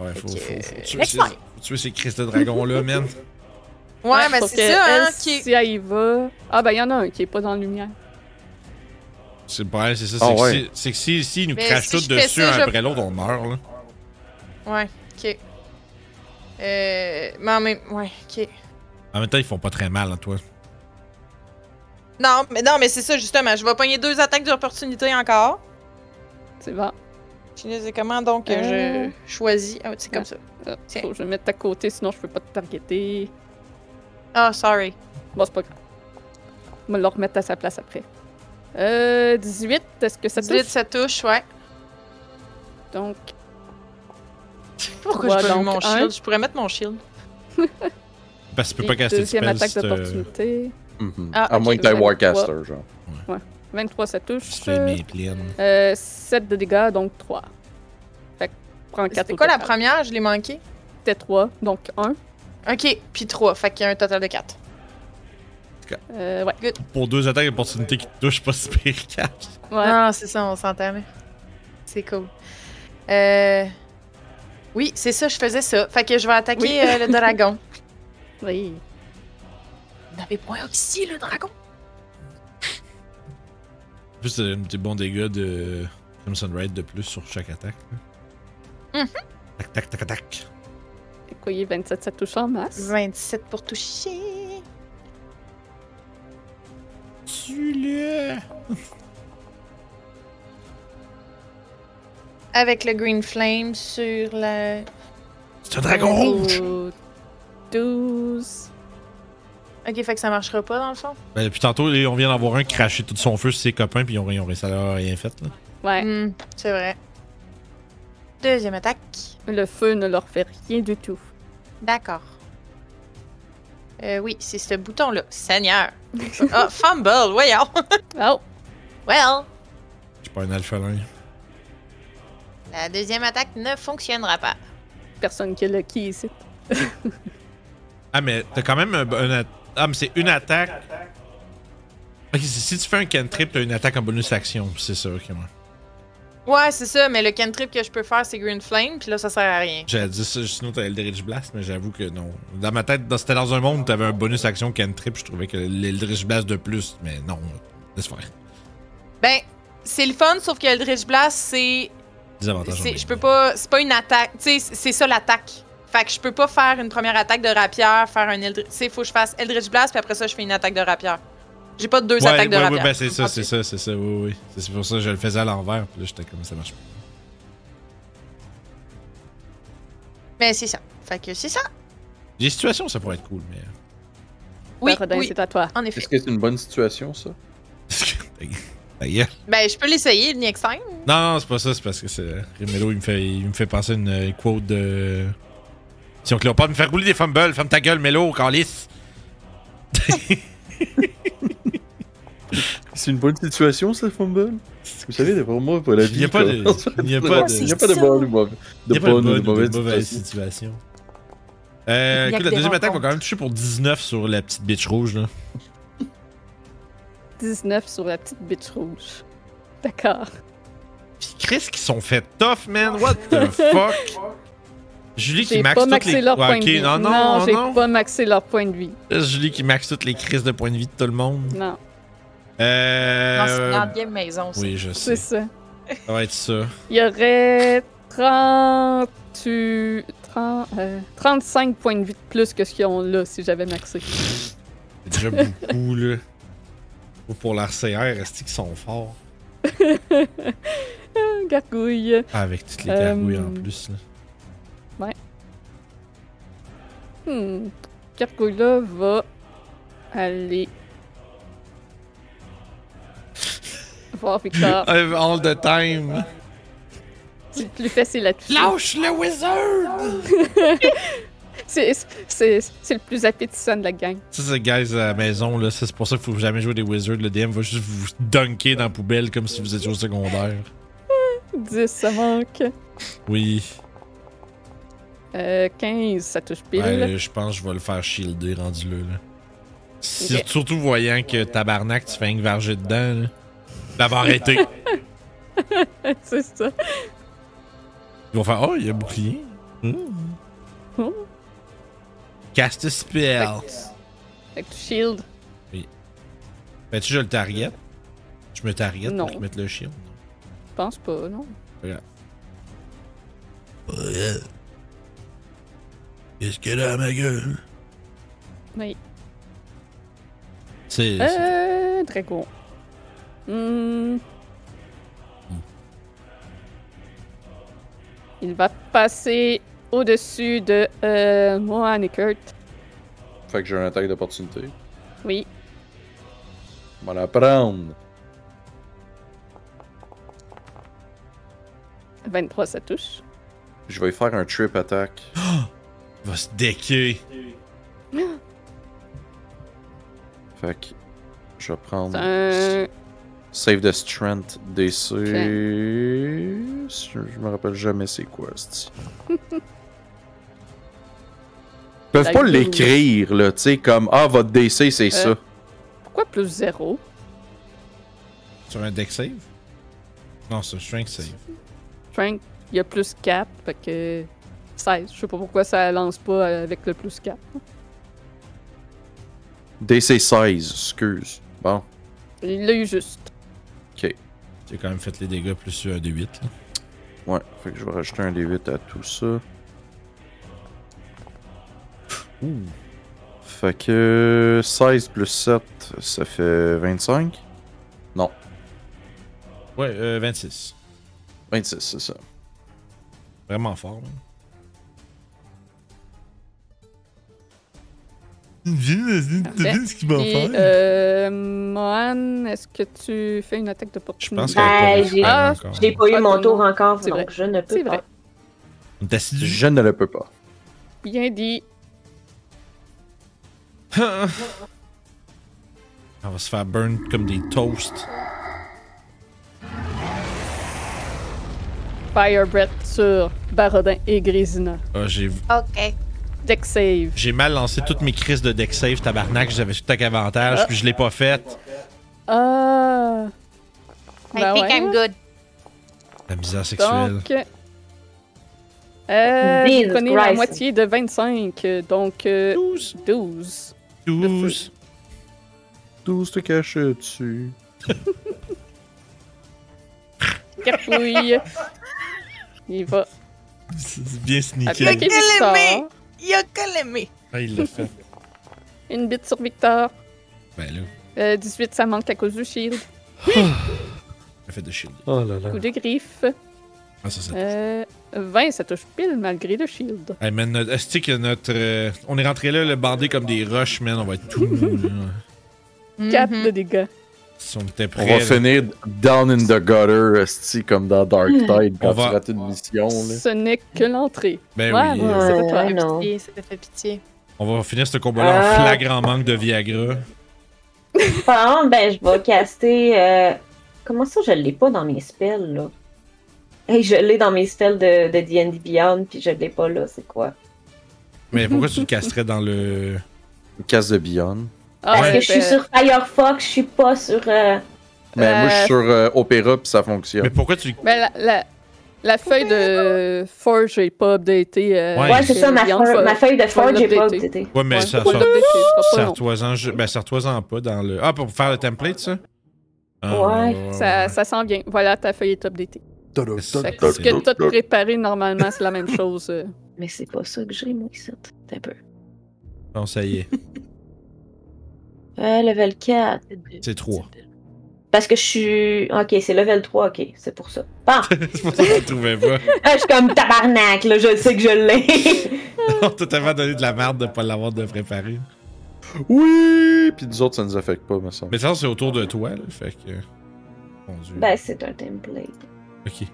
S2: Ouais, faut, faut,
S5: Ok.
S2: faut, tuer
S5: Next
S2: ces,
S5: time.
S2: faut tuer ces crises de dragons-là, man.
S5: Ouais, mais
S1: sauf
S5: c'est
S1: que
S5: ça, hein.
S1: elle,
S5: qui-
S1: Si elle y va. Ah, ben, il y en a un qui est pas dans la lumière.
S2: C'est pas c'est ça. C'est
S3: Ah
S2: que
S3: ouais.
S2: si- c'est que si, s'ils nous
S5: Mais
S2: crachent
S5: si
S2: tous
S5: je fais
S2: dessus
S5: ça,
S2: un
S5: je-
S2: après l'autre, on meurt, là.
S5: Ouais, ok. Euh. Mais en même. Ouais, ok.
S2: En même temps, ils font pas très mal, à toi.
S5: Non, mais, non, mais c'est ça, justement. Je vais pogner deux attaques d'opportunité encore.
S1: C'est bon.
S5: Je sais comment donc
S1: Euh.
S5: je choisis. Ah, c'est comme ça.
S1: Ah,
S5: Tiens.
S1: faut que je le mette à côté, sinon je peux pas te targeter.
S5: Ah, sorry.
S1: Bon, c'est pas grave. On va le remettre à sa place après. Euh, 18, est-ce que ça te
S5: 18, ça touche, ouais.
S1: Donc,
S5: Pourquoi
S1: Trois,
S5: j'ai pas mis
S1: donc,
S5: mon
S1: un.
S5: shield? Je pourrais mettre mon shield.
S2: Parce que tu peux
S1: et
S2: pas caster de
S1: deuxième
S2: spells. euh,
S1: attaque
S2: si t'as-
S1: d'opportunité.
S3: Mhm.
S5: Ah,
S3: à
S5: ok,
S3: moins que t'aies
S1: vous avez
S3: Warcaster, genre.
S1: 23, ça touche.
S2: si t'as une main pleine.
S1: Euh, 7 de dégâts, donc 3. Fait que prends 4
S5: C'était quoi la première? Je l'ai manqué.
S1: C'était 3, donc 1.
S5: Ok, puis 3. Fait qu'il y a un total de 4.
S1: Euh, ouais.
S2: Pour deux attaques d'opportunité qui te touchent, pas si pire catch.
S1: Ouais.
S5: Non, c'est ça, on s'entend. mais C'est cool. Euh... Oui, c'est ça, je faisais ça. Fait que je vais attaquer
S1: Oui.
S5: euh, le dragon.
S1: Oui.
S5: Vous n'avez point ici, le dragon?
S2: En plus, t'as un petit bon dégât de Crimson Raid de plus sur chaque attaque. là.
S5: Mhm.
S2: Tac, tac, tac, tac.
S1: Et quoi, il est 27, ça touche en masse.
S5: 27 pour toucher.
S2: Tue-le!
S5: Avec le Green Flame sur la...
S2: C'est un dragon
S1: Oh.
S2: rouge!
S1: Ouh, 12.
S5: Ok, fait que ça marchera pas, dans le fond.
S2: Ben, depuis tantôt, on vient d'en voir un cracher tout son feu sur ses copains, puis ils ont, ils ont réussi à leur rien fait. Là.
S1: Ouais.
S5: Hmm, c'est vrai. Deuxième attaque.
S1: Le feu ne leur fait rien du tout.
S5: D'accord. Euh, oui, c'est ce bouton-là. Seigneur. Ah, fumble, voyons.
S1: Oh!
S5: Well,
S2: Je suis pas un alphalin.
S5: la deuxième attaque ne fonctionnera pas.
S1: Personne qui l'a qui ici.
S2: Ah, mais t'as quand même un, un at- Ah, mais c'est une attaque. Ok, c'est- si tu fais un cantrip, t'as une attaque en bonus action, c'est ça, ok, moi.
S5: Ouais, c'est ça, mais le cantrip que je peux faire, c'est Green Flame, puis là, ça sert à rien.
S2: J'allais dire ça, sinon t'as Eldritch Blast, mais j'avoue que non. Dans ma tête, dans- c'était dans un monde où t'avais un bonus action cantrip, je trouvais que l'Eldritch Blast de plus, mais non, laisse faire.
S5: Ben, c'est le fun, sauf que Eldritch Blast, c'est.
S2: Des avantages.
S5: c'est- Je peux pas. C'est pas une attaque. Tu sais, c'est- c'est ça l'attaque. Fait que je peux pas faire une première attaque de rapière, faire un Eldritch. Tu sais, faut que je fasse Eldritch Blast, puis après ça, je fais une attaque de rapière. J'ai pas deux
S2: Ouais,
S5: attaques de
S2: ouais,
S5: rapière.
S2: ouais, ben c'est ça,
S5: Ok.
S2: c'est ça, c'est ça, oui, oui. C'est c'est pour ça que je le faisais à l'envers, puis là j'étais comme ça marche pas.
S5: Mais Ben, c'est ça. Fait que c'est ça.
S2: Les situations, ça pourrait être cool, mais. euh,
S5: Oui,
S1: Paradin,
S5: oui,
S1: c'est à toi.
S5: en effet.
S3: Est-ce que c'est une bonne situation, ça?
S2: Ta gueule.
S5: Ben, je peux l'essayer, le next time.
S2: Non, non, c'est pas ça, c'est parce que c'est. Rimelo, il me fait, il me fait passer une euh, quote de. Si on Cléopâtre me faire rouler des fumbles, ferme ta gueule, Mélo, Calice.
S3: C'est une bonne situation, ça, Fumble? Vous savez, d'après moi, pour la
S2: Il
S3: vie.
S2: n'y a pas
S3: quoi.
S2: de. Il n'y a pas de.
S3: Il
S2: Il
S3: n'y a pas de bonne ou mauvaise-
S2: y
S3: de
S2: a pas de
S3: bonne ou
S2: bonne
S3: de
S2: ou de
S3: mauvaise
S2: mauvaise
S3: situation.
S2: situation. Euh,
S5: Il y a
S2: écoute,
S5: que
S2: la
S5: des
S2: deuxième attaque va
S5: rencontres.
S2: quand même toucher pour 19 sur la petite bitch rouge, là.
S1: 19 sur la petite bitch rouge. D'accord.
S2: Pis Chris, qui sont fait tough, man. What the fuck? Julie qui
S1: J'ai
S2: max
S1: pas
S2: toutes
S1: maxé
S2: les.
S1: leur
S2: Ouais,
S1: point
S2: ok,
S1: de vie.
S2: non, non,
S1: j'ai
S2: non.
S1: pas maxé leur point de vie.
S2: Julie qui max toutes les crises de points de vie de tout le monde.
S1: Non,
S5: Non, c'est
S2: Euh.
S5: une ancienne maison, ça.
S2: Oui, je sais.
S1: c'est ça.
S2: Ça va être ça.
S1: Il y aurait 30, 30, euh, 35 points de vie de plus que ce qu'ils ont là si j'avais maxé.
S2: C'est déjà beaucoup, là. Ou pour l'RCR, est-ce qu'ils sont forts?
S1: Gargouille.
S2: Ah, avec toutes les
S1: Euh,
S2: gargouilles en plus, là.
S1: Hmm. Gargouille-là va aller. Voir Victor.
S2: Ah. All the time!
S1: C'est plus facile à toucher.
S2: Lâche le wizard!
S1: C'est c'est- c'est le plus appétissant de la gang.
S2: Ça, c'est guys à la maison, là. ça, C'est pour ça qu'il faut jamais jouer des wizards. Le DM va juste vous dunker dans la poubelle comme si vous étiez au secondaire.
S1: 10, ça manque.
S2: Oui.
S1: Euh, 15, ça touche pile.
S2: Ouais, je pense que je vais le faire shielder rendu là. là. Si-
S1: Ok.
S2: Surtout voyant que tabarnak, tu fais un varger dedans. Là. D'avoir arrêté.
S1: C'est ça.
S2: Ils vont faire Oh, il y a un bouclier. Hmm.
S1: Hmm.
S2: Cast a spell.
S1: Fait que tu shield.
S2: Ben, tu je le target. Je me target
S1: Non.
S2: pour qu'ils mettent le shield.
S1: Je pense pas, non.
S2: Qu'est-ce qu'elle a à ma gueule?
S1: Oui.
S2: C'est. c'est-
S1: Euh, dragon. Hmm. Il va passer au-dessus de euh, Mohan et Kurt.
S3: Fait que j'ai un attaque d'opportunité.
S1: Oui.
S3: On va la prendre.
S1: 23, ça touche.
S3: Je vais y faire un trip attack.
S2: Il va se decker.
S3: Fait que je vais prendre.
S1: C'est un.
S3: Save the Strength DC. Je me rappelle jamais c'est quoi, c'ti. Ils peuvent pas
S1: Like
S3: l'écrire, là, tu sais, comme Ah, votre DC,
S1: Euh,
S3: c'est ça.
S1: Pourquoi plus zéro?
S2: Sur un deck save? Non, c'est un strength save.
S1: Frank, il y a plus 4, fait que 16. Je sais pas pourquoi ça lance pas avec le plus 4.
S3: DC 16, excuse. Bon,
S1: Il l'a eu juste.
S3: ok.
S2: J'ai quand même fait les dégâts plus un de 8.
S3: Ouais, fait que je vais rajouter un D8 à tout ça.
S2: Ouh.
S3: Fait que 16 plus 7, ça fait 25. Non,
S2: Ouais, euh, 26.
S3: 26, c'est ça.
S2: Vraiment fort, man. Devine ce qu'il va
S1: Et euh, Mohan, est-ce que tu fais une attaque
S2: Je pense
S1: d'opportunité?
S2: qu'elle a pas
S4: Ben,
S2: récupéré
S1: j'ai-
S2: encore.
S4: Je n'ai pas eu
S1: Ah,
S4: mon
S1: tout
S4: tour
S1: le monde.
S4: encore,
S1: C'est
S4: donc
S1: vrai.
S4: je ne
S1: C'est
S4: peux
S1: vrai.
S4: pas.
S2: On est assis du-
S3: Je ne le peux pas.
S1: Ah, Bien dit.
S2: On va se faire burn comme des toasts.
S1: Fire Breath sur Barodin et Grésina.
S2: Ah, j'ai,
S6: Ok.
S1: Deck save.
S2: j'ai mal lancé toutes mes crises de deck save, tabarnak. J'avais tout à avantage, puis je l'ai pas fait.
S1: Ah!
S6: I
S1: Ben
S6: think
S1: ouais.
S6: I'm good.
S2: La misère sexuelle.
S1: Donc. Euh, je
S4: Jesus
S1: connais la
S4: Christ.
S1: moitié de 25, donc euh,
S2: 12.
S1: 12.
S2: 12.
S3: 12 te caches dessus.
S1: Capouille. Il va
S2: C'est bien
S1: attaquer
S2: sneaky.
S5: Quel
S1: Victor.
S5: aimé. Y'a que l'aimé.
S2: Ah, il l'a fait.
S1: Une bite sur Victor.
S2: Ben là,
S1: Euh, 18, ça manque à cause du shield.
S2: il a fait de shield.
S3: Oh là là.
S1: Coup de griffe.
S2: Ah, ça, ça.
S1: Euh, 20, ça touche pile malgré le shield.
S2: Hey man, notre, esti que notre, euh, on est rentré là, le bandé comme des roches, man. On va être tout mou, là.
S4: Mhm.
S1: 4 de dégâts.
S2: Si on était
S3: On
S2: prêt.
S3: va finir down in the gutter, esti, comme dans Dark Tide,
S2: On
S3: quand
S2: va-
S3: tu rates une mission. Là.
S1: Ce n'est que l'entrée.
S2: Ben oui.
S1: Ouais,
S2: euh,
S1: c'est pas
S4: Ouais,
S1: toi.
S5: Ça fait
S4: non.
S5: pitié, ça fait pitié.
S2: On va finir ce combat-là en
S1: Euh.
S4: Ah.
S2: flagrant manque de Viagra.
S4: Par contre, ben, je vais caster. euh, Comment ça, je l'ai pas dans mes spells, là? Hey, je l'ai dans mes spells de de D&D Beyond, puis je l'ai pas là, c'est quoi?
S2: Mais pourquoi tu le casserais dans le.
S3: Une casse de Beyond.
S1: Ah,
S4: Parce
S2: Ouais.
S4: que je suis
S1: ben,
S4: sur Firefox, je suis pas sur. euh,
S3: Mais moi, je
S1: Euh,
S3: suis sur euh, Opera, puis ça
S2: Mais
S3: fonctionne.
S2: pourquoi tu.
S1: ben, la, la- la feuille de Forge j'ai pas updatée. euh,
S2: Ouais.
S4: Ouais, c'est
S1: chez
S4: ça, ma,
S1: Beyond
S4: feu-
S1: Forge.
S4: ma feuille de Forge, j'ai pas
S1: l'updater.
S4: updatée.
S2: Ouais, mais
S1: Ouais,
S2: ça
S1: faut
S2: sort.
S1: l'updater, ce sera pas long.
S2: Serre-toi-en ju- ben, serre-toi-en pas dans le. Ah, pour faire le template, ça? Ah,
S4: Ouais.
S1: Ça, ça s'en vient. Voilà, ta feuille est updatée. Fait que ce
S2: C'est-
S1: que t'as préparé normalement, c'est la même chose. euh.
S4: Mais c'est pas ça que j'ai, moi, ici. T'as peu.
S2: Bon, ça y est.
S4: Euh, level 4.
S2: C'est trois.
S4: Parce que je suis. Ok, c'est level 3, ok, c'est pour ça. Bon,
S2: C'est pour ça que tu le trouvais pas.
S4: Ah, je suis comme tabarnak, là, je sais que je l'ai.
S2: On t'a tellement donné de la merde de pas l'avoir de préparer.
S3: Oui! Puis nous autres, ça nous affecte pas, me semble.
S2: Mais ça, c'est autour de toi, là. Fait que. Mon dieu.
S4: ben, c'est un template.
S2: Ok.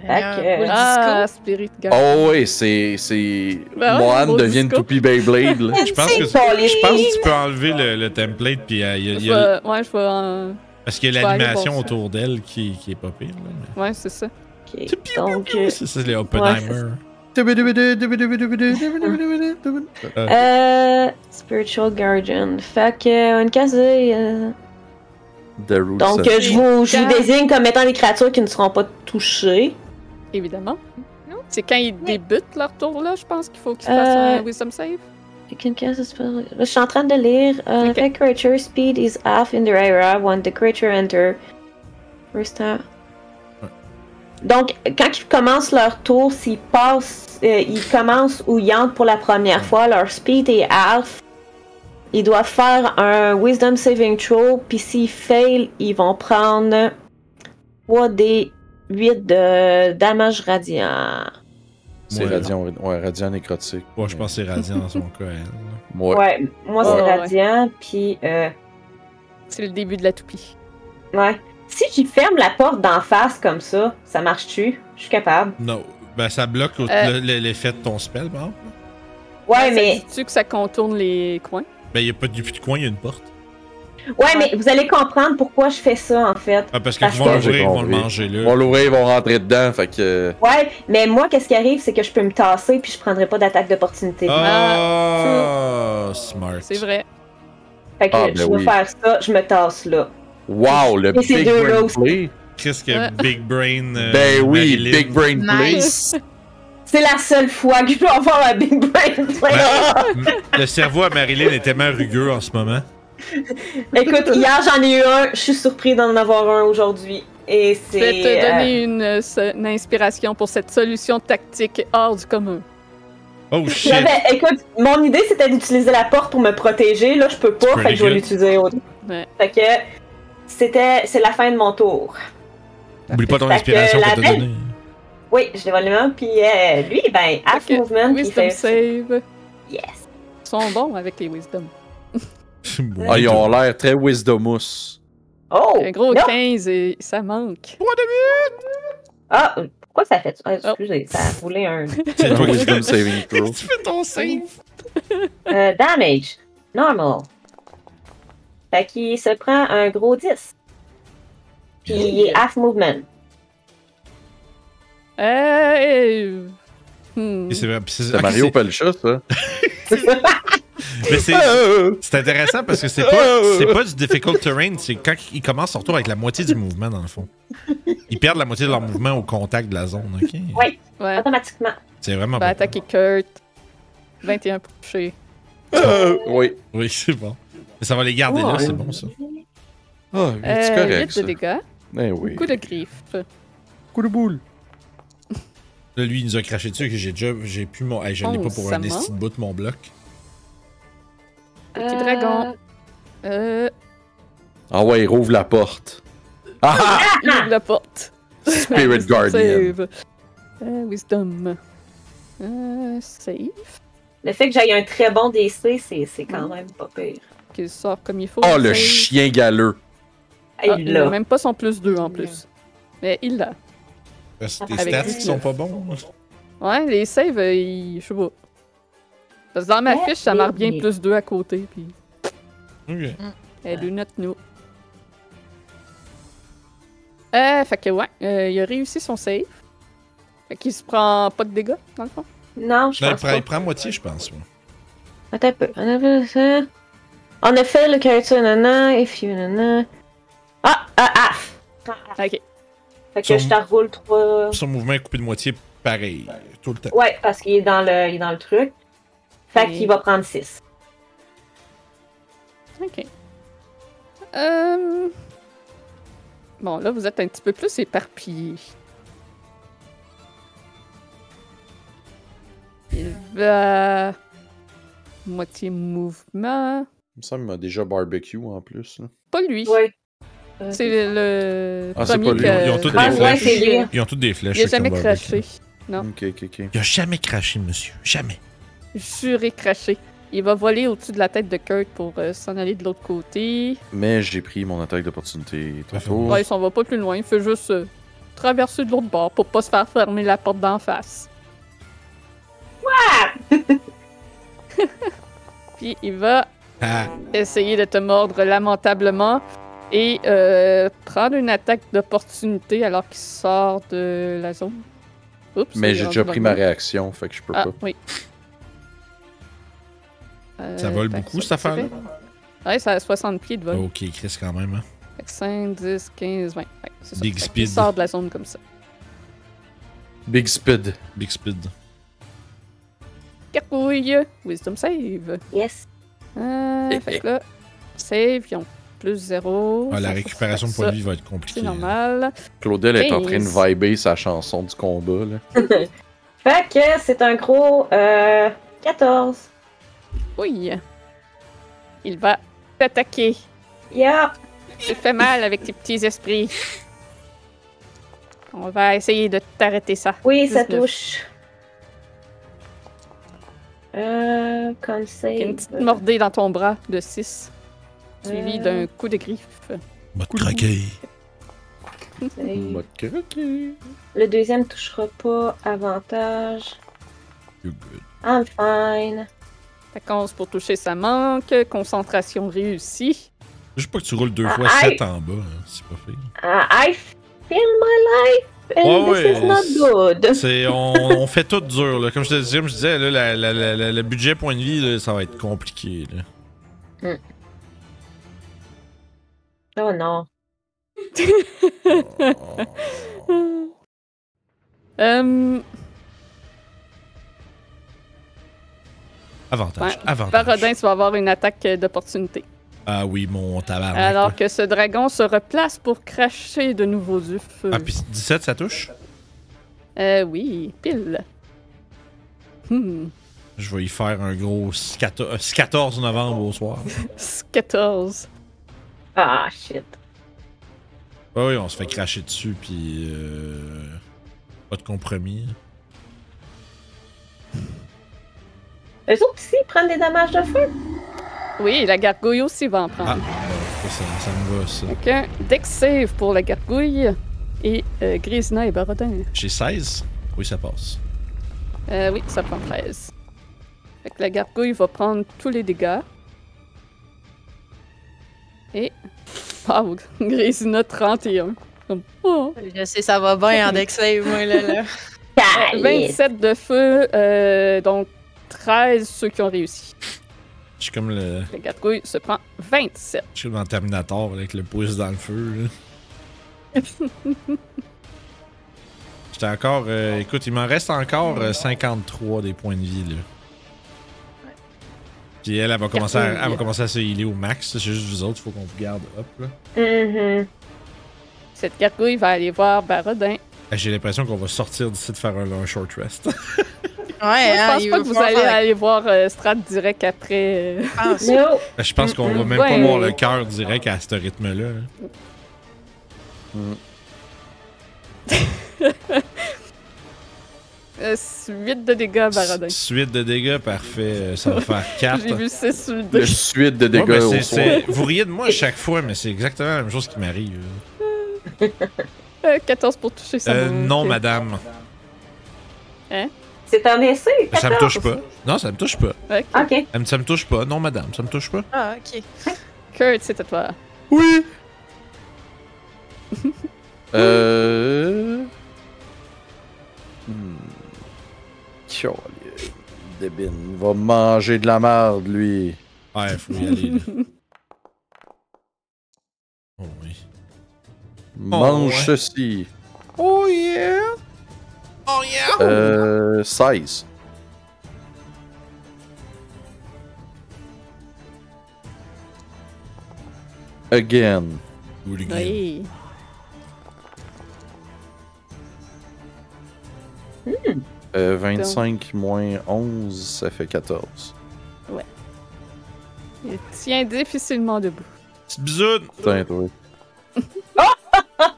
S4: Fait que,
S5: Seigneur,
S4: euh,
S5: beau
S1: Ah,
S5: disco.
S1: Spirit Guide.
S3: Oh ouais, c'est. c'est...
S1: Ben ouais,
S3: Mohan
S1: beau
S3: devient une
S1: disco.
S3: toupie Beyblade, là.
S2: Je pense que tu- je pense que tu peux enlever le, le template, puis euh, il y a- il y
S1: Je
S2: a-
S1: vais- ouais, je euh, vais. en-
S2: parce qu'il y
S1: je
S2: a
S1: vais aller
S2: l'animation
S1: voir ça.
S2: autour d'elle qui, qui est pas pire. là, mais-
S1: Ouais, c'est ça.
S4: Ok, Donc, euh,
S2: Ça, c'est les Oppenheimer. Euh,
S4: euh, Spiritual Guardian. Fait que, une case de, euh,
S3: The Roots.
S4: Donc, euh, je vous, je vous désigne comme étant des créatures qui ne seront pas touchées.
S1: Évidemment. C'est quand ils débutent leur tour là, je pense qu'il faut qu'ils
S4: Euh,
S1: fassent un wisdom save.
S4: You can cast a spell- Je suis en train de lire. Euh,
S1: Ok.
S4: If a creature speed is half in the area when the creature enter. First time.
S2: Ouais.
S4: Donc, quand ils commencent leur tour, s'ils passent, euh, ils commencent ou ils entrent pour la première fois, leur speed est half. Ils doivent faire un Wisdom Saving Throw, puis s'ils fail, ils vont prendre 3 d 8 de damage radiant.
S3: C'est
S2: Ouais.
S3: radiant, ouais, radiant nécrotique.
S2: ouais, je pense que c'est radiant dans son cas. elle, là.
S3: Ouais.
S4: Ouais, moi
S1: Ouais,
S4: c'est
S1: ouais.
S4: radiant, puis euh,
S1: C'est le début de la toupie.
S4: ouais. Si j'y ferme la porte d'en face comme ça, ça marche-tu? Je suis capable.
S2: Non. Ben, ça bloque au-
S1: Euh.
S2: le- le- l'effet de ton spell, par exemple.
S4: Ouais,
S1: Ça
S4: mais,
S1: dit-tu que ça contourne les coins?
S2: Ben, il n'y a pas de, plus de coin, il y a une porte.
S4: ouais, mais vous allez comprendre pourquoi je fais ça en fait.
S2: Ah, parce qu'ils
S4: Parce
S2: vont
S4: que-
S2: l'ouvrir, ils vont le
S3: J'ai compris.
S2: manger,
S3: Ils vont
S2: là.
S3: l'ouvrir, ils vont rentrer dedans, fait que.
S4: Ouais, mais moi qu'est-ce qui arrive, c'est que je peux me tasser puis je prendrai pas d'attaque d'opportunité.
S3: Ah.
S2: Ah, smart.
S1: C'est vrai.
S4: Fait que
S3: Ah, ben
S4: je vais
S3: oui.
S4: faire ça, je me tasse là.
S3: Wow, le
S4: Et ces
S3: Big
S4: deux
S3: Brain
S4: roses.
S3: Play.
S2: Qu'est-ce que
S1: Ouais.
S2: Big Brain. euh,
S3: Ben oui,
S2: Marilyn-
S3: Big Brain Play.
S5: Nice!
S4: C'est la seule fois que je peux avoir un big brain.
S2: Le cerveau à Marilyn est tellement rugueux en ce moment.
S4: Écoute, hier j'en ai eu un, je suis surpris d'en avoir un aujourd'hui. Et
S1: Je
S4: c'est.
S1: vais te
S4: euh,
S1: donner une, euh, se- une inspiration pour cette solution tactique hors du commun.
S2: Oh
S4: Non,
S2: shit.
S4: mais écoute, mon idée c'était d'utiliser la porte pour me protéger. Là, je peux pas,
S2: Pretty
S4: fait que je vais
S2: good.
S4: l'utiliser autre.
S1: Ouais.
S4: Fait que c'était, c'est la fin de mon tour.
S2: Oublie pas ton
S4: Fait que
S2: inspiration
S4: la
S2: qu'on t'a
S4: belle-
S2: donnée.
S4: Oui, je l'ai volé main, puis euh, lui, ben, half
S1: Fait que
S4: movement, puis il
S1: Wisdom
S4: fait.
S1: save.
S4: Yes.
S1: Ils sont bons avec les wisdom.
S2: Bon,
S3: Ah, ils ont l'air très wisdomous.
S4: Oh!
S1: Un gros
S4: non.
S1: 15 et ça manque.
S4: Ah, pourquoi ça fait. Ah,
S1: Oh.
S4: excusez, ça a roulé un.
S2: C'est
S3: Un
S2: toi qui
S3: wisdom saving throw.
S2: tu fais ton save.
S4: Euh, damage. Normal. Fait qu'il se prend un gros 10. Puis il est half movement.
S1: Euh, hmm.
S2: Et C'est vrai, puis c'est-
S3: C'est
S2: ok,
S3: Mario
S2: c'est-
S3: Pelcha, ça.
S2: Mais c'est. C'est intéressant parce que c'est pas, c'est pas du difficult terrain, c'est quand ils commencent son tour avec la moitié du mouvement, dans le fond. Ils perdent la moitié de leur mouvement au contact de la zone, ok?
S4: Ouais. Bah,
S1: Ouais.
S4: Automatiquement.
S2: C'est
S3: Ah,
S2: vraiment
S1: On va
S2: bon.
S1: attaquer Kurt. 21 pour toucher.
S3: Oui.
S2: Oui, c'est bon. Mais ça va les garder là, c'est bon ça.
S3: Ah, c'est
S1: Euh,
S3: correct,
S1: 8 de
S3: ça.
S1: dégâts.
S3: Eh oui.
S1: Coup de griffe.
S3: Coup de boule.
S2: Là, lui, il nous a craché dessus que j'ai déjà. J'ai plus mon. Hey, je l'ai
S1: Oh,
S2: pas pour
S1: ça
S2: un des
S1: manque.
S2: petits bouts de mon bloc.
S1: Petit dragon. Euh,
S3: Ah ouais, il rouvre la porte. Ah ah!
S1: il ouvre la porte.
S3: Spirit
S1: Wisdom
S3: Guardian.
S1: save. Euh, wisdom. Euh, save.
S4: Le fait que j'aille un très bon DC, c'est, c'est
S1: Mm.
S4: quand même pas pire.
S1: Qu'il sort comme il faut.
S3: Oh,
S1: Save.
S3: le chien galeux.
S4: Hey,
S1: Ah,
S4: il
S1: il
S4: l'a.
S1: n'a même pas son plus 2 en plus. Mais il l'a.
S2: Parce que tes
S1: Avec
S2: Euh, stats
S1: lui,
S2: qui sont pas bons.
S1: Ouais, les saves, euh, ils- je sais pas. Parce que dans ma
S4: Ouais,
S1: fiche, ça marque
S4: mais-
S1: bien plus 2 à côté. Puis
S2: Ok.
S1: elle nous note nous. Euh, fait que ouais, euh, il a réussi son save. Fait qu'il se prend pas de dégâts, dans le fond.
S4: Non, je
S2: Non, il
S4: pense
S2: prend, il
S4: pas.
S2: prend moitié, je pense. ouais.
S4: Attends un peu. On a vu ça. En effet, le character nana, if you nana. Ah, ah, ah!
S1: Ok.
S4: Fait que
S2: Son-
S4: je te roule trois.
S2: Son mouvement est coupé de moitié pareil. Tout le temps.
S4: Ouais, parce qu'il est dans le, il est dans le truc. Fait
S1: Oui.
S4: qu'il va prendre 6.
S1: Ok. Euh... Bon, là, vous êtes un petit peu plus éparpillé. Il va. Moitié mouvement.
S3: Il me semble qu'il m'a déjà barbecue en plus. là.
S1: Pas lui.
S4: Ouais.
S1: C'est le, le
S3: Ah, c'est
S1: premier
S3: pas lui.
S1: que-
S2: Ils ont tous
S4: Ah,
S2: des
S4: ouais,
S2: flèches.
S4: c'est lui.
S2: Ils ont toutes des flèches.
S1: Il a
S2: ceux qui
S1: jamais
S2: ont barbecue.
S1: craché. Non.
S3: Ok, ok, ok.
S2: Il a jamais craché, monsieur. Jamais.
S1: Juré craché. Il va voler au-dessus de la tête de Kurt pour euh, s'en aller de l'autre côté.
S3: Mais j'ai pris mon attaque d'opportunité tantôt.
S1: Ouais, il s'en va pas plus loin. Il fait juste euh, traverser de l'autre bord pour pas se faire fermer la porte d'en face. Puis il va
S2: Ah,
S1: essayer de te mordre lamentablement et euh, prendre une attaque d'opportunité alors qu'il sort de la zone. Oups, il
S3: Mais
S1: est
S3: j'ai
S1: rendu
S3: déjà
S1: dans
S3: pris
S1: le
S3: ma
S1: mur.
S3: réaction, fait que je peux
S1: Ah,
S3: pas.
S1: oui. Euh,
S2: Ça vole
S1: fait que
S2: beaucoup,
S1: ça,
S2: cette affaire-là? Oh.
S1: c'est fait. Ouais, ça a 60 pieds de vol.
S2: ok, Chris, quand même. Hein.
S1: 5, 10, 15, 20. Ouais, c'est ça.
S2: Big
S1: Fait
S2: speed.
S1: qu'il sort de la zone comme ça.
S3: Big Speed.
S2: Big speed.
S1: Carcouille! Wisdom save!
S4: Yes.
S1: Euh, fait que là, save, ils ont plus 0.
S2: Ah, la récupération de points de vie va être
S1: C'est
S2: compliquée. hein.
S1: normal.
S3: Claudel est en train
S1: Quinze.
S3: de vibrer sa chanson du combat, là.
S4: Fait que c'est un gros euh, 14.
S1: Oui. Il va t'attaquer.
S4: Yup.
S1: Tu te fais mal avec tes petits esprits. On va essayer de t'arrêter ça.
S4: Oui, ça
S1: 19.
S4: touche. Euh, con
S1: Il y a
S4: save.
S1: Une petite mordée dans ton bras de 6, suivie
S4: Euh.
S1: d'un coup de griffe.
S2: M'a craqué.
S4: Save.
S3: Mode croqué.
S4: Le deuxième touchera pas. Avantage.
S2: You good.
S4: I'm fine.
S1: Ta 11 pour toucher, ça manque. Concentration réussie.
S2: Juste pas que tu roules
S1: Ah,
S2: deux fois
S4: Aïe.
S2: 7 en bas, hein, c'est pas fait.
S4: Uh, I feel my life and
S2: Ouais,
S4: this
S2: ouais,
S4: is not
S2: c'est-
S4: good.
S2: C'est, on, on fait tout dur, là. Comme je te disais, comme je disais là, la- la- la- la- le budget point de vie, là, ça va être compliqué. Là.
S4: Oh non.
S1: Hum,
S2: Avantage,
S1: Ouais.
S2: avantage.
S1: Paradin, tu vas avoir une attaque d'opportunité.
S2: Ah oui, mon tabarnak.
S1: Alors
S2: là.
S1: que ce dragon se replace pour cracher de nouveau du feu.
S2: Ah, puis 17, ça touche?
S1: Euh, oui, pile. Hmm,
S2: Je vais y faire un gros 14 14 novembre au soir.
S1: 14.
S4: Ah, shit.
S2: Ah oui, on se fait cracher dessus, puis... euh, pas de compromis.
S4: Eux autres aussi ils prennent des dommages de feu.
S1: Oui, la gargouille aussi va en
S2: Ah,
S1: prendre.
S2: bon, ça, ça me va, ça.
S1: Donc, un deck save pour la gargouille. Et euh, Grisina et Barodin.
S2: J'ai 16? Oui, ça passe.
S1: Euh, oui, ça prend 13. Fait que la gargouille va prendre tous les dégâts. Et. Wow, Grisina 31. Comme, oh.
S5: Je sais, ça va bien en deck save, moi, là. là.
S4: Calice.
S1: 27 de feu, euh, donc 13 ceux qui ont réussi.
S2: Je suis comme le...
S1: La gargouille se prend 27.
S2: Je suis comme dans Terminator avec le pouce dans le feu. là. J'étais encore. euh, écoute, il m'en reste encore euh, 53 des points de vie. Là. Puis elle, elle va commencer à, elle va commencer à se healer au max. C'est juste vous autres, il faut qu'on vous garde up. Là.
S4: Mhm.
S1: Cette gargouille va aller voir Barodin.
S2: Euh, J'ai l'impression qu'on va sortir d'ici de faire un, un short rest.
S5: Ouais,
S1: Je
S5: hein,
S1: pense
S5: il
S1: pas
S5: va
S1: que vous
S5: falloir
S1: allez
S5: faire la
S1: aller voir euh, Strat direct après. euh,
S5: défense.
S4: No.
S2: Ben, Je pense qu'on va même pas
S1: Mm, Ouais.
S2: voir le cœur direct à ce rythme-là. là.
S1: euh, 8 de dégâts, Barodin.
S2: Suite de dégâts, parfait. Euh, Ça va faire 4.
S1: J'ai vu 6 sur le
S3: Le
S1: deux.
S3: suite de
S2: Ouais,
S3: dégâts
S2: mais
S3: au
S2: c'est-
S3: soir.
S2: c'est- vous riez de moi à chaque fois, mais c'est exactement la même chose qui m'arrive. là.
S1: Euh, 14 pour toucher ça.
S2: Euh,
S1: manque.
S2: non, madame.
S4: C'est un essai.
S2: Ça me
S4: 14.
S2: touche pas. Non, ça me touche pas.
S1: Ok.
S4: Ok.
S2: Elle me- Ça me touche pas. Non, madame, ça me touche pas.
S5: Ah, ok.
S1: Kurt, c'est à toi.
S2: Oui!
S3: Euh. Hmm. Tiens, Debin il va manger de la merde, lui.
S2: Ouais, faut y aller. là. Oh oui.
S3: Mange
S2: Oh, ouais.
S3: ceci.
S2: Oh yeah! Oh yeah!
S3: Euh. 16. Again.
S1: Oui.
S3: Euh, 25 moins 11, ça fait 14.
S1: Il tient difficilement debout.
S2: Petite bisoune!
S3: Putain, toi.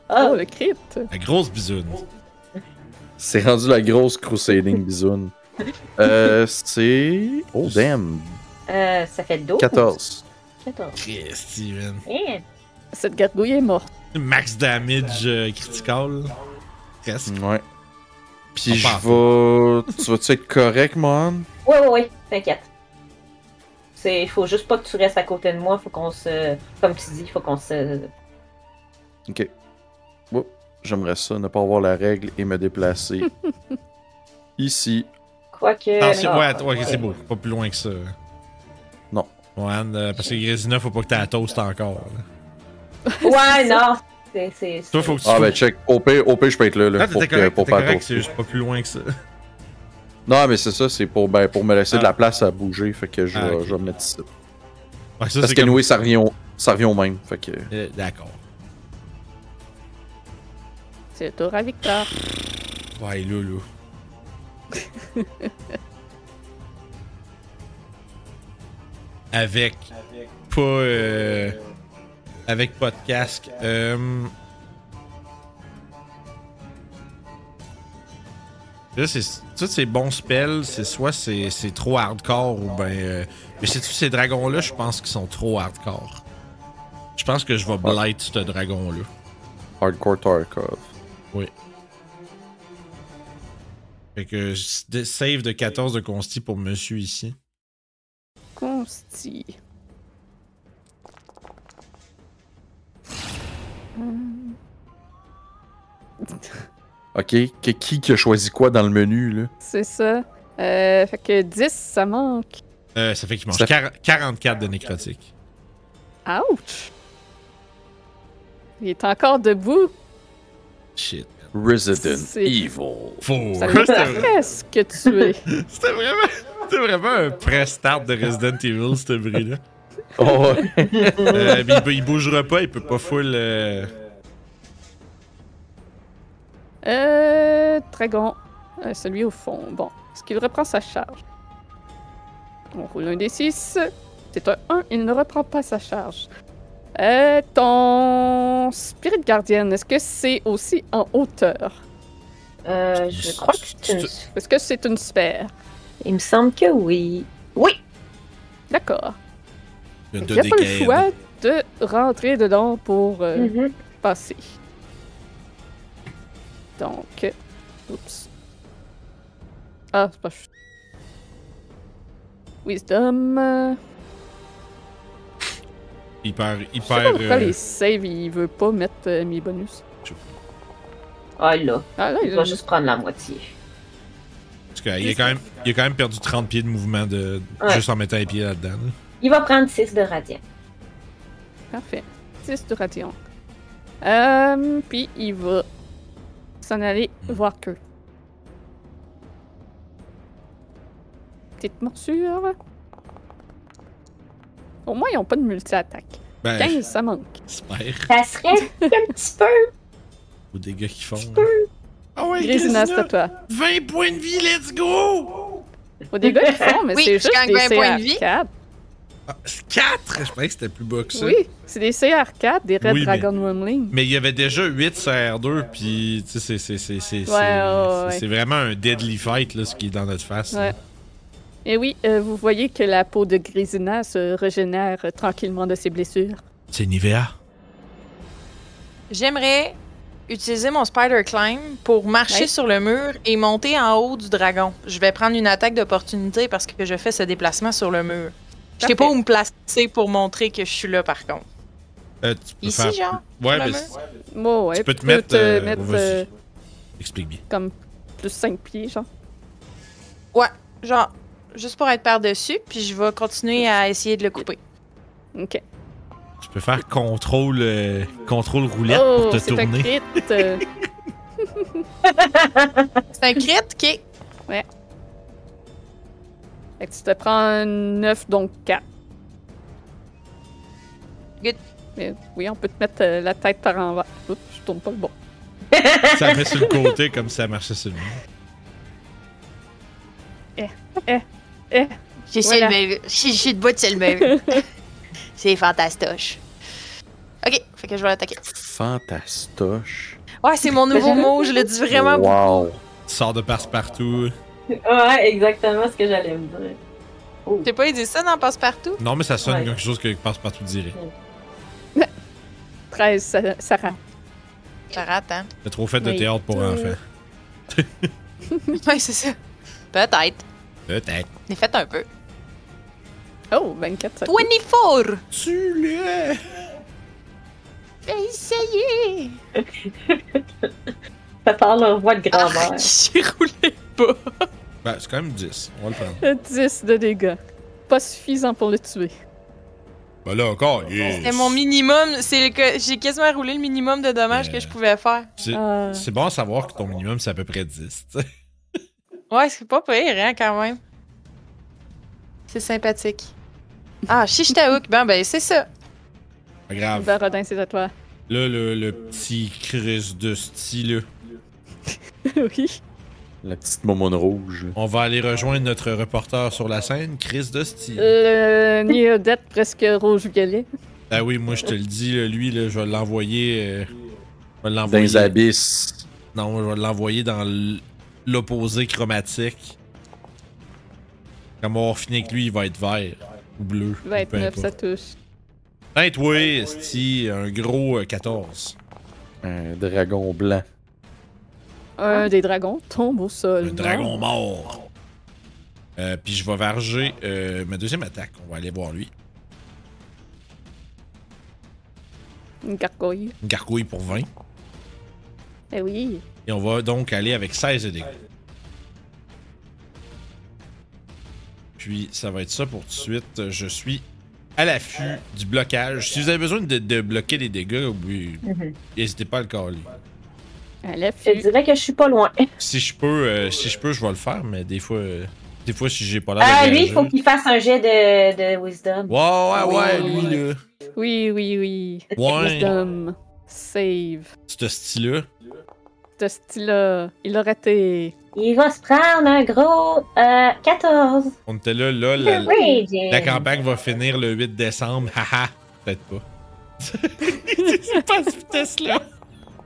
S5: Ah.
S1: Oh, le crit.
S2: La grosse bisoune.
S3: C'est rendu la grosse crusading bisoune. Euh, c'est. Oh damn!
S4: Euh, ça fait 12.
S3: 14.
S4: 14.
S2: Christ, Steven.
S4: Eh,
S1: Cette gargouille est morte.
S2: Max damage euh, critical. Presque.
S3: Ouais. Puis
S2: On
S3: je
S2: part.
S3: vais. tu vas-tu être correct, Mohan?
S4: Ouais, ouais, ouais, t'inquiète. C'est, faut juste pas que tu restes à côté de moi, faut qu'on se, comme tu dis, faut qu'on se,
S3: Ok. Oups. J'aimerais ça, ne pas avoir la règle et me déplacer. Ici.
S4: quoique.
S2: Attention,
S4: non,
S2: ouais, att- ouais, ok, Ah, c'est beau. Pas plus loin que ça.
S3: Non.
S2: Ouais, euh, parce que Grésina, faut pas que t'as la toast encore. là.
S4: Ouais, non, c'est, c'est.
S2: Toi, faut que tu.
S3: Ah ben check. OP, OP je peux être là, là
S2: Ah,
S3: pour,
S2: t'étais
S3: que,
S2: correct,
S3: pour
S2: t'étais
S3: pas
S2: correct,
S3: tourner.
S2: c'est juste pas plus loin que ça.
S3: Non mais c'est ça, c'est pour, ben, pour me laisser
S2: Ah.
S3: de la place à bouger. Fait que je,
S2: Ah,
S3: vais-
S2: ok.
S3: je vais me mettre ici.
S2: Ouais, ça,
S3: Parce
S2: c'est
S3: que
S2: comme-
S3: Noé, ça revient au. Ça revient au même. Fait que.
S2: Euh, D'accord.
S1: C'est le tour à Victor.
S2: Ouais, loulou. Avec pas. euh, avec pas de casque. Euh... Là, c'est. Tous ces bons spells, c'est soit c'est c'est trop hardcore ou ben. euh, Mais c'est tous ces dragons-là, je pense qu'ils sont trop hardcore. Je pense que je vais blight ce dragon-là.
S3: Hardcore Tarkov.
S2: Fait que s- de- save de 14 de consti pour monsieur ici.
S1: Consti. Hum.
S3: Ok. Que- qui qui a choisi quoi dans le menu là?
S1: C'est ça. Euh, fait que 10, ça manque.
S2: Euh, ça fait qu'il mange
S3: Ça-
S2: quar- 44 de nécrotique.
S1: Ouch! Il est encore debout.
S2: Shit.
S3: Resident
S1: C'est-
S3: Evil.
S2: Faut.
S1: Ça lui
S2: C'était vrai-
S1: presque tué.
S2: c'était vraiment, c'était vraiment un pré-start de Resident Evil, ce bruit-là.
S3: Oh, ouais.
S2: Euh, mais il, peut- il bougera pas, il peut pas full. euh,
S1: Euh, Dragon. Euh, celui au fond. Bon. Est-ce qu'il reprend sa charge? On roule un des 6. C'est un 1. Il ne reprend pas sa charge. Euh, ton Spirit Guardian, est-ce que c'est aussi en hauteur?
S4: Euh, je crois que c'est une.
S1: Est-ce que c'est une sphère?
S4: Il me semble que oui. Oui.
S1: D'accord.
S2: Il y a
S1: Il n'y a pas le
S2: décailles.
S1: choix de rentrer dedans pour euh,
S4: Mhm.
S1: passer. Donc, euh, oups. Ah, c'est pas chou- Wisdom. euh,
S2: Hyper.
S1: Je sais pas
S2: hyper
S1: pourquoi
S2: euh,
S1: les saves, il veut pas mettre euh, mes bonus.
S4: Ah là,
S1: Ah là,
S4: il
S1: il
S4: va juste prendre la moitié.
S2: parce que, il, a quand même, il a quand même perdu 30 pieds de mouvement de,
S4: Ouais.
S2: juste en mettant les pieds là-dedans. là.
S4: Il va prendre 6 de radiant.
S1: Parfait. 10 de radiant. Euh, puis il va s'en aller
S2: Hmm.
S1: voir que. Petite morsure. Au moins, ils n'ont pas de multi-attaque.
S2: Ben,
S1: 15, ça manque.
S2: j'espère.
S4: Ça serait un petit peu.
S2: Aux dégâts qu'ils font.
S4: Tu
S2: là. Ah ouais,
S1: Grésina, c'est
S2: Grésina,
S1: à toi.
S2: 20 points de vie, let's go!
S1: Au dégât, ils font, mais
S5: Oui,
S1: c'est
S5: je
S1: juste
S5: gagne
S1: des
S5: un point de
S1: CR4.
S5: vie.
S2: Ah, c'est 4! Je pensais que c'était plus bas que ça.
S1: Oui, c'est des CR4, des Red
S2: Oui, mais-
S1: Dragon Wormling.
S2: Mais il y avait déjà 8 CR2, puis tu sais, c'est- c'est- c'est- c'est-
S1: Ouais, ouais,
S2: c'est-
S1: ouais.
S2: c'est- c'est vraiment un deadly fight, là, ce qui est dans notre face. là.
S1: Ouais. Et oui, euh, vous voyez que la peau de Grisina se régénère euh, tranquillement de ses blessures.
S2: C'est Nivea.
S5: J'aimerais utiliser mon Spider Climb pour marcher
S1: Ouais.
S5: sur le mur et monter en haut du dragon. Je vais prendre une attaque d'opportunité parce que je fais ce déplacement sur le mur. Je sais
S1: Parfait.
S5: pas où me placer pour montrer que je suis là, par contre.
S2: Euh, tu peux
S5: Ici,
S2: faire-
S5: genre?
S2: Ouais, mais
S5: sur le
S2: c-
S1: Bon, ouais,
S2: tu peux te mettre. euh, vas-y.
S1: euh,
S2: Explique bien.
S1: comme plus 5 pieds, genre.
S5: Genre, juste pour être par-dessus, puis je vais continuer à essayer de le couper.
S1: Ok.
S2: Tu peux faire contrôle, euh, contrôle roulette
S1: oh,
S2: pour te
S1: c'est un
S2: tourner.
S1: crit. euh,
S5: C'est un crit qui est
S1: fait que tu te prends un 9, donc 4.
S5: Good.
S1: Mais oui, on peut te mettre euh, la tête par en bas. Oups, je tourne pas le bon.
S2: ça met sur le côté comme si ça marchait sur le mur.
S5: J'ai
S1: Voilà.
S5: Selmail. J'ai j'ai de bout de Selmail. C'est fantastoche. Ok, fait que je vais l'attaquer.
S3: Fantastoche.
S5: Ouais, c'est mon nouveau mot, je le dis vraiment beaucoup.
S3: Wow.
S2: Tu sors de passe-partout.
S4: Ouais, exactement ce que j'allais me dire.
S5: J'ai pas dit ça dans Passe-Partout?
S2: Non, mais ça sonne
S4: Ouais.
S2: quelque chose que Passe-Partout dirait.
S1: 13, ça, ça rate.
S5: Ça rate, hein?
S2: C'est trop fait de
S1: Oui.
S2: théâtre pour
S1: Euh.
S2: enfants.
S5: Ouais, c'est ça. Peut-être.
S2: Peut-être.
S5: Mais faites un peu.
S1: Oh, 24, ça
S5: 24!
S2: Tu l'es!
S5: Fais essayer!
S4: Ça parle leur voix de grand-mère.
S5: Ah, j'ai roulé pas.
S2: Ben, c'est quand même 10. On va le prendre.
S1: coûte 10 de dégâts. Pas suffisant pour le tuer.
S2: Ben là, encore, yes.
S5: C'était mon minimum. C'est le que- J'ai quasiment roulé le minimum de dommages
S2: Euh.
S5: que je pouvais faire.
S2: C'est
S1: Ah,
S2: c'est bon à savoir que ton minimum, c'est à peu près 10. tu sais.
S5: Ouais, c'est pas pire, hein, quand même. C'est sympathique. Ah, Chichtaouk. Ben, ben, c'est ça.
S2: Pas grave.
S1: Barodin, Ah. c'est à toi.
S2: Là, le, le petit Chris de style,
S1: oui.
S3: La petite momone rouge.
S2: on va aller rejoindre notre reporter sur la scène, Chris de style.
S1: Euh. Le néodette presque rouge violet.
S2: Ah oui, moi, je te le dis, là, lui, là, je vais l'envoyer. euh, je vais
S3: Dans
S2: l'envoyer.
S3: les abysses.
S2: Non, moi, je vais l'envoyer dans l- l'opposé chromatique. Quand on va avoir fini avec lui, il va être vert ou bleu. ou peu
S1: 29,
S2: importe.
S1: ça touche.
S2: Hey, toi, esti, un gros euh, 14.
S3: Un dragon blanc.
S1: Un des dragons tombe au
S4: Euh,
S1: sol.
S2: Un dragon mort. Euh, Puis je vais varger euh, ma deuxième attaque. On va aller voir lui.
S1: Une gargouille.
S2: Une gargouille pour 20.
S1: Eh oui.
S2: Et on va donc aller avec 16 de dégâts. Puis ça va être ça pour tout de suite. Je suis à l'affût du blocage. Si vous avez besoin de, de bloquer les dégâts, oui,
S4: Mhm.
S2: n'hésitez pas à le caler.
S1: À
S4: Je
S1: l'affût.
S4: dirais que je suis pas loin.
S2: Si je peux, euh, si je peux, je vais le faire, mais des fois, euh, des fois si j'ai pas l'air
S4: Ah,
S2: de
S4: lui, il
S2: réagir-
S4: faut qu'il fasse un jet de, de wisdom.
S2: Ouais, ouais, ouais,
S1: Oui.
S2: lui, là.
S1: Oui, oui, oui.
S2: Ouais,
S1: Wisdom. Save.
S2: ce style-là.
S1: De style-là, il a raté.
S4: Il va se prendre un gros euh, 14.
S2: On était là, là, la,
S4: Oui, bien.
S2: la campagne va finir le 8 décembre. Haha, peut-être pas. C'est pas à cette vitesse-là.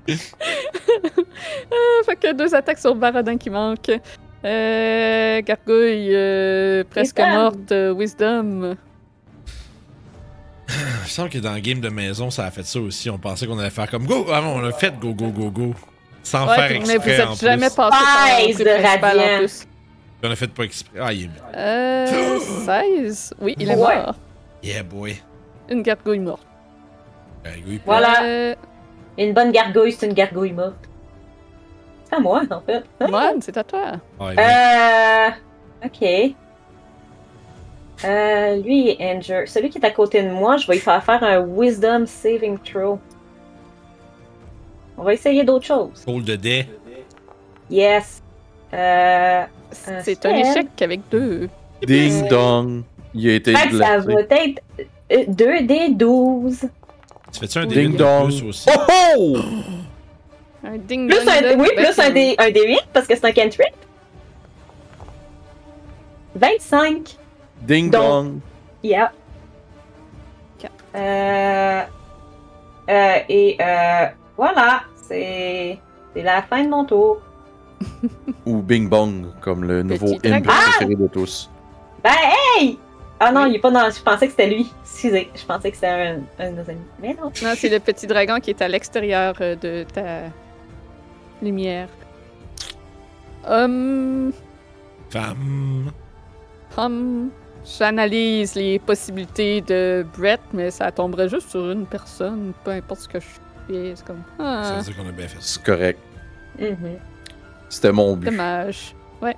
S1: Ah, fait que deux attaques sur Barodin qui manquent. Euh, gargouille euh, presque
S4: Wisdom.
S1: morte. euh, wisdom.
S2: Il me semble que dans le game de maison, ça a fait ça aussi. On pensait qu'on allait faire comme go. Ah non, on a fait go, go, go, go. Sans
S1: Ouais,
S2: faire
S1: mais
S2: exprès.
S1: vous êtes
S2: en
S1: jamais
S2: plus.
S1: passé par l'entrée
S4: Seize de
S1: principale en
S4: radiant.
S1: plus.
S2: On a fait pas exprès. Ah, il est mort.
S1: Euh, 16. Oui, il est
S4: Ouais.
S1: mort.
S2: Yeah, boy.
S1: Une gargouille morte.
S2: Ben, oui,
S4: Voilà.
S1: Euh,
S4: Une bonne gargouille, c'est une gargouille morte. C'est à moi, en fait.
S1: Moine, c'est à toi.
S2: ah, oui.
S4: Euh. Ok. Euh, lui, il est injure. Celui qui est à côté de moi, je vais lui faire faire un Wisdom Saving Throw. On va essayer d'autres choses.
S2: Cold de dé.
S4: Yes. Euh.
S1: C'est un
S4: spell.
S1: échec avec deux.
S3: Ding dong. Il a été
S4: fait que Ben, ça va
S3: glacé.
S4: être euh, 2D12.
S2: Tu fais-tu un
S1: Ding
S2: dé de
S3: dong.
S2: plus aussi?
S3: Oh oh!
S1: Un ding
S4: Plus un,
S1: dong
S4: oui,
S1: de
S4: plus un,
S1: Becky.
S4: D, un D8 parce que c'est un cantrip. 25.
S3: Ding dong.
S4: Dong. Yeah.
S1: Ok.
S4: Euh, euh, et euh, voilà, c'est c'est la fin de mon tour.
S3: Ou bing bong, comme le nouveau
S1: dragon.
S3: imp préféré de tous.
S4: Ben hey! Ah non,
S1: Oui.
S4: il est pas dans. Je pensais que c'était lui. Excusez, je pensais que c'était un, un de nos amis. Mais non.
S1: Non, c'est le petit dragon qui est à l'extérieur euh, de ta lumière. Hum,
S2: Femme.
S1: hum. J'analyse les possibilités de Brett, mais ça tomberait juste sur une personne, peu importe ce que je fais. C'est comme.
S2: Ça
S1: Ah,
S2: veut dire qu'on a bien fait ça.
S3: C'est correct.
S1: Mm-hmm.
S4: Mhm.
S3: C'était mon but.
S1: dommage. Ouais.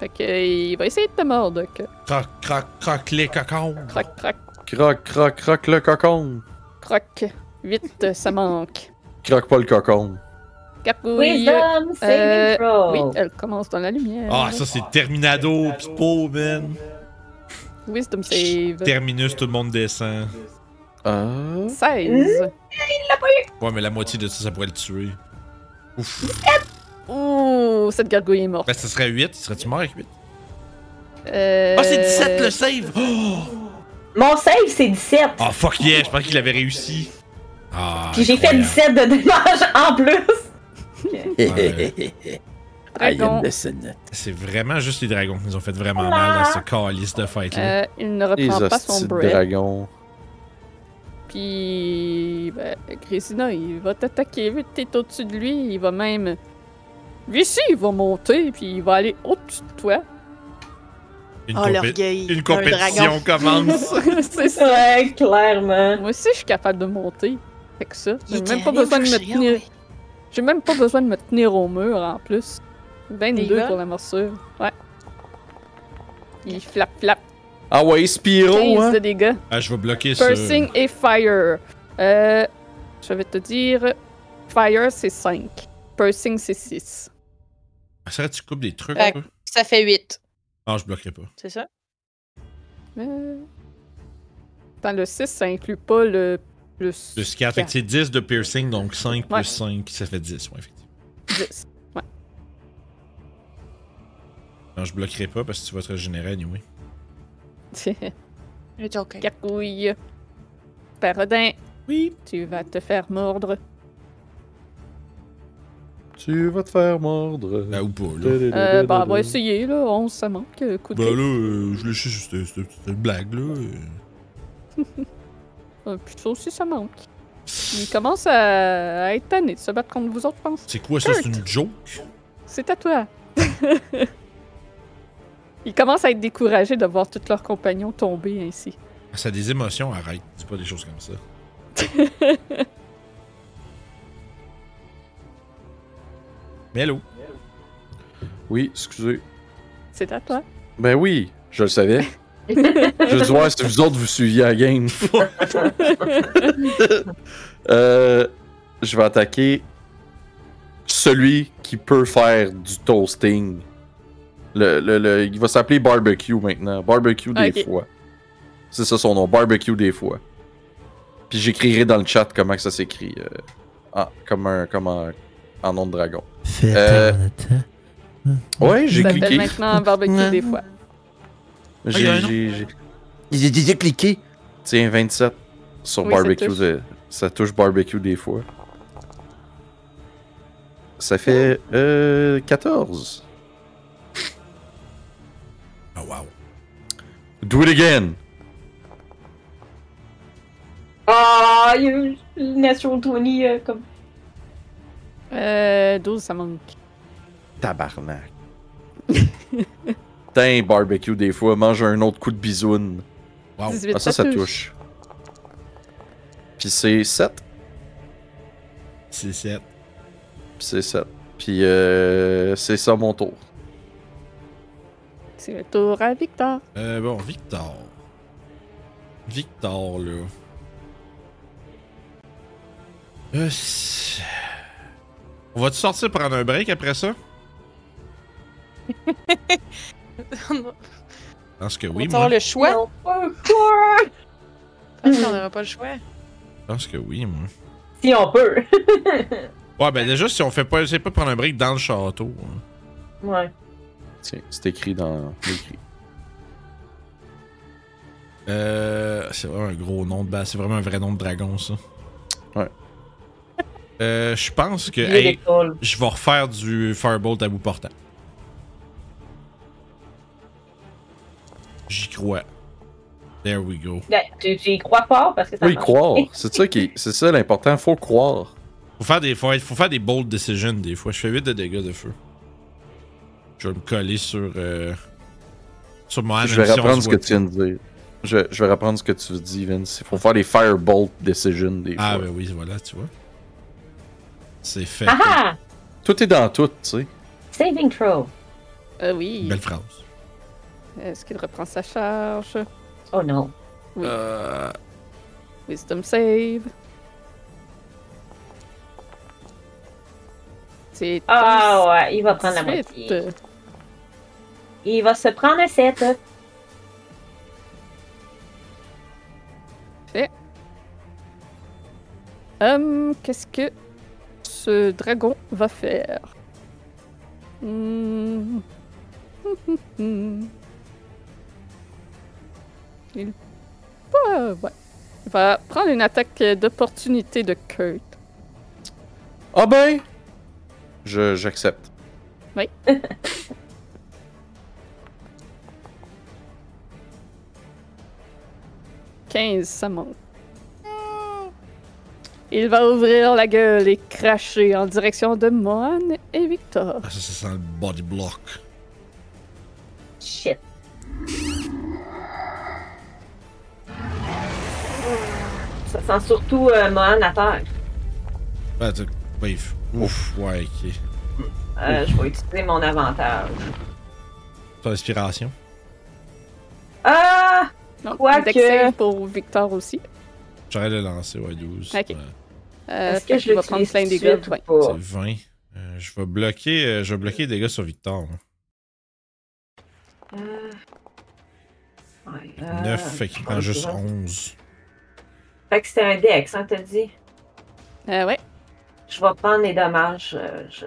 S1: Fait que, euh, il va essayer de te mordre. que-
S2: Croc, croc, croc, les cocons.
S1: Croc,
S2: Ah.
S1: croc,
S3: Croc, croc, croc le cocon.
S1: croc. Vite, ça manque.
S3: Croque pas le cocon.
S1: Gargouille.
S4: Wisdom saving
S1: Euh,
S4: throw.
S1: Oui, elle commence dans la lumière.
S2: Ah, ça, c'est Terminado. Pis Poe, man.
S1: Wisdom save.
S2: Terminus, tout le monde descend.
S3: Ah.
S1: 16.
S2: Ouais, mais la moitié de ça, ça pourrait le tuer. Ouf.
S1: Ouh, cette gargouille est morte.
S2: Ben, ça serait 8. Serais-tu mort avec 8?
S1: Euh...
S2: Ah, c'est 17 le save! Oh!
S4: Mon save, c'est 17.
S2: Ah fuck yeah, je pensais qu'il avait réussi. Ah,
S4: Puis j'ai fait
S2: incroyable.
S4: 17 de dommage en plus.
S2: Ouais.
S1: dragon.
S2: C'est vraiment juste les dragons qui nous ont fait vraiment mal dans ce calice de fight-là.
S1: Euh, il ne
S3: Les
S1: reprend pas
S3: hosties
S1: son
S3: de
S1: breath.
S3: dragons.
S1: Puis, ben, Grésina, il va t'attaquer. Vu que t'es au-dessus de lui, il va même. Lui aussi, il va monter, puis il va aller au-dessus de toi.
S2: Une,
S5: Oh,
S2: compé-
S5: l'orgueil.
S2: une
S5: d'un dragon.
S2: compétition commence.
S1: C'est ça.
S4: Ouais, clairement.
S1: Moi aussi, je suis capable de monter. Fait que ça. J'ai
S5: Il
S1: même pas
S5: t'arrive,
S1: besoin de me
S5: Chérie,
S1: tenir.
S5: ouais.
S1: J'ai même pas besoin de me tenir au mur en plus.
S5: Il
S1: 22
S5: va?
S1: pour la morsure. Ouais. Il flappe, flappe.
S3: Ah ouais, Spiro,
S1: 15
S3: hein?
S1: de dégâts.
S2: ah, je vais bloquer ça.
S1: Pursing et Fire. Euh, je vais te dire. Fire, c'est 5. Pursing, c'est 6.
S2: Ah, ça, tu coupes des trucs,
S6: Fait-
S2: toi?
S6: Ça fait 8,
S2: Ah, je bloquerai pas.
S6: c'est ça?
S1: Euh... Dans le 6, ça inclut pas le plus
S2: Plus 4. Fait que c'est 10 de piercing, donc 5
S1: Ouais.
S2: plus 5, ça fait 10, ouais, effectivement.
S1: 10.
S2: Non, je bloquerai pas parce que tu vas te régénérer anyway.
S5: Il est ok.
S1: Gargouille. Parodin,
S2: Oui.
S1: tu vas te faire mordre.
S3: Tu vas te faire mordre.
S2: Bah, ou pas, là.
S3: ben,
S1: Euh, bah, on va essayer, là. 11, ça manque. euh, Coup de
S2: Bah, là,
S1: clé.
S2: euh, je le sais, c'était c'était- c'était une blague, là. euh.
S1: Euh, puis ça aussi, ça manque. Il commence à, à être tanné de se battre contre vous autres, je pense.
S2: C'est quoi ça? C'est une joke?
S1: C'est à toi. Ils commencent à être découragés de voir tous leurs compagnons tomber ainsi.
S2: Ah, Ça a des émotions, arrête. C'est pas des choses comme ça. Mello.
S3: Oui, excusez.
S1: C'est à toi.
S3: Ben oui, je le savais. je veux voir si vous autres vous suiviez la game. Euh, je vais attaquer celui qui peut faire du toasting. Le, le- le- il va s'appeler Barbecue maintenant. Barbecue des
S1: Ok.
S3: fois. C'est ça son nom, Barbecue des fois. Puis j'écrirai dans le chat comment que ça s'écrit. euh, en- comme un, comme un- en nom de dragon.
S7: Fais
S3: Euh,
S7: attendre, hein.
S3: Ouais, j'ai
S1: T'appelles
S3: cliqué.
S1: maintenant un barbecue
S7: Ouais.
S1: des fois.
S3: J'ai-
S2: il y a un nom?
S3: j'ai- j'ai-
S7: J'ai déjà cliqué.
S3: Tiens, 27 sur
S1: Oui, ça
S3: barbecue.
S1: touche.
S3: de- Ça touche. barbecue des fois. Ça fait euh, 14.
S2: Ah, wow.
S3: Do it again!
S4: Ah, il y a eu le Natural 20, euh, comme.
S1: Euh, 12, ça manque.
S3: Tabarnak. Tain, barbecue des fois, mange un autre coup de bisoune.
S2: Wow.
S1: 18,
S3: Ah, ça, ça touche. Puis c'est 7.
S2: C'est 7.
S3: Puis c'est 7. Puis euh, c'est ça mon tour.
S1: C'est le tour à Victor.
S2: Euh, bon, Victor. Victor, là. Euh, c'est- On va-tu sortir prendre un break après ça? Parce que oui,
S6: On
S2: moi.
S6: sort le choix.
S4: Non, pas quoi.
S5: Parce qu'on n'aura pas le choix.
S2: Je pense que oui, moi.
S4: Si on peut.
S2: Ouais, ben déjà, si on fait pas, c'est pas prendre un break dans le château. hein.
S4: Ouais.
S3: Tiens, c'est écrit dans l'écrit.
S2: Euh, c'est vraiment un gros nom de base. C'est vraiment un vrai nom de dragon, ça.
S3: Ouais.
S2: Euh, je pense que.
S4: Il est
S2: Hey,
S4: cool.
S2: je vais refaire du Firebolt à bout portant. J'y crois. There we go.
S4: Ben, tu, tu y crois fort parce que ça
S3: Faut y
S4: marche.
S3: croire. C'est ça qui, c'est ça l'important. Faut croire.
S2: Faut faire des, faut, être- faut faire des bold decisions des fois. Je fais 8 de dégâts de feu. Je vais me coller sur. euh, sur Mohan.
S3: je
S2: Ah, même
S3: vais
S2: si on se
S3: reprendre ce que
S2: voit
S3: tu viens de dire. Je, je vais reprendre ce que tu dis, Vince. Il faut faire des firebolt decisions des
S2: Ah,
S3: fois.
S2: ben oui, voilà, tu vois. C'est fait.
S4: Ah ah!
S3: Tout est dans tout, tu sais.
S4: Saving throw.
S1: Euh, oui.
S2: Belle phrase.
S1: Est-ce qu'il reprend sa charge?
S4: Oh non.
S1: Oui.
S2: Euh,
S1: Wisdom save. C'est
S4: Ah ouais, il va
S1: un
S4: prendre la moitié.
S1: 18.
S4: Il va se prendre à 7.
S1: Hum, Qu'est-ce que ce dragon va faire Hmm. Hum, hum, hum. Il... Ah, ouais. Il va prendre une attaque d'opportunité de Kurt.
S3: Ah ben! Je, j'accepte.
S1: Oui. Quinze, ça monte. Il va ouvrir la gueule et cracher en direction de Mohan et Victor.
S2: Ah, ça, ça sent le body block.
S4: Shit. Ça sent surtout euh, Mohan à terre.
S2: Ah, t'as- ouais, f- Ouf, ouais, ok.
S4: Euh, je vais utiliser mon avantage.
S2: Ton inspiration.
S4: Ah!
S1: Donc,
S4: Quoique-
S1: deck save pour Victor aussi.
S2: J'arrête de lancer, ouais, 12.
S1: Ok.
S2: ouais,
S1: Euh,
S4: Est-ce
S1: fait
S4: que
S1: qu'il
S4: je
S1: va prendre
S4: l'utilise
S1: plein
S4: tout
S1: de
S4: de
S1: dégâts,
S4: suite
S1: ouais.
S4: ou
S2: C'est
S4: pas?
S2: 20. Euh, je vais bloquer, euh, je vais bloquer les dégâts sur Victor.
S4: Euh, ouais,
S1: Ah.
S4: euh,
S2: 9, fait qu'il prend
S4: ouais,
S2: juste
S4: c'est bon.
S2: 11.
S4: Fait que c'était un dex, hein, t'as dit?
S1: Euh, ouais.
S4: Je vais prendre les dommages. euh, Je,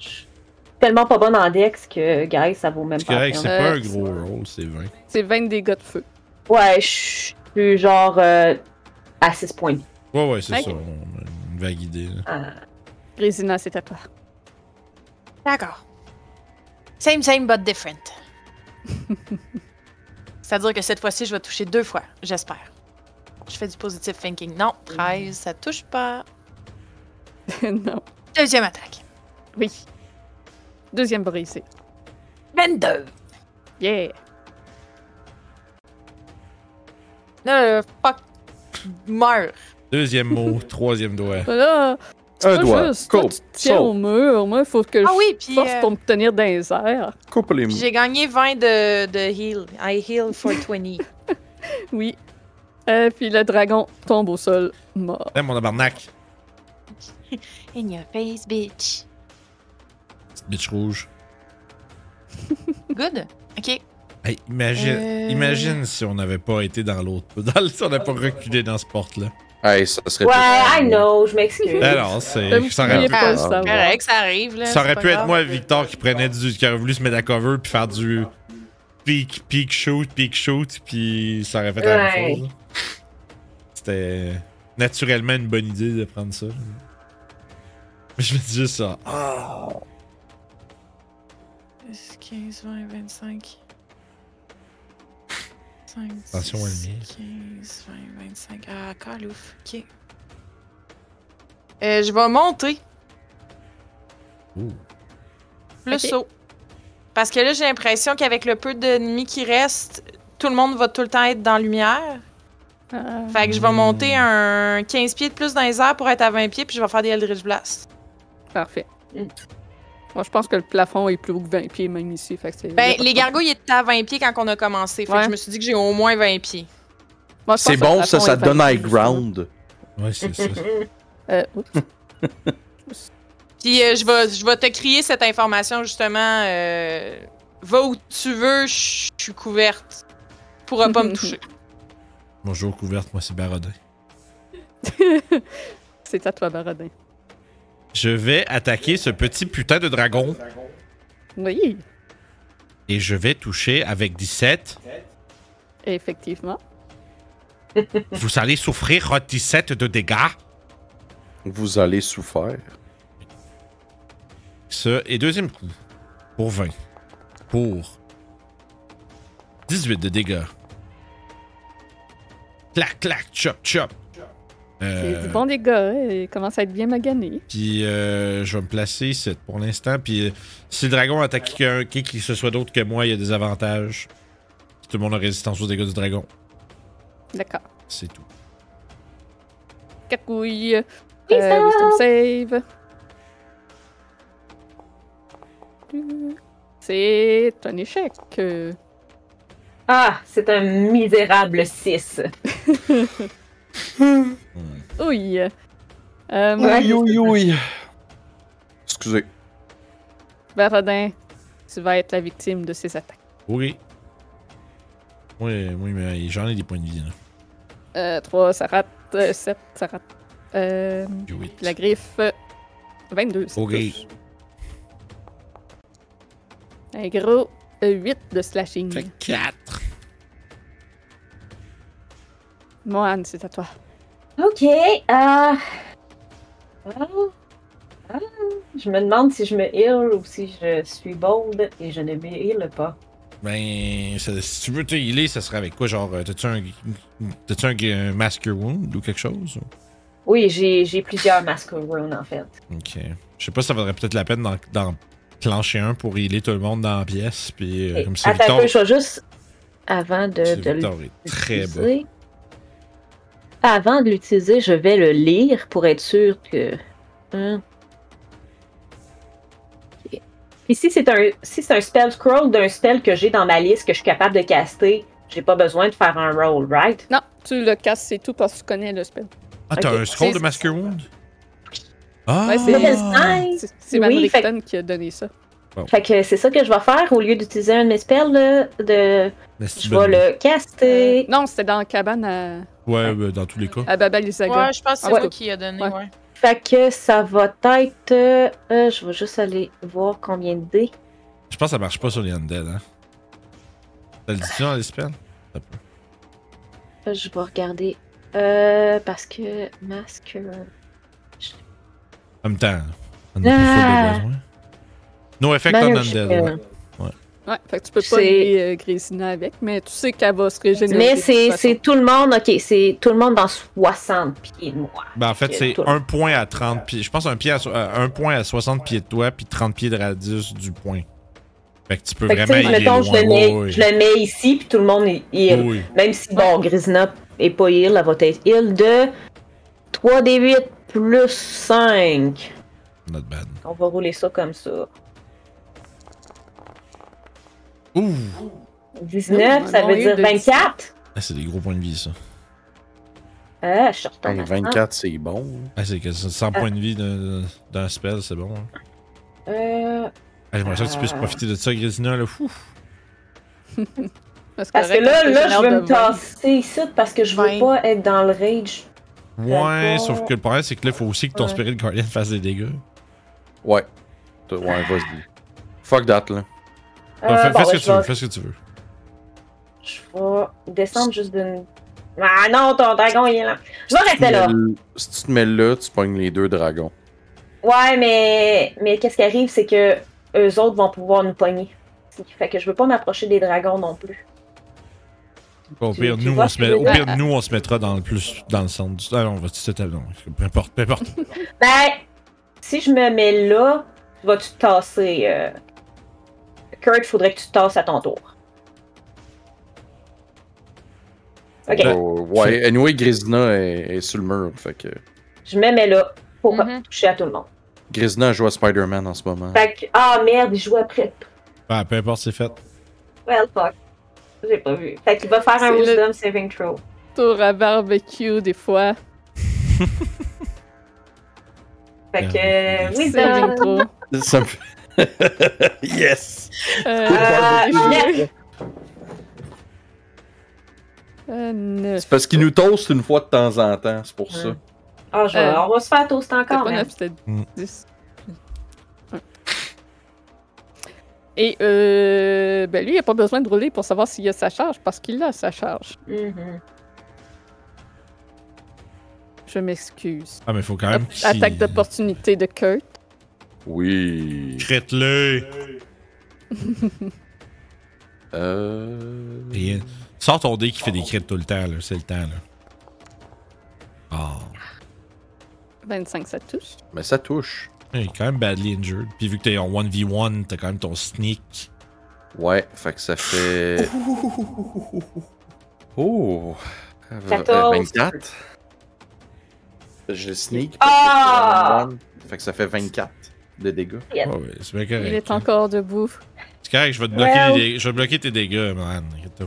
S4: je suis tellement pas bonne en dex que, guys, ça vaut même
S2: C'est
S4: pas la
S2: correct,
S4: peine.
S2: c'est pas un
S1: Euh,
S2: gros roll, c'est 20.
S1: C'est 20 dégâts de feu.
S4: Ouais, je suis genre euh, à 6 points.
S2: Ouais, ouais, c'est
S1: Ok.
S2: ça. On a une vague idée. là.
S4: Ah,
S1: Grésina, c'est à toi.
S5: D'accord. Same, same, but different. C'est-à-dire que cette fois-ci, je vais toucher deux fois, j'espère. Je fais du positive thinking. Non, 13, ça touche pas.
S1: non.
S5: Deuxième attaque.
S1: Oui. Deuxième brisé.
S5: 22.
S1: Yeah.
S5: Là, le fuck meurt.
S2: Deuxième mot, troisième doigt.
S1: Voilà. C'est
S3: Un
S1: pas
S3: doigt.
S1: juste, toi,
S3: Coupe.
S1: tu te tiens au
S3: Saute.
S1: mur. Moi, il faut que
S5: Ah
S1: je
S5: oui, puis
S1: force
S5: euh,
S1: pour me tenir dans les airs.
S3: Coupe les
S5: puis
S3: mots.
S5: j'ai gagné 20 de, de heal. I heal for 20.
S1: Oui. Euh, puis le dragon tombe au sol, mort.
S2: Eh, mon abarnac,
S5: In your face, bitch.
S2: petite bitch rouge.
S5: Good. OK.
S2: Hey, imagine,
S5: Euh.
S2: imagine si on n'avait pas été dans l'autre. Dans le- si on n'avait pas reculé dans ce porte-là.
S3: Hey, ça serait
S4: Ouais,
S3: plus-
S4: I know, je m'excuse.
S2: Alors,
S1: Ben,
S2: c'est.
S1: vous
S2: Ça
S1: pouviez
S2: aurait pu,
S5: pas
S1: pas
S5: le
S1: le savoir.
S5: Correct, ça arrive. Là,
S2: ça aurait
S5: c'est
S2: pu
S5: pas
S2: être
S5: grave.
S2: moi, Victor, qui prenait du. qui aurait voulu se mettre à cover puis faire du. Peak, peak shoot, peak shoot, puis ça aurait fait la
S4: Ouais.
S2: même chose. C'était naturellement une bonne idée de prendre ça. Mais je me dis juste ah, ça.
S5: 15, 20, 25. 5,
S2: Attention à le mien.
S5: 15, 20, 25. Ah, calouf. Ok. Euh, je vais monter
S2: Ouh.
S5: le
S1: Ok.
S5: saut. Parce que là, j'ai l'impression qu'avec le peu d'ennemis qui reste, tout le monde va tout le temps être dans la lumière.
S1: Ah.
S5: Fait que je vais
S2: Mm.
S5: monter un 15 pieds de plus dans les airs pour être à 20 pieds, puis je vais faire des Eldritch Blast.
S1: Parfait.
S4: Mm.
S1: Moi, je pense que le plafond est plus haut que 20 pieds, même ici. Fait que c'est- y a
S5: Ben,
S1: pas de
S5: les
S1: problème.
S5: gargouilles étaient à 20 pieds quand on a commencé. Fait
S1: Ouais.
S5: que je me suis dit que j'ai au moins 20 pieds.
S1: Moi, je pense
S3: C'est
S1: que le
S3: bon, ça,
S1: plafond
S3: ça
S1: est
S3: donne
S1: 20
S3: high
S1: pieds,
S3: ground.
S2: Ouais, c'est ça.
S1: justement. Euh, oups.
S5: Puis euh, je vais je vais te crier cette information justement. euh, va où tu veux, je je suis couverte. Tu Pourras pas me
S1: Mhm.
S5: toucher.
S2: Bonjour, couverte, moi c'est Barodin.
S1: c'est à toi, Barodin.
S2: Je vais attaquer ce petit putain de dragon
S1: Oui,
S2: et je vais toucher avec 17.
S1: effectivement.
S2: Vous allez souffrir 17 de dégâts.
S3: Vous allez souffrir.
S2: Ça, et deuxième coup. Pour 20. Pour 18 de dégâts. Clac, clac, chop, chop.
S1: C'est
S2: Euh,
S1: du bon dégât. hein, Il commence à être bien magané.
S2: Puis euh, je vais me placer ici pour l'instant. Puis euh, si le dragon attaque quelqu'un, qui que ce soit d'autre que moi, il y a des avantages. Tout le monde a résistance aux dégâts du dragon.
S1: D'accord.
S2: C'est tout.
S1: Cacouille. Euh,
S4: Wisdom.
S1: wisdom save. C'est un échec. Euh,
S4: Ah, c'est un misérable 6.
S1: Oui. Euh,
S3: Aïe, ouïe, ouïe. Excusez.
S1: Ben, Barodin, tu vas être la victime de ces attaques.
S2: Oui. Oui, oui, mais j'en ai des points de vie. Là.
S1: Euh, 3, ça rate. 7, ça rate. Euh,
S2: Puis oui.
S1: la griffe, euh, 22. ça
S2: Ok.
S1: touche. Un gros 8 de slashing.
S2: Fait 4.
S1: Mohan, c'est à toi.
S4: Ok, euh... Ah, ah, Je me demande si je me heal ou si je suis bold et je ne me heal pas.
S2: Ben, ça- si tu veux te healer, ça serait avec quoi? Genre, euh, t'as-tu un, t'as-tu un, un Master Wound ou quelque chose? ou-
S4: Oui, j'ai j'ai plusieurs masques rune en fait.
S2: Ok. Je sais pas, ça vaudrait peut-être la peine d'en, d'en plancher un pour healer tout le monde dans la pièce. Puis, euh,
S4: Et-
S2: comme c'est
S4: Attends
S2: Victor,
S4: un peu, je vais juste. Avant de,
S2: c'est
S4: de
S2: Victor est très bas.
S4: l'utiliser. Avant de l'utiliser, je vais le lire pour être sûr que. Hein? Ok. Puis si c'est un, si c'est un spell scroll d'un spell que j'ai dans ma liste que je suis capable de caster, j'ai pas besoin de faire un roll, right?
S1: Non, tu le casses, c'est tout parce que tu connais le spell.
S2: Ah, t'as
S4: Ok.
S2: un scroll de
S1: C'est-
S2: Master Wound? Ah!
S1: Ouais, c'est-
S4: Nice!
S1: C'est- C'est Van
S4: Oui,
S1: Richten qui a donné ça.
S4: Fait que c'est ça que je vais faire. Au lieu d'utiliser un de mes spells, là, de...
S2: Mais Ben, c'est
S4: je
S2: bonne
S4: vais le caster.
S1: Euh, Non, c'était dans la cabane à,
S2: Ouais, ben, dans tous les cas.
S1: à Baba Lizaga.
S5: Ouais, je pense que c'est
S1: Ah ouais.
S5: moi qui a donné,
S1: Ouais.
S5: ouais.
S4: Fait que ça va être. euh, euh, je vais juste aller voir combien de dés.
S2: Je pense que ça marche pas sur les Undead, hein. T'as le dit dans les spells? Ça peut.
S4: Euh, Je vais regarder. Euh, parce que masque. euh,
S2: En même temps, on a pas full
S4: Ah.
S2: de besoin. No effect on
S4: ben, je-
S2: Undead.
S4: euh,
S2: ouais.
S1: Ouais, fait que tu peux pas
S4: C'est-
S1: aider euh, Grésina avec, mais tu sais qu'elle va se régénérer.
S4: Mais
S1: de toute
S4: c'est
S1: façon.
S4: c'est tout le monde, ok, c'est tout le monde dans 60 pieds de moi.
S2: Ben, en fait,
S4: Ok,
S2: c'est
S4: toi.
S2: un point à 30 pieds. Je pense un, pied à so- euh, un point à 60 pieds de toi, puis 30 pieds de radius du point. Fait que tu peux
S4: Fait que, tu
S2: vraiment
S4: sais,
S2: y
S4: mettons, je
S2: loin.
S4: le, mets,
S2: Oui,
S4: je le mets ici, puis tout le monde est heal.
S2: oui.
S4: Même si, bon, Grisina est pas heal, elle va être heal de 3d8 plus 5.
S2: Not bad.
S4: On va rouler ça comme ça.
S2: Ouh!
S4: 19,
S1: Non,
S4: ça
S1: non,
S4: veut
S1: il
S4: dire
S1: de
S4: 24.
S2: Ah, c'est des gros points de vie, ça.
S4: Ah, je suis retournée.
S3: Hey, 24, c'est bon.
S2: Ah, c'est que 100 points de vie d'un d'un spell, c'est bon. hein.
S4: Euh,
S2: Ah, J'aimerais ça que tu puisses profiter de ça, Grésina, là. Fou!
S1: Parce,
S4: parce que
S1: correct,
S4: là,
S1: elle
S4: là,
S1: régénère
S4: je veux
S1: de
S4: me
S1: vingt.
S4: tasser ici parce que je veux
S5: Vingt.
S4: pas être dans le rage.
S2: Ouais,
S4: D'accord.
S2: sauf que le problème, c'est que là, faut aussi que ton
S4: Ouais.
S2: Spirit Guardian fasse des dégâts.
S3: Ouais. T'as- Ouais, vas-y. Fuck that, là.
S4: Euh,
S2: Enfin, Bah, fais
S4: bon,
S2: fais ce
S4: ben,
S2: que tu
S4: je,
S2: veux,
S4: vais,
S2: fais ce que tu veux.
S4: je vais descendre juste d'une. Ah non, ton dragon, il est là. Je vais rester là.
S3: Mais l- Si tu te mets là, tu pognes les deux dragons.
S4: Ouais, mais, mais qu'est-ce qui arrive, c'est que eux autres vont pouvoir nous pogner. Fait que je veux pas m'approcher des dragons non plus.
S2: Au
S4: Tu-
S2: pire,
S4: tu
S2: nous,
S4: vois
S2: on
S4: ce
S2: se
S4: que
S2: met,
S4: je
S2: au
S4: veux
S2: pire,
S1: dire?
S2: nous, on se mettra dans le plus dans le centre du. Ah non, on va tout se taper. non, Peu importe, peu importe.
S4: Ben, si je me mets là, vas-tu te tasser. Euh... Kurt, faudrait que tu te tasses à ton tour. Ok,
S3: Oh, ouais, anyway, Grisina est, est sur le mur. Fait que
S4: je me mets là pour pas
S5: Mhm.
S4: toucher à tout le monde.
S3: Grisina joue à Spider-Man en ce moment.
S4: Fait que, ah merde, il joue après.
S2: Ah, peu importe, c'est fait.
S4: Well, fuck. J'ai pas vu. Fait qu'il va faire un
S1: C'est le-
S4: wisdom saving throw.
S1: Tour à barbecue, des fois.
S4: Fait que,
S2: Euh,
S4: euh,
S1: C'est
S4: wisdom.
S1: l'intro.
S4: Ben.
S3: Ça me fait- yes!
S1: Euh,
S4: Euh, neuf.
S1: euh, neuf.
S3: C'est parce qu'il nous toast une fois de temps en temps, c'est pour ça.
S4: Hmm. Ah, je vais-
S1: Euh,
S4: on va se faire toast
S1: C'était
S4: encore,
S1: pas
S4: man.
S1: neuf, c'était
S2: Mm.
S1: dix. Un. Et euh, ben lui, il a pas besoin de rouler pour savoir s'il a sa charge, parce qu'il a sa charge.
S4: Mhm.
S1: Je m'excuse.
S2: Ah, mais faut quand même.
S1: Attaque d'opportunité de Kurt.
S3: Oui.
S2: Crête-le!
S3: Euh...
S2: Rien. Sors ton dé qui fait des crêtes tout le temps, là. C'est le temps, là. Oh.
S1: 25, ça touche.
S3: Mais ça touche.
S2: Il est quand même badly injured. Puis vu que t'es en 1v1, t'as quand même ton sneak.
S3: Ouais, fait que ça fait. Oh! Euh,
S4: 14.
S3: 24. Je le sneak. parce que c'est un
S4: Ah!
S3: one. Fait que ça fait 24 de dégâts.
S2: Ouais, ouais, c'est bien correct.
S1: Il est
S2: hein.
S1: encore debout.
S2: C'est correct, je vais te bloquer,
S4: Well.
S2: les dé- je vais bloquer tes dégâts, man. Inquiète-toi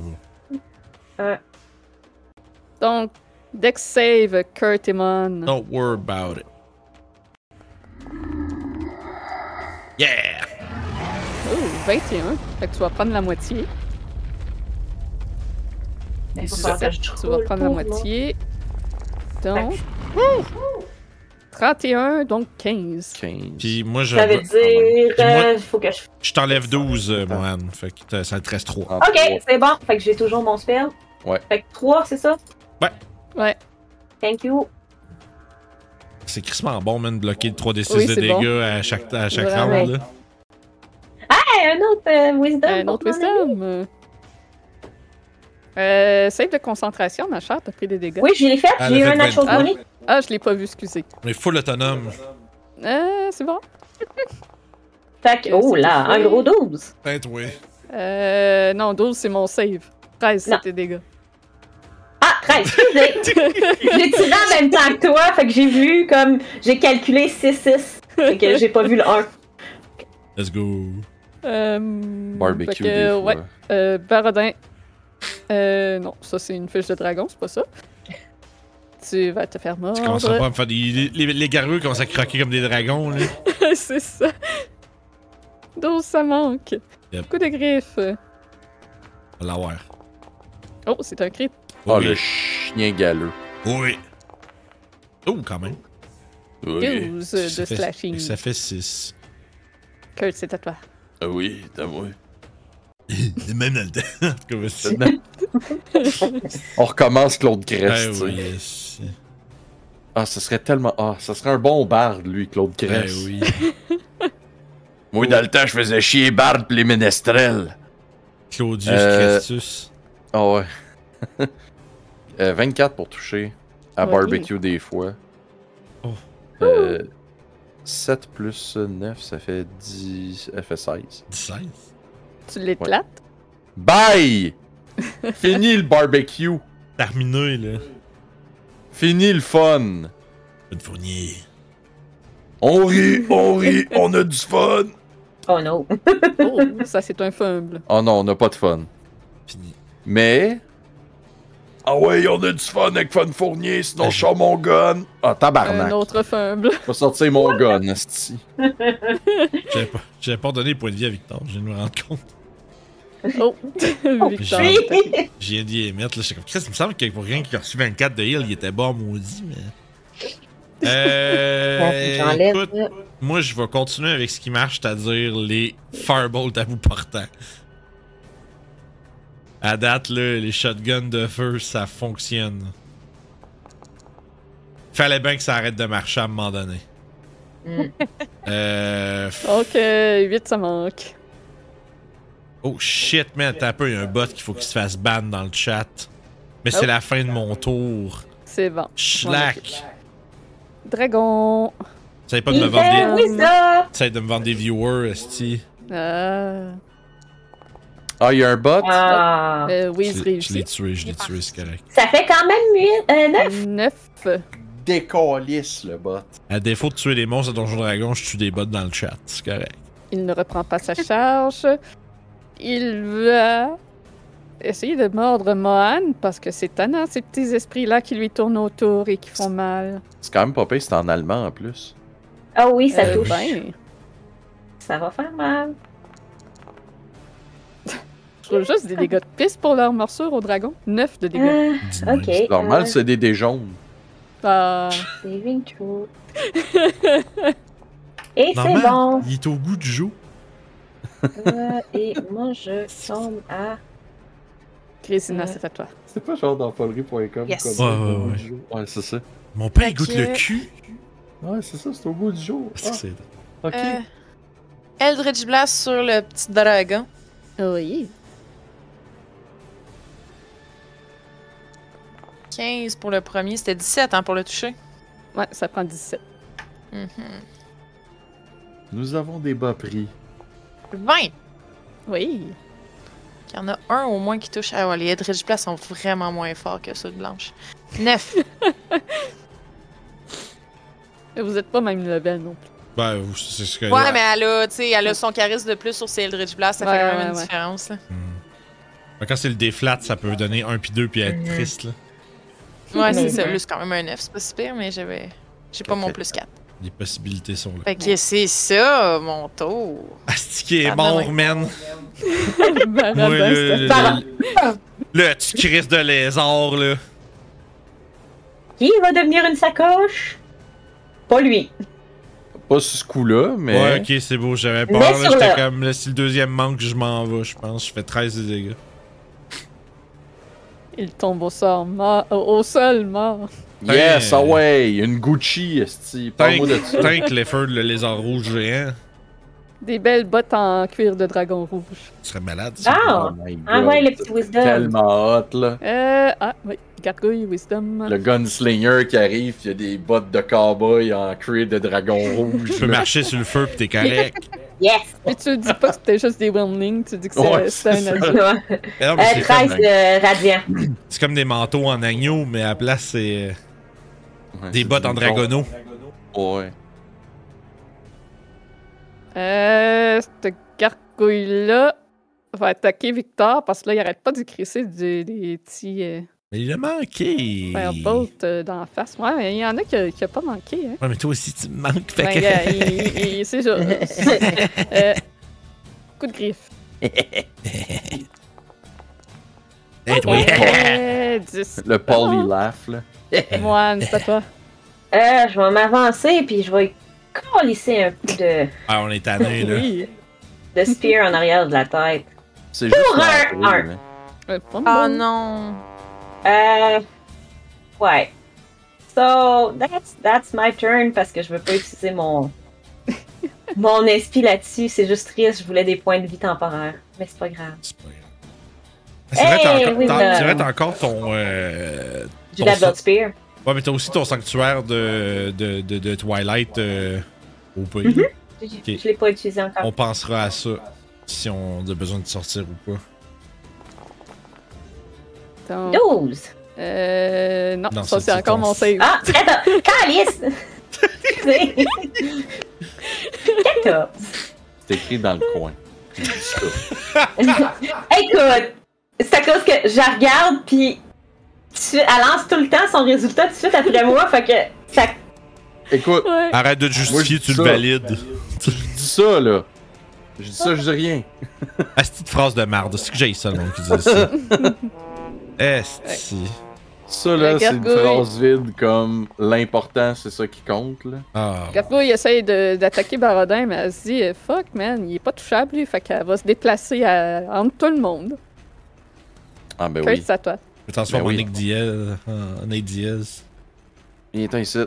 S2: pas.
S1: Donc, Dex save Kurt et Mon.
S2: Don't worry about it. Yeah!
S1: Oh, 21. Fait que tu vas prendre la moitié.
S4: Il faut faire
S1: 17,
S4: que je
S1: tu vas
S4: roule
S1: prendre la
S4: pour, là.
S1: moitié. Donc, Ouh! 31, donc 15.
S3: 15.
S2: Puis moi, je,
S4: Ça veut dire.
S2: Dis-moi-
S4: euh, faut que je.
S2: je t'enlève 12, euh, Mohan. Fait que t'as- ça te reste 3.
S3: Ah,
S4: Ok, c'est bon. Fait que j'ai toujours mon spell.
S3: Ouais.
S4: Fait que 3, c'est ça?
S1: Ouais.
S4: Thank you.
S2: C'est crissement bon, man, de bloquer le 3d6
S1: Oui,
S2: de
S1: c'est
S2: dégâts
S1: bon.
S2: à chaque, à chaque
S1: Vraiment.
S2: round. Là.
S4: Hey, un autre euh, wisdom.
S1: Un
S4: pour
S1: autre
S4: mon ami.
S1: wisdom. Euh, save de concentration, ma chère, t'as pris des dégâts.
S4: Oui, je l'ai fait.
S2: Ah,
S4: J'ai eu
S2: elle a
S4: un
S2: fait
S4: natural
S1: 20.
S4: 20.
S1: Ah, je l'ai pas vu, excusez.
S2: Mais full autonome.
S1: Euh, c'est bon.
S4: Fait que,
S1: Euh,
S4: oh
S1: c'est
S4: là,
S1: tout
S4: un
S1: fait.
S4: gros 12.
S2: Peut-être, oui.
S1: Euh, non, 12, c'est mon save. 13,
S4: Non.
S1: c'est tes dégâts.
S4: Ah, 13, excusez. je l'ai tiré en même temps que toi. Fait que j'ai vu comme. J'ai calculé 6-6. Fait que j'ai pas vu le 1.
S2: Let's go.
S1: Euh,
S3: Barbecue,
S1: fait que,
S3: des fois.
S1: ouais. Euh, Barodin. Euh, non, ça c'est une fiche de dragon, c'est pas ça. Tu vas te faire
S2: Tu commenceras pas
S1: mordre.
S2: à me faire des. Les, les garous commencent à croquer comme des dragons, là.
S1: c'est ça. 12, ça manque.
S2: Yep.
S1: Coup de griffe.
S2: On va l'avoir.
S1: Oh, c'est un crit.
S3: Oh,
S2: oui.
S3: le chien galeux.
S2: Oui. Oh, quand même.
S3: Oui.
S1: 12
S2: Ça
S1: de
S2: fait-
S1: slashing.
S2: Ça fait 6.
S1: Kurt, c'est à toi.
S3: Ah oui, t'as moi.
S2: même dans le temps. En tout cas, vas-y.
S3: On recommence Claude
S2: Eh
S3: Crest. tu sais.
S2: oui, yes.
S3: Ah, ce serait tellement. Ah, ça serait un bon barde, lui, Claude
S2: Eh
S3: Crest.
S2: oui.
S3: Moi, dans le temps, je faisais chier barde pis les ménestrels.
S2: Claudius
S3: Euh,
S2: Crestus.
S3: Ah ouais. Euh, 24 pour toucher. À
S1: Ouais.
S3: barbecue des fois.
S2: Oh.
S3: Euh, 7 plus 9, ça fait 10. Ça fait 16.
S2: 16.
S1: Tu l'éclates.
S3: Bye! Fini le barbecue!
S2: Terminé, là.
S3: Fini le fun!
S2: Bonne fournier.
S3: On rit, on rit, on a du fun!
S4: Oh no.
S1: Oh, ça c'est un fumble.
S3: Oh non, on n'a pas de fun.
S2: Fini.
S3: Mais. Ah ouais, on a du fun avec Fun Fournier, sinon
S2: je sors
S3: mon gun. Ah,
S1: Un
S3: tabarnak.
S1: autre fumble.
S3: Je vais sortir mon gun, esti.
S2: J'avais pas, j'avais pas donné les points de vie à Victor, je viens de me rendre compte.
S1: Oh, Victor.
S2: Oui.
S1: t'as fait-
S2: J'ai viens d'y émettre, là. J'étais comme, Chris, il me semble que pour quelqu'un qui a reçu 24 de heal, il était bon, maudit, mais. Euh.
S4: J'enlève.
S2: écoute, moi, je vais continuer avec ce qui marche, c'est-à-dire les firebolt à bout portant. À date, là, les shotguns de feu, ça fonctionne. Fallait bien que ça arrête de marcher à un moment donné.
S4: Mm.
S2: Euh, f-
S1: Donc, euh, 8, ça manque.
S2: Oh shit, man, t'as un peu, il y a un bot qu'il faut qu'il se fasse ban dans le chat. Mais c'est
S1: Oh.
S2: la fin de mon tour.
S1: C'est bon.
S2: Schlack!
S1: Dragon.
S2: Essaye pas de me
S4: Il
S2: vendre des...
S4: fait
S1: des-
S4: wisdom.
S2: Essaye de me vendre des viewers, esti.
S1: Ah.
S3: Ah, il y a un bot?
S4: Ah.
S1: Euh, oui, je
S2: Je l'ai- je l'ai
S1: réussis.
S2: tué, je l'ai tué, c'est correct.
S4: Ça fait quand même euh, 8, 9.
S1: 9.
S3: Décalisse, le bot.
S2: À défaut de tuer des monstres à Donjon Dragon, je tue des bots dans le chat. C'est correct.
S1: Il ne reprend pas sa charge. Il va essayer de mordre Mohan parce que c'est tannant, ces petits esprits-là qui lui tournent autour et qui font mal.
S3: C'est quand même pas pire, c'est en allemand en plus.
S4: Ah oui, ça
S1: Euh,
S4: touche.
S1: ben,
S4: Ça va faire mal.
S1: je trouve juste des dégâts de pisse pour leur morsure au dragon. 9 de dégâts.
S4: Ah,
S2: Dis-moi.
S4: ok.
S2: C'est
S3: Normal,
S4: euh,
S3: c'est des dés jaunes.
S1: Ah,
S4: Saving throw. Et c'est
S2: Normal,
S4: bon.
S2: il est au goût du jour.
S4: Euh, et moi, je tombe à.
S1: Grésina, c'est à toi.
S3: C'est pas genre dans folerie.com
S5: Yes. comme
S2: ça, au bout du
S3: jour. Ouais, c'est ça.
S2: Mon pain, il
S5: Ok.
S2: goûte le cul.
S3: Ouais, c'est ça, c'est au bout du jour. Ah,
S2: Est-ce que c'est-
S3: ok.
S5: Euh, Eldritch Blast sur le petit dragon.
S1: Oui.
S5: 15 pour le premier, c'était 17 hein, pour le toucher.
S1: Ouais, ça prend 17.
S5: Mhm.
S3: Nous avons des bas prix.
S5: 20!
S1: Oui.
S5: Il y en a un au moins qui touche. Ah ouais, les Eldritch Blast sont vraiment moins forts que ceux de Blanche. 9!
S1: Vous êtes pas même level non plus.
S2: Ben, vous- c'est ce que.
S5: ouais, mais elle a, tu sais, elle a son charisme de plus sur ses Eldritch Blast, ça
S1: Ouais,
S5: fait quand même
S1: ouais,
S5: une
S1: ouais.
S5: différence. là.
S2: Hmm. Ben, Quand c'est le déflat, ça peut donner 1 puis 2 puis être
S4: Mhm.
S2: triste. Là.
S5: Ouais, c'est
S4: Mhm.
S5: ça. Lui, c'est quand même un 9, c'est pas si pire, mais j'avais. J'ai pas mon
S2: Parfait.
S5: plus 4.
S2: Les possibilités sont là.
S5: Fait que c'est ça, mon tour.
S2: Astiqué est
S5: Ah,
S2: mort,
S5: ben ouais.
S2: man.
S1: Barabas,
S2: Ouais,
S1: c'est à
S2: le,
S1: toi.
S2: le, le- le petit Christ de lézard, là.
S4: Qui va devenir une sacoche? Pas lui.
S3: Pas sur ce coup-là, mais.
S2: Ouais, ok, c'est beau, j'avais
S4: Mais
S2: peur. là,
S4: sur
S2: J'étais
S4: le-
S2: comme, là, si le deuxième manque, je m'en vais, je pense. Je fais 13 de dégâts.
S1: Il tombe au sol, mort, au au sol, mort.
S3: Yes,
S2: Tain.
S3: ah ouais, une Gucci, esti. Parle-moi de ça.
S2: Tank Lefford, le lézard rouge géant.
S1: Des belles bottes en cuir de dragon rouge.
S2: Tu serais malade. ça.
S4: Ah!
S3: Oh my god.
S4: Ah ouais, le petit wisdom.
S3: Tellement hot, là.
S1: Euh, ah, oui, gargouille, wisdom.
S3: Le gunslinger qui arrive, il y a des bottes de cowboy en cuir de dragon
S2: Tu
S3: rouge.
S2: peux marcher sur le feu pis t'es correct.
S4: Yes!
S1: Puis tu dis pas que c'était juste des wildlings, tu dis que c'est
S3: Ouais,
S1: c'est
S3: c'est
S1: un adulte.
S4: Ouais. Euh,
S2: Mais non, mais c'est
S4: 13
S2: comme-
S4: de radiant.
S2: c'est comme des manteaux en agneau, mais à la place, c'est euh,
S3: Ouais,
S2: des
S3: c'est
S2: bottes
S3: du
S2: en dragono.
S3: Ouais.
S1: Euh, cette gargouille-là va attaquer Victor parce que là, il arrête pas de crisser des, des petits euh,
S2: Mais il a manqué.
S1: firebolt euh, d'en face. Ouais, mais il y en a qui a, qui a pas manqué. Hein.
S2: Ouais, mais toi aussi, tu me manques. Fait
S1: Ben,
S2: que-
S1: gars, il- il- il- c'est ça. Euh, coup de griffe.
S2: Hey, toi.
S1: Euh, 10.
S3: Le Paulie laugh, là.
S1: Moine, c'est à toi.
S4: Euh, je vais m'avancer, puis je vais colisser un coup de,
S2: Ah, on est tanné, là.
S1: Oui.
S4: de spear en arrière de la tête.
S3: C'est juste
S4: Pour un
S3: l'entrée,
S4: un.
S3: là.
S1: Euh, pas
S5: Oh
S1: bon.
S5: non!
S4: Euh. Ouais. So, that's, that's my turn parce que je veux pas utiliser mon. mon esprit là-dessus. C'est juste triste, je voulais des points de vie temporaires. Mais c'est pas grave.
S2: C'est pas grave. C'est vrai, t'as
S4: Hey,
S2: encore,
S4: oui,
S2: t'as-
S4: ben.
S2: c'est vrai, t'as encore ton. euh,
S4: Du
S2: Ton
S4: double
S2: sa-
S4: spear.
S2: Ouais, mais t'as aussi ton sanctuaire de, de, de, de Twilight euh, au pays.
S4: Mhm. Je, je-
S2: Ok.
S4: je l'ai pas utilisé encore.
S2: On pensera à ça si on a besoin de sortir ou pas.
S1: Donc,
S4: 12!
S1: euh, non,
S2: Non,
S1: ça
S2: c'est-
S1: c'est
S2: c'est
S1: encore
S2: ton-
S1: mon save.
S4: Ah! attends, Calice! Excusez. 14!
S3: C'est écrit dans le coin.
S4: Écoute! C'est à cause que je la regarde, puis. tu- elle lance tout le temps son résultat tout de suite après moi, fait que. Ça...
S3: Écoute,
S1: Ouais.
S2: Arrête de te
S3: Moi, je
S2: justifier,
S3: dis
S2: tu le
S3: ça.
S2: valides.
S3: je dis ça, là. Je dis ça, je dis rien.
S2: Asti de phrase de marde. Ah, C'est que j'ai ça, le monde qui dit ça. Esti.
S3: Ça, là,
S1: La
S3: c'est une
S1: gargouille.
S3: phrase vide comme l'important, c'est ça qui compte, là.
S2: Ah.
S1: Gargouille essaye de- d'attaquer Barodin, mais elle se dit eh, Fuck, man, il est pas touchable, lui. Fait qu'elle va se déplacer à- entre tout le monde.
S3: Ah, ben
S1: Curse
S3: oui.
S1: à toi.
S2: Je transforme
S3: Ben oui.
S2: en Nick Diaz. En Nate Diaz.
S3: Il est ici.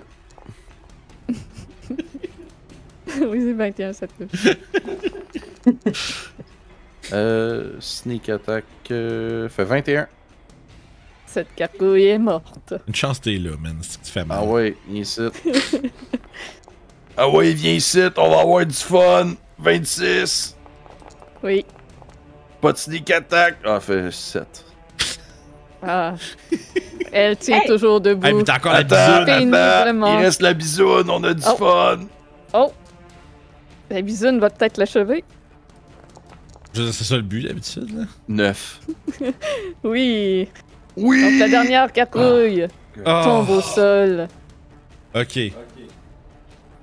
S1: oui, c'est 21, ça touche.
S3: Euh, sneak attack euh, fait 21.
S1: Cette gargouille est morte.
S2: Une chance t'es là, man. C'est que tu fais mal.
S3: Ah ouais, il est ici. ah ouais, viens ici, on va avoir du fun. 26.
S1: Oui.
S3: Pas de sneak attack. Ah, fait 7.
S1: Ah. Elle tient
S4: Hey!
S1: toujours debout.
S2: Hey, mais t'as encore Ah, la
S3: Attends,
S2: bisoune.
S1: Pénible,
S3: attends,
S1: vraiment.
S3: il reste la bisoune, on a du
S1: Oh.
S3: fun.
S1: La bisoune va peut-être l'achever.
S2: Je veux dire, C'est ça le but d'habitude, là.
S3: 9.
S1: Oui.
S3: Oui!
S1: Donc la dernière
S2: Ah.
S1: gargouille tombe au sol.
S2: Ok.
S1: Et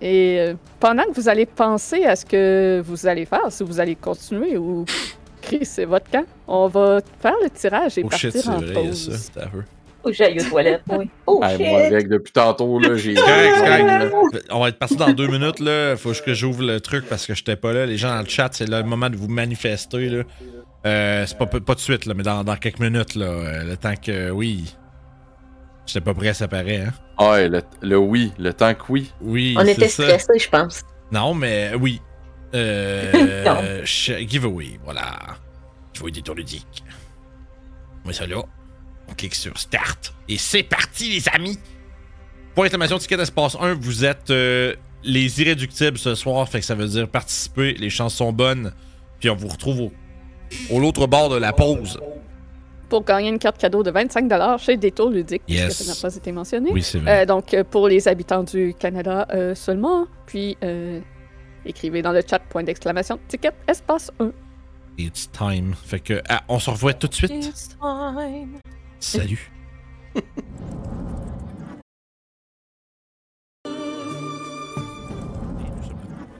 S1: euh, pendant que vous allez penser à ce que vous allez faire, si vous allez continuer ou Chris, c'est votre camp, on va faire le tirage et
S2: Oh
S1: partir
S2: shit, c'est
S1: en
S2: vrai, il y a
S1: pause.
S2: ça. C'est à eux.
S4: Faut que j'aille aux toilettes, oui. Oh
S3: Hey,
S4: shit!
S3: moi, avec depuis tantôt, là, j'ai.
S2: Correct,
S3: Là.
S2: correct. On va être parti dans deux minutes, là. Faut que j'ouvre le truc parce que j'étais pas là. Les gens dans le chat, c'est là le moment de vous manifester, là. Euh, c'est pas, pas pas de suite, là, mais dans, dans quelques minutes, là. euh, Le temps que, oui. J'étais pas prêt, ça paraît, hein.
S3: Ouais, le, le oui, le temps que oui.
S2: Oui,
S4: On
S2: c'est
S4: était
S2: ça.
S4: stressés, je pense.
S2: Non, mais oui. Euh,
S4: Non.
S2: ch- giveaway, voilà. Giveaway des tours ludiques. Mais ça là. On clique sur Start. Et c'est parti, les amis! Point d'exclamation, ticket espace 1, vous êtes euh, les irréductibles ce soir, fait que ça veut dire participer, les chances sont bonnes, puis on vous retrouve au, au l'autre bord de la pause.
S1: Pour gagner une carte cadeau de 25 chez Détour Ludique, puisque
S2: Yes.
S1: ça n'a pas été mentionné.
S2: Oui, c'est vrai.
S1: Euh, donc, euh, pour les habitants du Canada euh, seulement, puis euh, écrivez dans le chat point d'exclamation ticket espace 1.
S2: It's time. Fait que, ah, on se revoit tout de suite.
S5: It's time.
S2: Salut.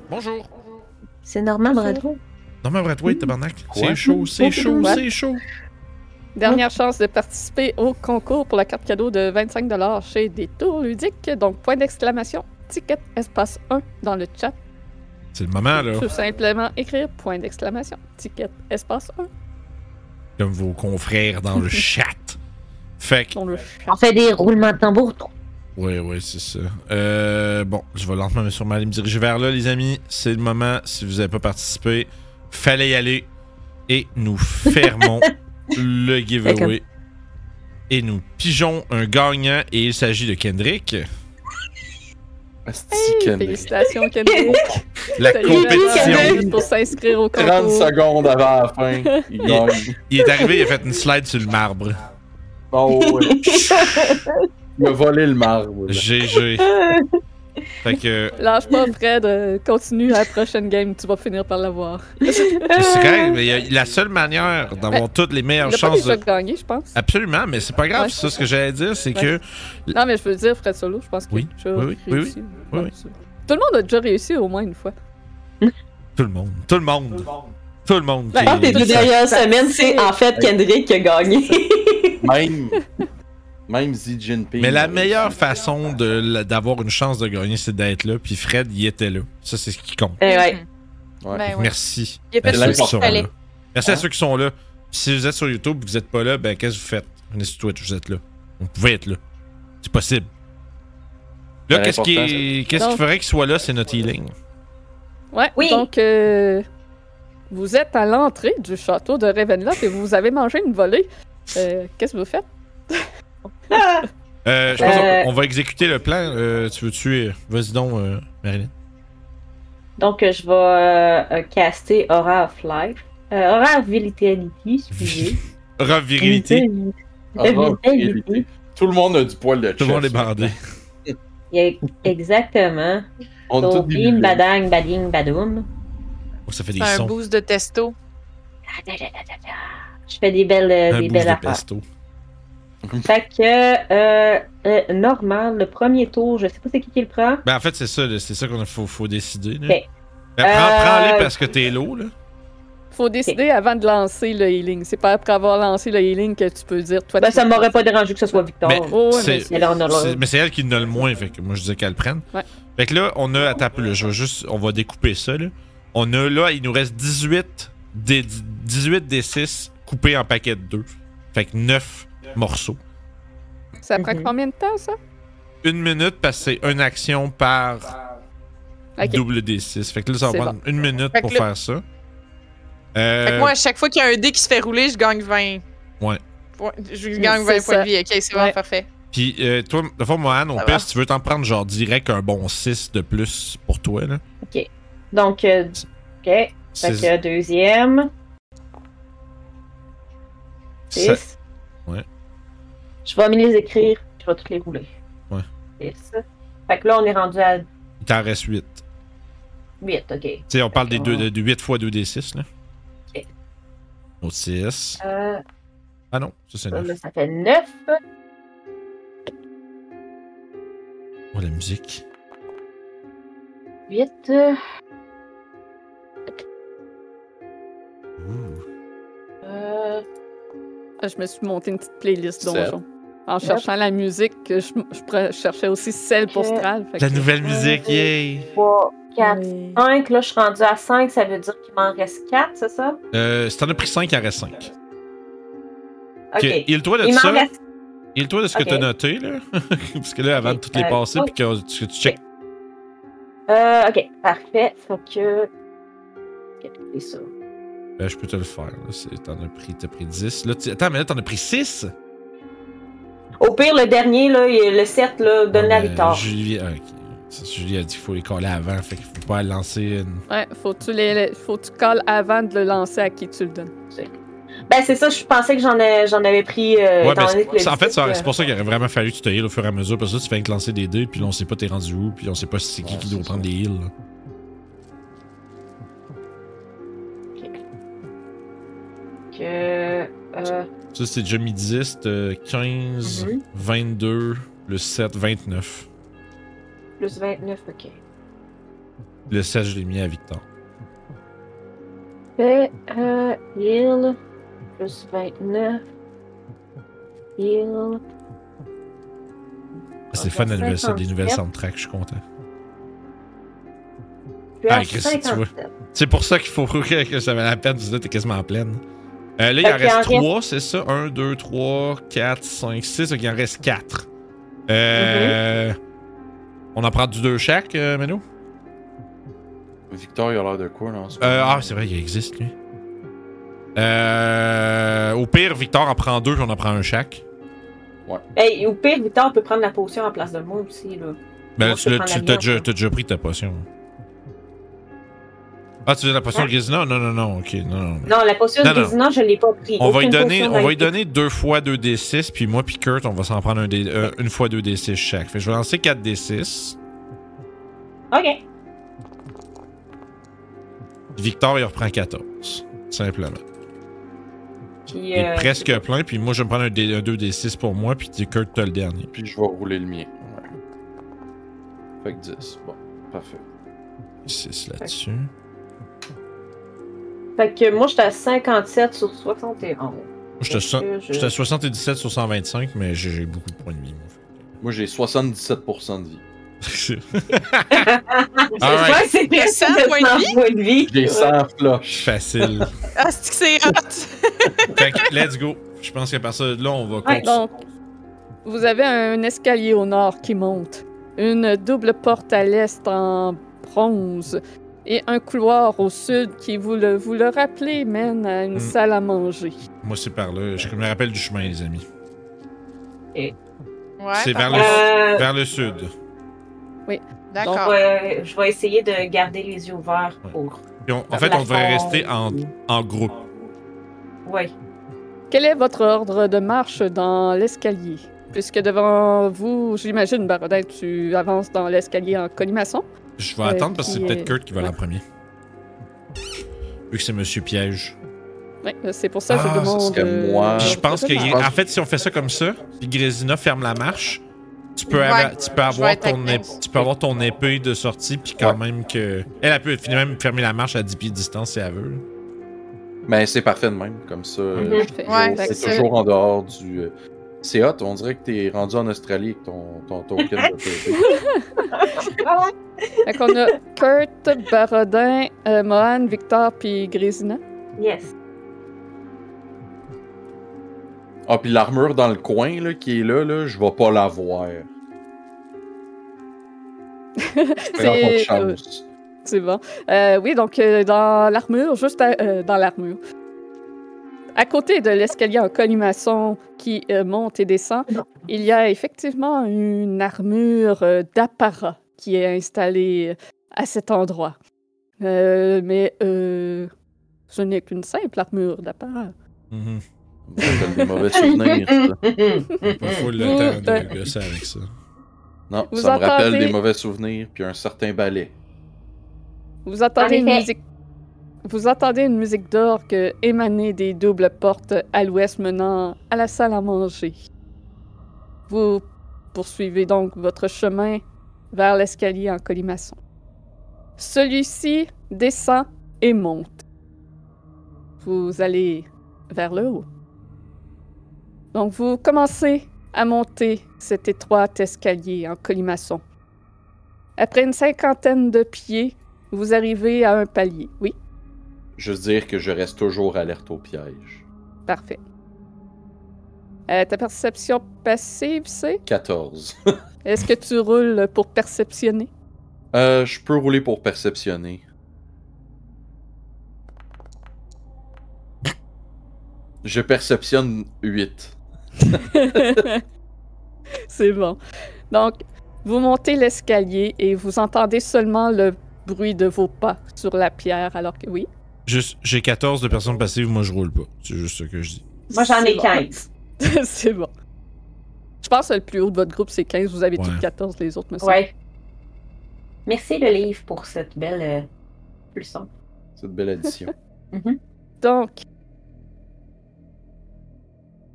S2: Bonjour.
S4: C'est normal, Bradley.
S2: Non, mais
S5: Mm.
S2: Bradway, tabarnak.
S3: Quoi?
S2: C'est chaud, c'est chaud,
S1: What?
S2: c'est chaud. Hein?
S1: Dernière chance de participer au concours pour la carte cadeau de 25 chez Détour Ludique. Donc, point d'exclamation ticket espace 1 dans le chat.
S2: C'est le moment, là.
S1: Tout simplement écrire point d'exclamation ticket espace 1.
S2: Comme vos confrères dans le chat. Fait que.
S1: dans le champ.
S6: On fait des roulements de tambour.
S2: Oui, oui, c'est ça. Euh, bon, je vais lentement mais sûrement aller me diriger vers là, les amis. C'est le moment. Si vous n'avez pas participé, fallait y aller. Et nous fermons le
S6: D'accord.
S2: giveaway. Et nous pigeons un gagnant. Et il s'agit de Kendrick.
S3: Asti, Kendrick.
S1: Félicitations, Kendrick.
S2: La
S1: T'as eu
S2: compétition.
S1: raison, juste pour s'inscrire au
S3: 30
S1: concours.
S3: secondes avant la fin, il gagne.
S2: Il est arrivé, il a fait une slide sur le marbre.
S3: Oh, ouais. Il a volé le marbre. là.
S2: GG. Fait que.
S1: Lâche pas, Fred. euh, continue la prochaine game. Tu vas finir par l'avoir.
S2: C'est correct, mais il y a- la seule manière d'avoir toutes les
S1: Ben, Il
S2: meilleures
S1: n'a pas
S2: chances.
S1: déjà
S2: de- Ah,
S1: gagné, je pense.
S2: Absolument, mais c'est pas grave,
S1: Ouais.
S2: c'est ça ce que j'allais dire, c'est
S1: Ouais.
S2: que.
S1: Non, mais je veux dire, Fred Solo, je pense que
S2: Oui,
S1: tu as
S2: oui, oui, oui,
S1: réussi.
S2: oui,
S1: Non,
S2: oui.
S1: c'est- Tout le monde a déjà réussi au moins une fois.
S2: Tout le monde. Tout le monde. Tout le monde.
S1: Ben,
S2: qui-
S1: ah,
S4: Les deux
S2: qui-
S4: dernières semaines, c'est en fait Kendrick qui a gagné.
S3: Même, même Xi Jinping.
S2: Mais la
S3: euh,
S2: meilleure façon de la- d'avoir une chance de gagner, c'est d'être là. Puis Fred, il était là. Ça, c'est ce qui compte.
S4: Eh ouais.
S3: Ouais.
S5: Ben ouais.
S2: Merci.
S5: Il était
S2: Merci à ceux
S3: là
S2: qui
S3: pour
S2: sont
S6: fallait.
S2: là. Merci à
S3: Hein?
S2: ceux qui sont là. Puis si vous êtes sur YouTube et que vous n'êtes pas là, ben qu'est-ce que vous faites? Venez sur Twitch, vous êtes là. On pouvait être là. C'est possible. Là,
S3: Ben,
S2: qu'est-ce qui,
S3: l'important,
S2: est- qu'est-ce qui
S1: Donc-
S2: ferait qu'il soit là, c'est notre healing.
S1: Ouais,
S4: Oui.
S1: donc euh, vous êtes à l'entrée du château de Ravenloft et vous avez mangé une volée. Euh, Qu'est-ce que vous faites?
S4: Ah!
S2: Euh, je pense
S4: Euh.
S2: qu'on on va exécuter le plan. Euh, tu veux tuer. Vas-y donc, euh, Marilyn.
S4: Donc, euh, je vais euh, euh, caster Aura of Life. Euh, Aura of Vitality, excusez.
S2: Rob Virilité.
S4: Vitality.
S3: Aurore,
S4: Vitality.
S3: Tout le monde a du poil de chef.
S2: Tout le monde est bandé.
S4: Il y a- Exactement.
S3: On est
S4: Donc,
S3: tous des
S4: bim,
S3: bébés.
S4: badang, bading, badoum.
S2: Oh, ça fait des
S5: un
S2: sons.
S5: boost de testo.
S4: Je fais des belles, euh,
S2: Un
S4: des
S2: boost
S4: belles
S2: de
S4: affaires.
S2: pesto.
S4: Fait que, euh, euh, normal, le premier tour, je sais pas c'est qui qui le prend.
S2: Ben en fait, c'est ça, là, c'est ça qu'on a faut, faut décider. là.
S4: Ok.
S2: Ben, prends,
S4: Euh,
S2: prends-les parce que t'es lourd, là.
S1: Faut décider avant de lancer le healing. C'est pas après avoir lancé le healing que tu peux dire toi.
S4: Ben,
S1: tu-
S4: ça m'aurait pas dérangé que ce soit Victor.
S2: Mais
S1: Oh, ouais,
S2: Ben, c'est-
S1: mais
S4: Mais là, on a
S2: C'est-
S4: le-
S2: Mais c'est elle qui en a le moins, fait que moi je disais qu'elle le prenne.
S1: Ouais.
S2: Fait que là, on a. Attends, un peu, là, je vais juste. On va découper ça, là. On a là, il nous reste 18 des, 18 des 6 coupés en paquet de 2. Fait que 9 morceaux.
S1: Ça prend
S4: Mhm.
S1: combien de temps, ça?
S2: Une minute parce que c'est une action par
S1: Ok.
S2: double des 6. Fait que là, ça va
S1: C'est
S2: prendre une minute
S5: Fait que
S2: pour
S5: le-
S2: faire ça. Euh,
S5: Fait que moi, à chaque fois qu'il y a un dé qui se fait rouler, je gagne 20.
S2: Ouais.
S5: Point- Je gagne
S1: C'est
S5: 20 points
S1: ça.
S5: de vie. Ok, c'est vraiment
S1: Ouais.
S5: parfait.
S2: Puis, euh, toi, de fois, Mohan, au
S5: Ça
S2: pire,
S5: va.
S2: si tu veux t'en prendre, genre direct un bon 6 de plus pour toi, là.
S4: Donc, euh, ok. Fait
S2: C'est-
S4: que deuxième,
S2: ça-
S4: 6.
S2: Ouais.
S4: Je vais me les écrire, je vais toutes les rouler.
S2: Ouais.
S4: 6. Fait que là, on est rendu à
S2: Il t'en reste 8. Tu
S4: 8, ok.
S2: sais, on parle des
S4: qu'on-
S2: deux, de, 8 fois 2 des 6, là.
S4: Ok.
S2: Autre 6.
S4: Euh,
S2: Ah non, ça c'est 9.
S4: là, ça fait 9.
S2: Oh, la musique.
S4: 8.
S2: Ouh.
S4: Euh,
S1: Je me suis monté une petite playlist
S3: Sept.
S1: donjon. En cherchant la musique, que je, je pre- je cherchais aussi celle pour
S4: Que-
S1: Stral. fait
S2: La
S1: que-
S2: nouvelle musique, yay!
S4: 3, 4,
S1: Mais-
S4: 5. Là, je suis rendu à 5, ça veut dire qu'il m'en reste 4, c'est ça?
S2: Euh, si t'en as pris 5, il en reste 5.
S4: Ok.
S2: Heal-toi de
S4: Il m'en
S2: ça.
S4: reste.
S2: Heal-toi de ce que
S4: Ok.
S2: t'as noté, là. Parce que là, avant de
S4: Ok,
S2: toutes les
S4: euh,
S2: passer,
S4: oh.
S2: puis que tu, tu check.
S4: Euh, ok, parfait. Faut que. Calculer ça.
S2: Ben, je peux te le faire, là. C'est- T'en as pris, t'as pris 10. Là, tu- Attends, mais là, t'en as pris 6?
S4: Au pire, le dernier, là, il- le 7, là, donne la
S2: Euh,
S4: victoire.
S2: Julie, ah, ok. Ça, Julie a dit qu'il faut les coller avant, fait qu'il faut pas lancer une.
S1: Ouais, faut que tu les, faut que tu colles avant de le lancer à qui tu le donnes.
S4: Ben, c'est ça, je pensais que j'en ai- j'en avais pris. euh,
S2: ouais,
S4: étant donné que
S2: mais
S4: le
S2: c'est- en fait,
S4: titre,
S2: ça-
S4: euh,
S2: c'est pour ça qu'il aurait vraiment fallu que tu te heal au fur et à mesure, parce que là, tu fais que lancer des dés, puis là, on sait pas t'es rendu où, puis on sait pas si c'est qui
S3: Ouais,
S2: qui
S3: c'est
S2: doit
S3: ça.
S2: prendre des heals. là.
S4: que, euh,
S2: Ça, c'est déjà mis 10, t'as 15,
S4: Mhm.
S2: 22, le 7, 29.
S4: plus 29, ok.
S2: Le 7, je l'ai mis à Victor.
S4: Fait, euh, heal, plus 29. Heal.
S2: C'est fun, la nouvelle, ça, des
S4: 57.
S2: nouvelles soundtracks, je suis content.
S4: Je suis
S2: Ah,
S4: à
S2: Christy, tu
S4: 57.
S2: Ah, C'est pour ça qu'il faut que que ça valait la peine, parce que là, t'es quasiment en pleine. Euh, là, il
S4: Fait
S2: en
S4: qu'il en
S2: reste
S4: reste-
S2: 3, c'est ça? 1, 2, 3, 4, 5, 6. Donc, il en reste 4. Euh, On en prend du 2 chaque, euh, Mano?
S3: Victor, il a l'air de quoi, là? en ce
S2: Euh,
S3: moment?
S2: ah, c'est vrai, il existe, lui. Euh, au pire, Victor en prend 2 puis on en prend un chaque.
S4: Hey, au pire, Victor peut prendre la potion en place de moi aussi, là.
S2: Ben,
S4: Moi,
S2: tu
S4: je
S2: l'as-
S4: prends la
S2: tu
S4: mienne, hein.
S2: t'as déjà,
S4: moi.
S2: t'as déjà pris ta potion. Ah, tu veux la potion de Grisina? Non, non, non, ok, non, non.
S4: Non, la potion
S2: Non,
S4: de
S2: non.
S4: Grisina, je ne l'ai pas pris.
S2: On va, lui
S4: Aucune
S2: donner,
S4: potion
S2: on
S4: n'a
S2: va lui
S4: été-
S2: donner deux fois 2d6, puis moi puis Kurt, on va s'en prendre un dé- euh, une fois 2d6 chaque. Fait que je vais lancer 4d6.
S4: Ok.
S2: Victor, il reprend 14. Simplement.
S4: Puis,
S2: Il est
S4: euh,
S2: presque plein, puis moi, je vais me prendre un, dé- un 2d6 pour moi, puis Kurt, t'as le dernier.
S3: Puis je vais rouler le mien. Ouais. Fait que 10. Bon, parfait.
S2: 6 là-dessus.
S4: Fait que moi, j'étais à 57 sur 71.
S2: Moi, j'étais so- j'étais à 77 sur 125, mais j'ai j'ai beaucoup de points de vie, moi.
S3: Moi, j'ai 77% de vie.
S2: Alright.
S4: Ouais, c'est
S5: Le cent
S4: presque
S5: points de
S4: 100
S5: vie?
S4: points de vie.
S3: J'ai 100 floches.
S2: Facile.
S5: Ah, c'est que c'est hot!
S2: fait que, let's go. Je pense qu'à partir de là, on va
S4: Ouais,
S2: continuer.
S1: Donc, vous avez un escalier au nord qui monte, une double porte à l'est en bronze et un couloir au sud qui, vous le, vous le rappelez, mène à une
S2: Mm.
S1: salle à manger.
S2: Moi, c'est par là. Je me rappelle du chemin, les amis.
S5: Ouais,
S2: C'est vers
S5: par-
S2: le-
S4: Euh,
S2: Vers le sud.
S5: D'accord.
S4: ouais, je vais essayer de garder les yeux ouverts
S2: Ouais.
S4: pour.
S2: Puis on- en fait, on devrait rester en, en groupe.
S4: Ouais.
S1: Quel est votre ordre de marche dans l'escalier? Puisque devant vous, j'imagine, Barodin, tu avances dans l'escalier en colimaçon.
S2: Je vais
S1: Euh,
S2: attendre parce que c'est
S1: puis,
S2: peut-être
S1: euh,
S2: Kurt qui va aller en
S1: ouais.
S2: premier. Vu que c'est Monsieur Piège.
S1: Ouais, c'est pour ça que
S2: Ah,
S1: je
S2: ça
S1: demande.
S3: serait
S1: euh,
S3: moi.
S2: Puis je
S1: l'ordre
S2: pense
S1: de
S2: que,
S1: marche.
S2: en fait, si on fait ça comme ça, puis Grésina ferme la marche, tu peux,
S5: Ouais.
S2: avoir, tu peux,
S5: vais
S2: avoir,
S5: être
S2: ton
S5: active.
S2: ép- tu peux avoir ton épée de sortie, puis quand
S3: Ouais.
S2: même que. Elle, elle peut finir même fermer la marche à 10 pieds de distance si elle veut. là.
S3: Mais Ben, c'est parfait de même, comme ça. euh,
S4: Mhm.
S3: c'est
S5: Ouais,
S3: toujours-
S5: fait que
S3: c'est
S5: ça-
S3: toujours en dehors du. euh, C'est hot, on dirait que t'es rendu en Australie avec ton, ton token de PvP.
S1: Fait qu'on a Kurt, Barodin, euh, Mohan, Victor, puis Grésina.
S4: Yes.
S3: Ah, puis l'armure dans le coin là, qui est là, là je vais pas la voir. Fais dans ton
S1: C'est-
S3: chance.
S1: C'est bon. Euh, oui, donc euh, dans l'armure, juste à- euh, dans l'armure. À côté de l'escalier en colimaçon qui euh, monte et descend, il y a effectivement une armure euh, d'apparat qui est installée euh, à cet endroit. Euh, mais euh, ce n'est qu'une simple armure d'apparat.
S2: Mhm.
S3: Ça me rappelle des mauvais souvenirs. ça.
S2: Pas full
S1: Vous,
S2: le temps
S1: euh,
S2: de gosser avec ça.
S3: Non,
S1: Vous
S3: ça me rappelle
S1: entendez-
S3: des mauvais souvenirs, puis un certain balai.
S1: Vous entendez
S4: En
S1: une
S4: effet.
S1: musique. Vous entendez une musique d'orgue émaner des doubles portes à l'ouest menant à la salle à manger. Vous poursuivez donc votre chemin vers l'escalier en colimaçon. Celui-ci descend et monte. Vous allez vers le haut. Donc vous commencez à monter cet étroit escalier en colimaçon. Après une cinquantaine de pieds, vous arrivez à un palier. Oui,
S3: Juste dire que je reste toujours alerte au piège.
S1: parfait. Euh, ta perception passive, c'est
S3: 14.
S1: Est-ce que tu roules pour perceptionner
S3: Euh, je peux rouler pour perceptionner. Je perceptionne 8.
S1: C'est bon. Donc, vous montez l'escalier et vous entendez seulement le bruit de vos pas sur la pierre, alors que oui.
S2: Juste, j'ai 14 de personnes passives, moi je roule pas. C'est juste ce que je dis.
S4: Moi, j'en ai
S1: c'est bon.
S4: 15.
S1: c'est bon. Je pense que le plus haut de votre groupe, c'est 15. Vous avez
S2: Ouais.
S1: tous 14, les autres, me semble.
S4: Ouais. Merci, le livre, pour cette belle euh, leçon.
S3: C'est une belle addition.
S1: Donc,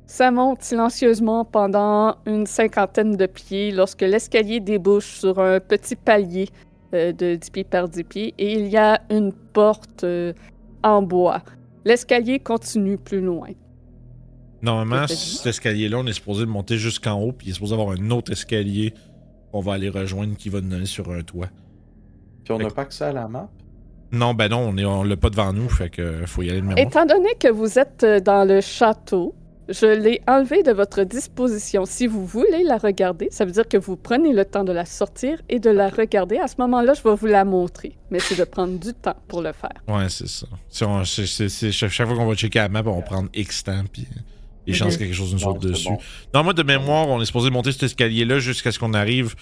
S1: ça monte silencieusement pendant une cinquantaine de pieds lorsque l'escalier débouche sur un petit palier euh, de 10 pieds par 10 pieds et il y a une porte euh, en bois. L'escalier continue plus loin.
S2: Normalement,
S1: Tout à fait.
S2: cet escalier-là, on est supposé le monter jusqu'en haut, puis il est supposé avoir un autre escalier qu'on va aller rejoindre qui va nous donner sur un toit.
S3: Puis on n'a pas accès à la map.
S2: Non, ben non, on est- on l'a pas devant nous, fait que faut y aller de mémoire.
S1: Étant donné que vous êtes euh, dans le château, je l'ai enlevée de votre disposition. Si vous voulez la regarder, ça veut dire que vous prenez le temps de la sortir et de la regarder. À ce moment-là, je vais vous la montrer. Mais c'est de prendre du temps pour le faire.
S2: Ouais, c'est ça. Si on- c'est- c'est- c'est- chaque chaque fois qu'on va checker la map, on va prendre X temps, puis les chances que quelque chose nous saute
S3: Non, c'est
S2: dessus.
S3: bon.
S2: Non, moi, de mémoire, on est supposé monter cet escalier-là jusqu'à ce qu'on arrive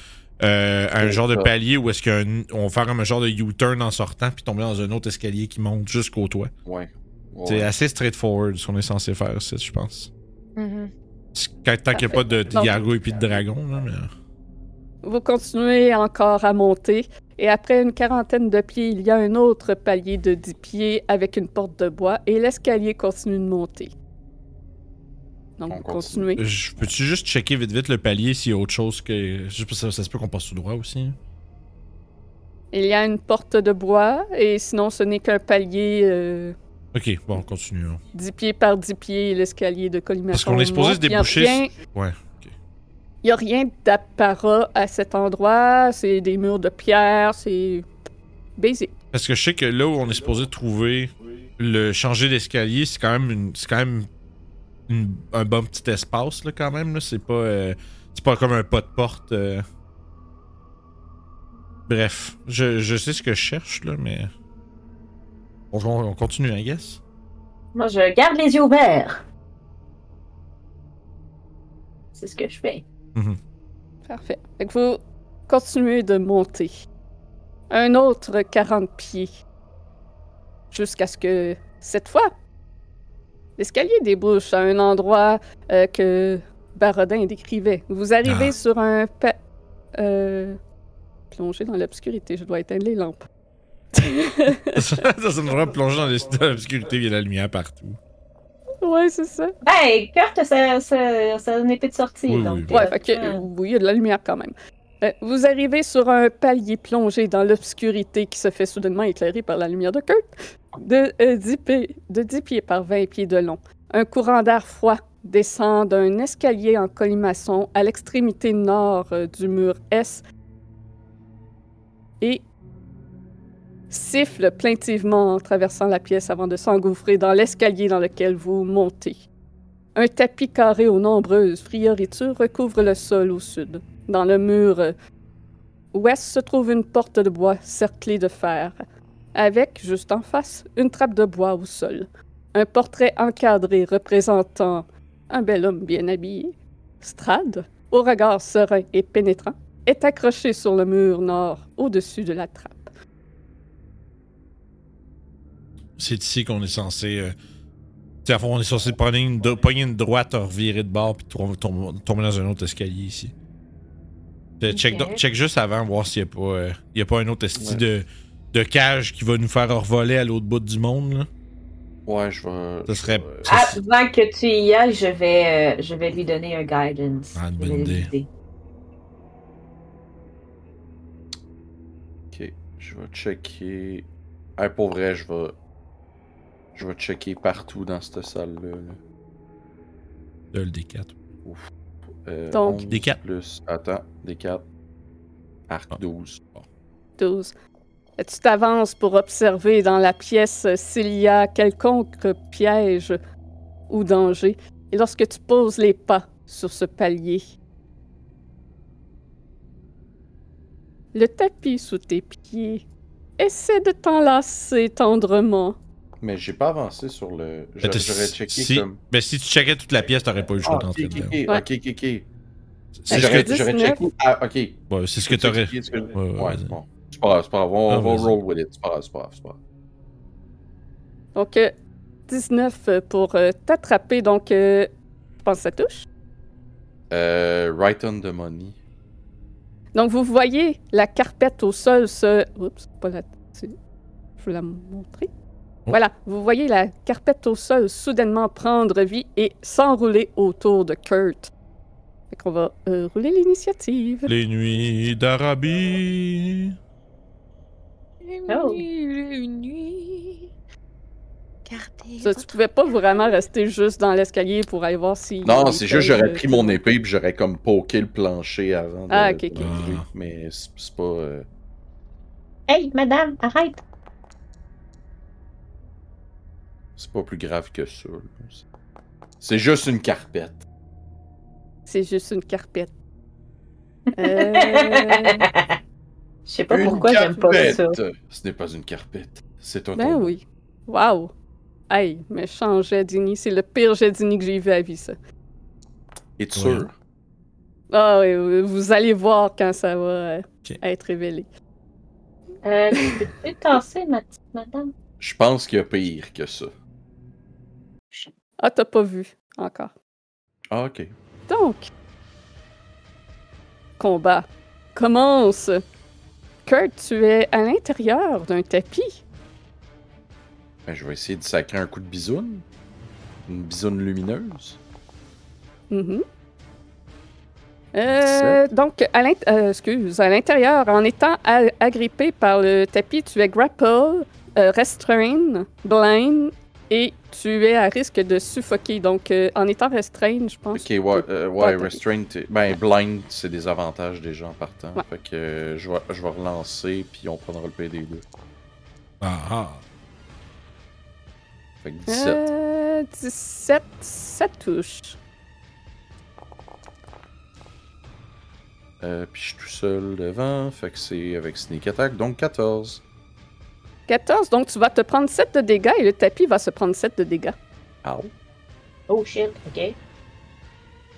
S2: euh, à un
S3: C'est
S2: genre de
S3: ça.
S2: palier où est-ce qu'on va faire comme un genre de U-turn en sortant, puis tomber dans un autre escalier qui monte jusqu'au toit.
S3: Ouais. Ouais.
S2: C'est assez straightforward ce qu'on est censé faire, ça, je pense.
S5: Mhm.
S2: C'est- Quand, tant qu'il n'y
S1: Parfait.
S2: a pas de, de
S1: Donc-
S2: gargouille et puis de dragon, là, mais... euh,
S1: Vous continuez encore à monter et après une quarantaine de pieds, il y a un autre palier de 10 pieds avec une porte de bois et l'escalier continue de monter. Donc,
S3: On
S1: vous
S3: continue.
S1: continuez.
S2: Je peux-tu juste checker vite vite le palier s'il y a autre chose que. Je sais pas, ça, ça se peut qu'on passe tout droit aussi. hein?
S1: Il y a une porte de bois et sinon, ce n'est qu'un palier euh,
S2: Ok, bon, hein. continuons.
S1: 10 pieds par 10 pieds et l'escalier de collimaçon.
S2: Parce qu'on est supposé
S1: monte.
S2: se
S1: Il y a
S2: déboucher
S1: rien-
S2: Ouais,
S1: Il n'y a rien d'apparat à cet endroit. C'est des murs de pierre, c'est basic.
S2: Parce que je sais que là où on est supposé trouver le changer d'escalier, c'est quand même une, c'est quand même une- un bon petit espace là quand même là. C'est pas, euh, c'est pas comme un pas de porte. euh. Bref, je, je sais ce que je cherche là, mais on, on- on continue, I guess.
S4: Moi, je garde les yeux ouverts. C'est ce que je fais.
S1: Parfait. Fait que vous continuez de monter. Un autre 40 pieds. Jusqu'à ce que, cette fois, l'escalier débouche à un endroit euh, que Barodin décrivait. Vous arrivez
S2: Ah.
S1: sur un... pa- euh, plongé dans l'obscurité, je dois éteindre les lampes.
S2: ça ça me fera plonger dans les- dans l'obscurité, il y a la lumière partout.
S1: Ouais, c'est ça.
S4: Ben, Kurt, ça, ça, ça a une épée de sortie.
S2: Oui,
S4: donc,
S2: oui.
S1: Ouais,
S4: euh,
S1: fait que, euh, oui, il y a de la lumière quand même. Euh, vous arrivez sur un palier plongé dans l'obscurité qui se fait soudainement éclairer par la lumière de Kurt, de, euh, 10, pieds, de 10 pieds par 20 pieds de long. Un courant d'air froid descend d'un escalier en colimaçon à l'extrémité nord euh, du mur S et siffle plaintivement en traversant la pièce avant de s'engouffrer dans l'escalier dans lequel vous montez. Un tapis carré aux nombreuses frioritures recouvre le sol au sud. Dans le mur euh, ouest se trouve une porte de bois cerclée de fer, avec, juste en face, une trappe de bois au sol. Un portrait encadré représentant un bel homme bien habillé, Strad, au regard serein et pénétrant, est accroché sur le mur nord au-dessus de la trappe.
S2: C'est ici qu'on est censé. euh, tu sais, à fond, on est censé pogner une, do- pogner une droite, revirer de bord, puis tom- tom- tomber dans un autre escalier ici. Euh, Check,
S4: Ok.
S2: donc- check juste avant, voir s'il n'y a, pas, euh, il y a pas un autre esti de, de cage qui va nous faire revoler à l'autre bout du monde. Là.
S3: Ouais, je vais.
S2: Ça
S3: je
S2: serait-
S3: vais-
S2: ça, c'est-
S4: Avant que tu y ailles, je vais, euh, je vais lui donner un guidance.
S2: Ah, une
S4: Je
S2: bonne
S4: vais le
S2: idée.
S4: guider.
S3: Ok, je vais checker. Ah, pour vrai, je vais. Je vais checker partout dans cette salle-là. là.
S2: Là, le D4.
S3: Euh,
S1: Donc-
S3: 11
S2: Des quatre. Ah.
S3: Plus. Attends, des 4. Arc 12.
S1: 12. Tu t'avances pour observer dans la pièce euh, s'il y a quelconque piège ou danger. Et lorsque tu poses les pas sur ce palier, le tapis sous tes pieds essaie de t'enlacer tendrement.
S3: Mais j'ai pas avancé sur le. je-
S2: Ben, t'as-
S3: J'aurais checké
S2: si,
S3: comme.
S2: ben, si tu checkais toute la pièce, t'aurais pas eu le choix
S3: Ah, ok,
S2: d'entrer
S3: ok,
S2: dedans.
S3: ok,
S1: Ouais.
S3: ok, ok, ok.
S2: C'est ce
S1: J'aurais-
S2: que-
S1: que-
S3: J'aurais checké. Ah, ok. Est-ce
S2: ouais, c'est ce que t'aurais. Ouais, ouais,
S3: Ouais,
S2: vas-y.
S3: bon. C'est pas grave, c'est pas grave. On
S2: Ah,
S3: va
S2: vas-y.
S3: roll with it. C'est pas grave, c'est pas grave, c'est pas grave.
S1: Donc, euh, 19 pour euh, t'attraper. Donc, euh, je pense que ça touche.
S3: Euh, right on the money.
S1: Donc, vous voyez la carpette au sol se. Oups, pas la. c'est- Je vais la montrer. Voilà, vous voyez la carpette au sol soudainement prendre vie et s'enrouler autour de Kurt. Fait qu'on va euh, rouler l'initiative.
S2: Les nuits d'Arabie.
S5: Une
S4: Oh.
S5: nuit, une nuit. Gardez.
S1: Ça, tu pouvais pas vraiment rester juste dans l'escalier pour aller voir si.
S3: Non, c'est juste j'aurais pris mon
S1: nez.
S3: épée puis j'aurais comme poké le plancher avant. De,
S1: euh, Ah, ok, ok.
S3: Euh. de l'ouvrir, Mais c'est c'est pas. euh,
S4: Hey, madame, arrête!
S3: C'est pas plus grave que ça. là. C'est- C'est juste une carpette.
S1: C'est juste une carpette. Euh,
S4: Je sais pas
S3: Une
S4: pourquoi j'aime pas
S3: carpette.
S4: ça.
S3: Ce n'est pas une carpette. C'est un
S1: Ben
S3: tombeau.
S1: oui. Wow. Hey, mais changer Dini, c'est le pire Jadini que j'ai vu à vie, ça.
S3: Es-tu
S2: Ouais.
S3: sûr?
S1: Ah oui, oui, vous allez voir quand ça va euh,
S2: Ok.
S1: être révélé.
S4: Euh, peux-tu tasser ma petite madame?
S3: Je pense qu'il y a pire que ça.
S1: Ah, t'as pas vu encore.
S3: Ah, ok.
S1: Donc, combat commence. Kurt, tu es à l'intérieur d'un tapis.
S3: Ben, je vais essayer de sacrer un coup de bisoune. Une bisoune lumineuse.
S1: Mhm. Euh, donc, à l'int- euh, excuse, à l'intérieur, en étant a- agrippé par le tapis, tu es grapple, euh, restreint, blind et tu es à risque de suffoquer. Donc, euh, en étant restreint, je pense.
S3: Ok, ouais, euh, ouais,
S1: attaquer.
S3: restraint. t'es- Ben, blind, c'est des avantages des gens partant.
S1: Ouais.
S3: Fait que euh, je vais, je vais relancer, puis on prendra le PD2.
S2: Ah, ah.
S3: Fait que 17.
S1: Euh, 17, ça touche.
S3: Euh, puis je suis tout seul devant, fait que c'est avec sneak attack, donc 14.
S1: 14, donc tu vas te prendre 7 de dégâts et le tapis va se prendre 7 de dégâts.
S3: Ow.
S4: Oh shit, ok.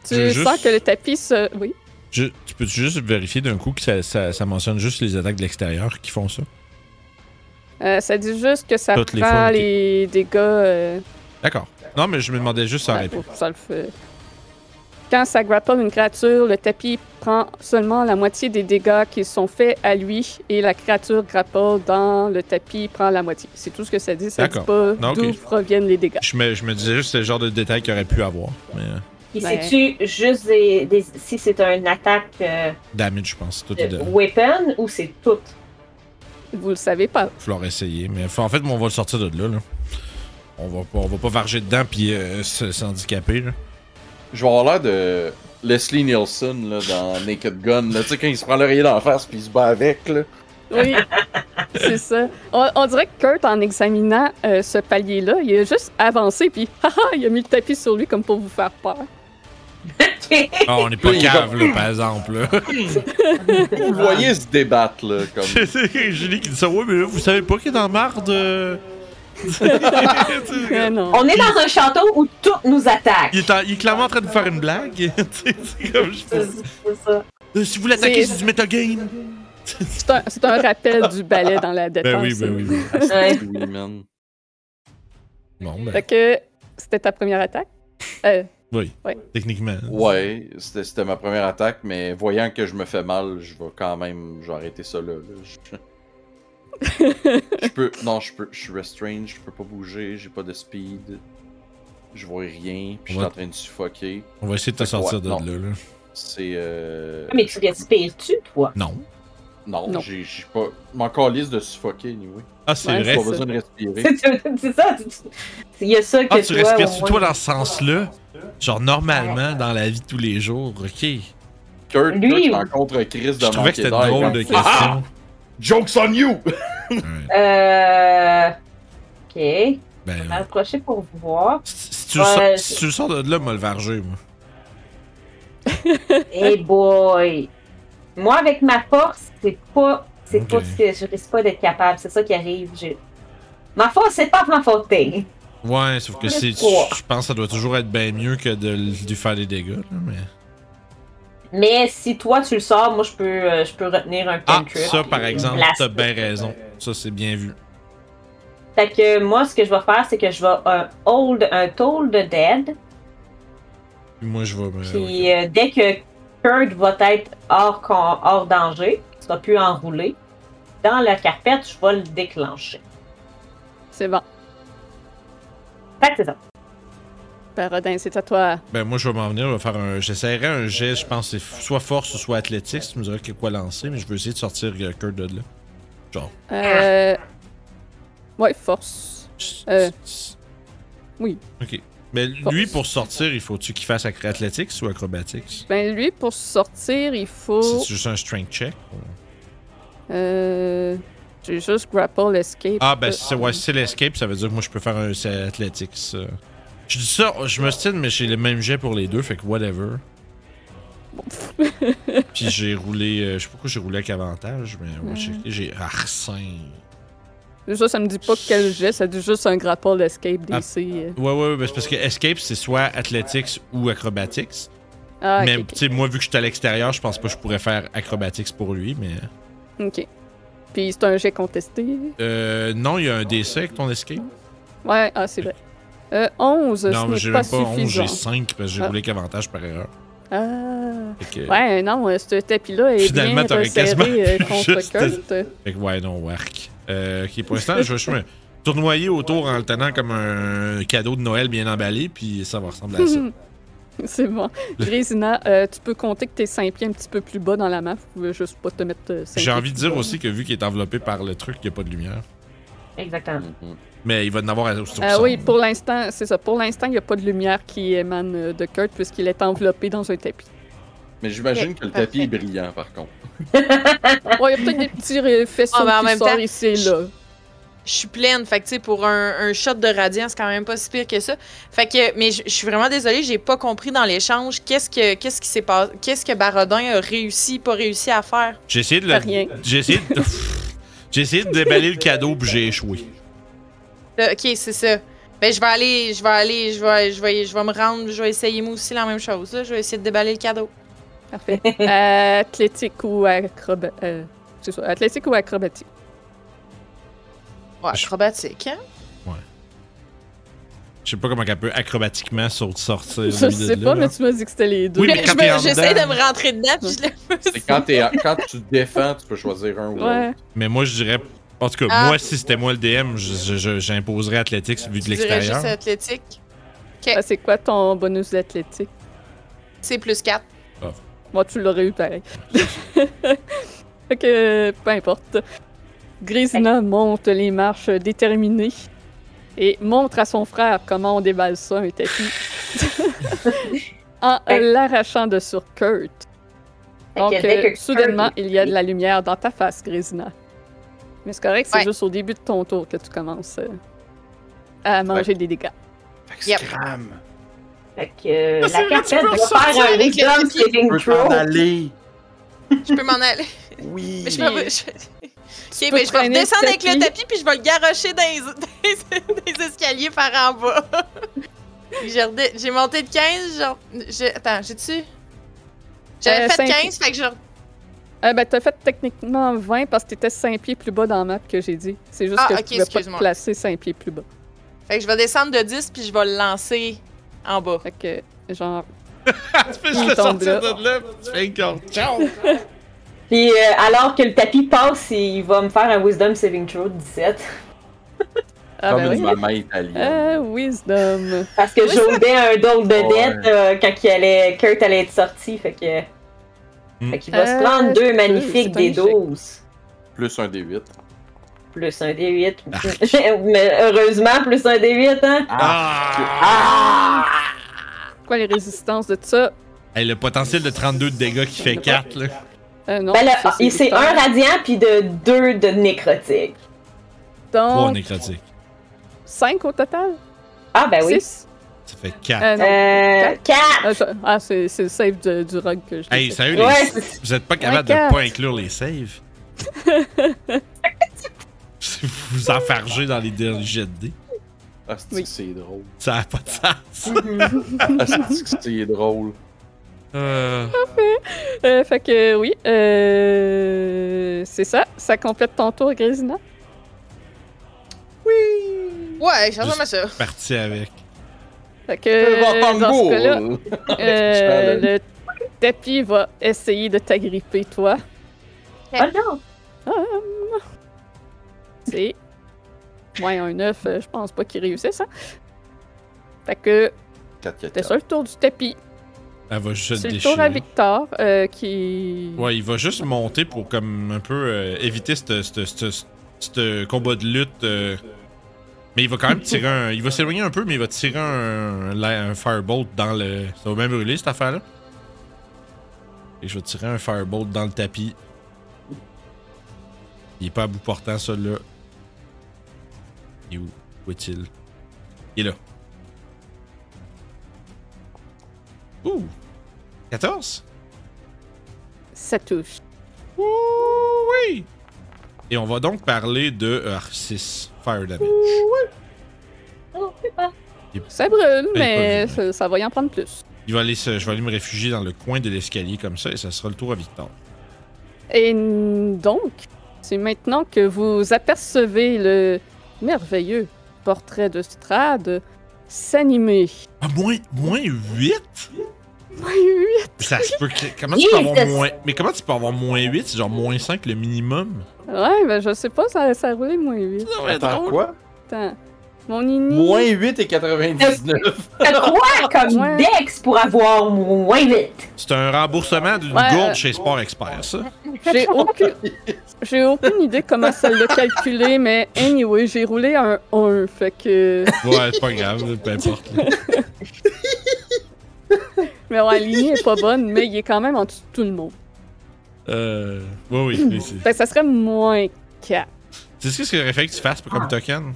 S1: Tu
S2: Je veux
S1: sens
S2: juste-
S1: que le tapis se. Oui.
S2: Ju- tu peux juste vérifier d'un coup que ça, ça- ça mentionne juste les attaques de l'extérieur qui font ça?
S1: Euh, ça dit juste que ça
S2: Toutes les
S1: prend les,
S2: fois, ok.
S1: dégâts. euh,
S2: D'accord. Non, mais je me demandais juste ça aurait pu.
S1: Ouais, ça le fait. Quand ça grapple une créature, le tapis prend seulement la moitié des dégâts qui sont faits à lui et la créature grapple dans le tapis prend la moitié. C'est tout ce que ça dit. Ça dit
S2: D'accord.
S1: pas
S2: Non,
S1: d'où
S2: ok.
S1: proviennent les dégâts.
S2: Je me, je me disais juste c'est le genre de détail qu'il aurait pu avoir. Mais euh,
S4: Puis
S1: Ouais.
S4: c'est-tu juste des, des- si c'est une attaque euh,
S2: damage, je pense. Tout
S4: de
S2: est de...
S4: weapon ou c'est tout?
S1: Vous le savez pas.
S2: falloir essayer. Mais fa- en fait, on va le sortir de là. là. On, va pas, on va pas varger dedans puis euh, se- s'handicaper. là.
S3: Je vais avoir l'air de Leslie Nielsen là, dans Naked Gun. Là, tu sais, quand il se prend l'oreiller d'en face puis il se bat avec. Là.
S1: Oui, c'est ça. On, on dirait que Kurt, en examinant euh, ce palier-là, il a juste avancé puis haha, il a mis le tapis sur lui comme pour vous faire peur.
S2: Ah, on est pas
S3: Oui,
S2: cave, là, par exemple. là.
S3: Vous voyez se débattre. Là, comme...
S2: C'est Julie qui dit ça. Ouais, mais là, vous savez pas qu'il est dans marde. euh?
S1: Mais non.
S4: On est dans un château où tout nous attaque.
S2: Il est, en- il est clairement en train de faire une blague. Tu sais, c'est comme je
S4: C'est
S2: pense.
S4: c'est ça.
S2: Euh, si vous l'attaquez,
S1: C'est-
S2: c'est du metagame.
S1: C'est un, c'est un rappel du ballet dans la détente.
S2: Ben oui, ben oui. oui.
S4: Ouais.
S3: Oui, man.
S2: Bon,
S1: Fait
S2: ben,
S1: que c'était ta première attaque. Euh,
S2: techniquement.
S3: Ouais, c'était c'était ma première attaque, mais voyant que je me fais mal, je vais quand même. Je vais arrêter ça là. là. Je... je peux. Non, je peux. Je suis restrained, je peux pas bouger, j'ai pas de speed. Je vois rien, puis je suis
S2: Ouais.
S3: en train de suffoquer.
S2: On va essayer de te
S3: Ouais,
S2: sortir de
S3: non.
S2: là, là.
S3: C'est. Euh...
S4: Ah, Mais tu respires-tu, toi?
S2: Non.
S3: Non,
S1: Non.
S3: j'ai j'ai pas. Mon calisse de suffoquer, anyway.
S2: Ah, c'est
S1: Ouais,
S3: J'ai
S2: vrai.
S3: pas
S1: ça.
S3: besoin de respirer.
S4: c'est ça. tu- tu- Il y a ça que
S2: Ah, tu
S4: toi,
S2: respires
S4: au
S2: sur
S4: moins.
S2: toi dans ce sens-là. Genre, normalement, dans la vie de tous les jours, ok. Je
S3: Kurt,
S4: Lui,
S3: Kurt, je
S4: ou-
S3: rencontre Chris de
S2: trouvais que
S3: manquer
S2: c'était
S3: d'air.
S2: drôle de question.
S3: Ah! Joke's on you!
S2: Ouais.
S4: Euh... Ok. Je
S2: Ben,
S4: vais
S2: ouais.
S4: approcher pour voir.
S2: si, si tu le
S4: Ah.
S2: sors-
S4: Ouais, je-
S2: si tu le sors de là, m'a le varger, moi.
S4: Hey boy! Moi, avec ma force, c'est pas... C'est
S2: Ok.
S4: pas ce que je risque pas d'être capable. C'est ça qui arrive. Je- Ma force, c'est pas ma faute. thing.
S2: Ouais, sauf que
S4: Ouais.
S2: c'est. Je pense que ça doit toujours être bien mieux que de lui faire des dégâts, là, mais.
S4: Mais si toi, tu le sors, moi, je peux, euh, je peux retenir un
S2: Ah,
S4: cantrip.
S2: ça, par
S4: puis
S2: exemple,
S4: blast.
S2: t'as bien raison. Ça, c'est bien vu.
S4: Fait que moi, ce que je vais faire, c'est que je vais un hold un toll de
S2: Euh,
S4: dead.
S2: Puis moi, je vais. me-
S4: Puis euh, dès que Kurt va être hors, con- hors danger, il sera plus enroulé, dans la carpette, je vais le déclencher.
S1: c'est bon.
S4: Fait que c'est ça.
S1: Paradin, c'est à toi.
S2: Ben moi je vais m'en venir, je vais faire un. J'essaierai un jet, je pense que c'est soit force ou soit athlétique, si tu me dirais que quoi lancer, mais je veux essayer de sortir euh, Kurt de là.
S1: Euh... Ouais, force. Euh. Oui.
S2: Ok. Mais lui pour sortir, il faut-tu qu'il fasse accro- athlétique ou acrobatique?
S1: Ben lui, pour sortir, il faut...
S2: C'est juste un strength check? ou-
S1: Euh... J'ai juste grapple escape.
S2: Ah, ben, c'est ouais, si c'est l'escape, ça veut dire que moi, je peux faire un c'est athletics. ça. Je dis ça, je me style, mais j'ai le même jet pour les deux, fait que whatever. Puis j'ai roulé, euh, je sais pas pourquoi j'ai roulé avec avantage, mais ouais, j'ai- j'ai arsin.
S1: Euh, Ça, ça me dit pas quel jet, ça dit juste un grapple escape
S2: Ah.
S1: DC. euh.
S2: Ouais, ouais, ouais, ben, c'est parce que escape, c'est soit athletics ou acrobatics.
S1: Ah,
S2: mais,
S1: ok,
S2: tu sais, moi, vu que je suis à l'extérieur, je pense pas que je pourrais faire acrobatics pour lui, mais.
S1: ok. Ok. Puis c'est un jet contesté.
S2: Euh, non, il y a un décès avec ton escape.
S1: Ouais, ah, c'est vrai. Euh, 11,
S2: Non, mais
S1: ce
S2: j'ai
S1: n'est pas
S2: même pas 11,
S1: suffisant.
S2: j'ai 5 parce que j'ai
S1: Ah.
S2: roulé qu'avantage par erreur.
S1: Ah.
S2: Fait que,
S1: Ouais, non, euh, ce tapis-là est
S2: Finalement,
S1: bien
S2: t'aurais
S1: resserré
S2: quasiment
S1: euh, contre
S2: juste-
S1: Kurt.
S2: fait que ouais, non, work. Euh, ok, pour l'instant, je vais juste me tournoyer autour en le tenant comme un cadeau de Noël bien emballé, puis ça va ressembler à ça.
S1: c'est bon. Grésina, euh, tu peux compter que t'es 5 pieds un petit peu plus bas dans la map. Vous pouvez juste pas te mettre euh, cinq
S2: J'ai
S1: pieds
S2: envie de
S1: plus
S2: dire
S1: bas.
S2: aussi que vu qu'il est enveloppé par le truc, il n'y a pas de lumière.
S4: Exactement.
S3: Mhm.
S2: Mais il va en avoir à autour
S1: Ah oui, pour l'instant, c'est ça. Pour l'instant, il n'y a pas de lumière qui émane euh, de Kurt puisqu'il est enveloppé dans un tapis.
S3: Mais j'imagine
S5: Ok,
S3: que le tapis est brillant, par contre.
S1: Ouais, il y a peut-être des petits euh, faisceaux
S5: Ah, mais en
S1: qui
S5: même
S1: sortent
S5: temps,
S1: ici et là.
S5: Je suis pleine, fait que tu sais, pour un, un shot de radiant, c'est quand même pas si pire que ça. Fait que, mais je je suis vraiment désolée, j'ai pas compris dans l'échange qu'est-ce que qu'est-ce qui s'est passé, qu'est-ce que Barodin a réussi, pas réussi à faire.
S2: J'ai essayé de
S1: Pas
S2: le.
S1: rien.
S2: J'ai essayé de. J'ai essayé de déballer le cadeau, puis j'ai échoué.
S5: Là, Euh, ok, c'est ça. Ben je vais aller, je vais aller, je vais, je vais, je vais me rendre, je vais essayer moi aussi la même chose. là. Je vais essayer de déballer le cadeau.
S1: Parfait. Euh, athlétique ou acrobatique. c'est ça, athlétique ou acrobatique.
S5: Ouais,
S2: Je-
S5: acrobatique. Hein?
S2: Je sais pas comment elle peut acrobatiquement sauter sortir. lui,
S1: Je
S2: de
S1: sais
S2: là,
S1: pas,
S2: là.
S1: mais tu m'as dit que c'était les deux.
S2: Oui, mais
S5: Je
S2: quand
S5: me-
S2: t'es en
S5: J'essaie de
S2: dedans-
S5: me rentrer dedans, puis je le
S3: C'est quand, t'es- quand tu te défends, tu peux choisir un ou l'autre.
S1: Ouais.
S2: Mais moi, je dirais. En tout cas,
S5: Ah.
S2: moi, si c'était moi le DM, je- je- je- j'imposerais Athletics vu de
S5: je dirais
S2: l'extérieur.
S5: juste athlétique.
S1: Ah, c'est quoi ton bonus d'athlétique?
S5: C'est plus 4.
S1: Moi, tu l'aurais eu pareil. fait que, peu importe. Grisina monte les marches déterminée et montre à son frère comment on déballe ça, un tapis, en
S4: Hey.
S1: l'arrachant de sur Kurt.
S4: Fait
S1: Donc,
S4: que dès
S1: euh,
S4: que
S1: soudainement,
S4: Kurt-
S1: il y a de la lumière dans ta face, Grésina. Mais c'est correct, c'est
S5: Ouais.
S1: juste au début de ton tour que tu commences euh, à manger des dégâts.
S3: Fait que
S5: Yep.
S3: scram!
S4: Fait que euh,
S2: Ah, c'est vrai,
S4: la
S2: tu
S4: carpette
S2: peux
S4: doit
S2: ressortir
S4: faire un
S5: avec le
S4: wisdom
S5: tapis.
S3: Tu
S4: saving
S3: peux
S4: throw.
S3: t'en aller!
S5: Je peux m'en aller.
S3: Oui!
S5: Mais je
S1: Oui.
S5: vais- je-
S1: Tu
S5: Ok,
S1: peux
S5: mais je vais
S1: traîner le
S5: redescendre avec le
S1: tapis.
S5: tapis puis je vais le garrocher dans les, dans les- dans les escaliers par en bas. J'ai redé- j'ai monté de 15, genre. j'ai- Attends, j'ai-tu. J'avais
S1: Euh,
S5: fait
S1: cinq-
S5: 15, fait que je.
S1: Euh, ben, t'as fait techniquement 20 parce que t'étais 5 pieds plus bas dans la map que j'ai dit. C'est juste
S5: Ah,
S1: que
S5: ok,
S1: tu pouvais pas te
S5: excuse-moi.
S1: placer 5 pieds plus bas.
S5: Fait que je vais descendre de 10 puis je vais le lancer en bas.
S1: Fait que, genre,
S2: tu fais juste
S1: Il
S2: le
S1: tombe
S2: sortir
S1: là.
S2: de là, puis tu fais une corde. Ciao!
S4: Puis euh, alors que le tapis passe, il va me faire un wisdom saving throw de 17.
S1: ah
S3: Comme
S1: ben
S3: une
S1: oui.
S3: maman italienne.
S1: Ah, wisdom.
S4: Parce que j'audais un double de
S3: Ouais.
S4: dette euh, quand il allait, Kurt allait être sorti. Fait que.
S2: Hmm.
S4: Fait qu'il va
S1: Euh,
S4: se prendre deux magnifiques
S1: c'est un
S4: des
S1: échec.
S4: 12.
S3: Plus un D8.
S4: Plus un D8. Mais heureusement, plus un D8, hein?
S2: Ah!
S1: Quoi, les résistances de ça?
S2: Hey, le potentiel de 32 de dégâts qui fait 4, là.
S1: Euh, non,
S4: Ben là,
S1: ça,
S4: il- c'est
S1: victoire.
S4: un radiant puis de deux de nécrotique.
S2: Oh, on
S1: Donc,
S2: est critique.
S1: 5 au total?
S4: Ah ben oui.
S1: 6?
S2: Ça fait 4.
S1: Euh, non.
S4: Euh, quatre.
S1: Ah, ça- Ah, c'est c'est le save de- du rogue que je
S2: hey,
S1: t'ai fait.
S2: sérieux,
S4: Ouais,
S2: les...
S4: c'est-
S2: vous êtes pas capable
S1: quatre.
S2: de pas inclure les saves? vous vous enfargez dans les derniers jets de dés.
S3: Ah, c'est
S1: Oui.
S3: c'est drôle.
S2: Ça a pas de sens.
S3: Ah, c'est c'est drôle.
S2: Euh,
S1: Euh, fait que oui, euh, c'est ça. Ça complète ton tour, Grésina.
S5: Ouais, je ressemble à ça.
S2: parti avec.
S1: Fait que Euh, dans ce cas-là, euh, le tapis va essayer de t'agripper, toi. Hum.
S4: Oh non!
S1: C'est moins un 9, euh, je pense pas qu'il réussisse. Hein? Fait que
S3: 4 4
S1: c'est ça le tour du tapis.
S2: Elle va juste
S1: C'est
S2: le
S1: le tour à
S2: déchirer.
S1: Victor euh, qui.
S2: Ouais, il va juste monter pour comme un peu euh, éviter ce ce- ce- ce- ce combat de lutte. euh, Mais il va quand même tirer un. Il va s'éloigner un peu, mais il va tirer un, la- un firebolt dans le. Ça va bien brûler cette affaire-là. Et je vais tirer un firebolt dans le tapis. Il est pas à bout portant, celui-là. Il est où? Où est-il? Il est là. Ouh! 14?
S1: Ça touche.
S2: Ouh, oui! Et on va donc parler de euh, 6 Fire Damage.
S4: Oh, c'est pas.
S1: Ça brûle,
S2: Elle est
S1: mais
S2: pas
S1: ça, ça va y en prendre plus.
S2: Il va aller se- je vais aller me réfugier dans le coin de l'escalier comme ça et ça sera le tour à Victor.
S1: Et donc, c'est maintenant que vous apercevez le merveilleux portrait de Strad s'animer.
S2: Ah, moins, moins 8? Ça se peut que- Comment tu peux avoir
S4: Jesus!
S2: moins. Mais comment tu peux avoir moins 8? C'est genre moins 5 le minimum.
S1: Ouais, ben je sais pas, ça, ça a roulé moins 8.
S2: Non,
S3: Attends, quoi?
S1: Attends. Mon nini.
S3: Moins 8 et 99.
S4: T'as quoi comme
S1: Ouais.
S4: Dex pour avoir moins vite?
S2: C'est un remboursement d'une
S1: Ouais,
S2: gourde
S1: euh,
S2: chez Sport Expert, ça.
S1: J'ai aucune... j'ai aucune idée comment ça l'a calculé, mais anyway, j'ai roulé un 1, fait que...
S2: Ouais, c'est pas grave, peu importe. là.
S1: Mais ouais, l'ini est pas bonne, mais il est quand même en dessous de tout le monde.
S2: Euh. Ouais, oui, mais c'est.
S1: Fait que ça serait moins 4.
S2: Tu sais ce que j'aurais fait que tu fasses pour comme token?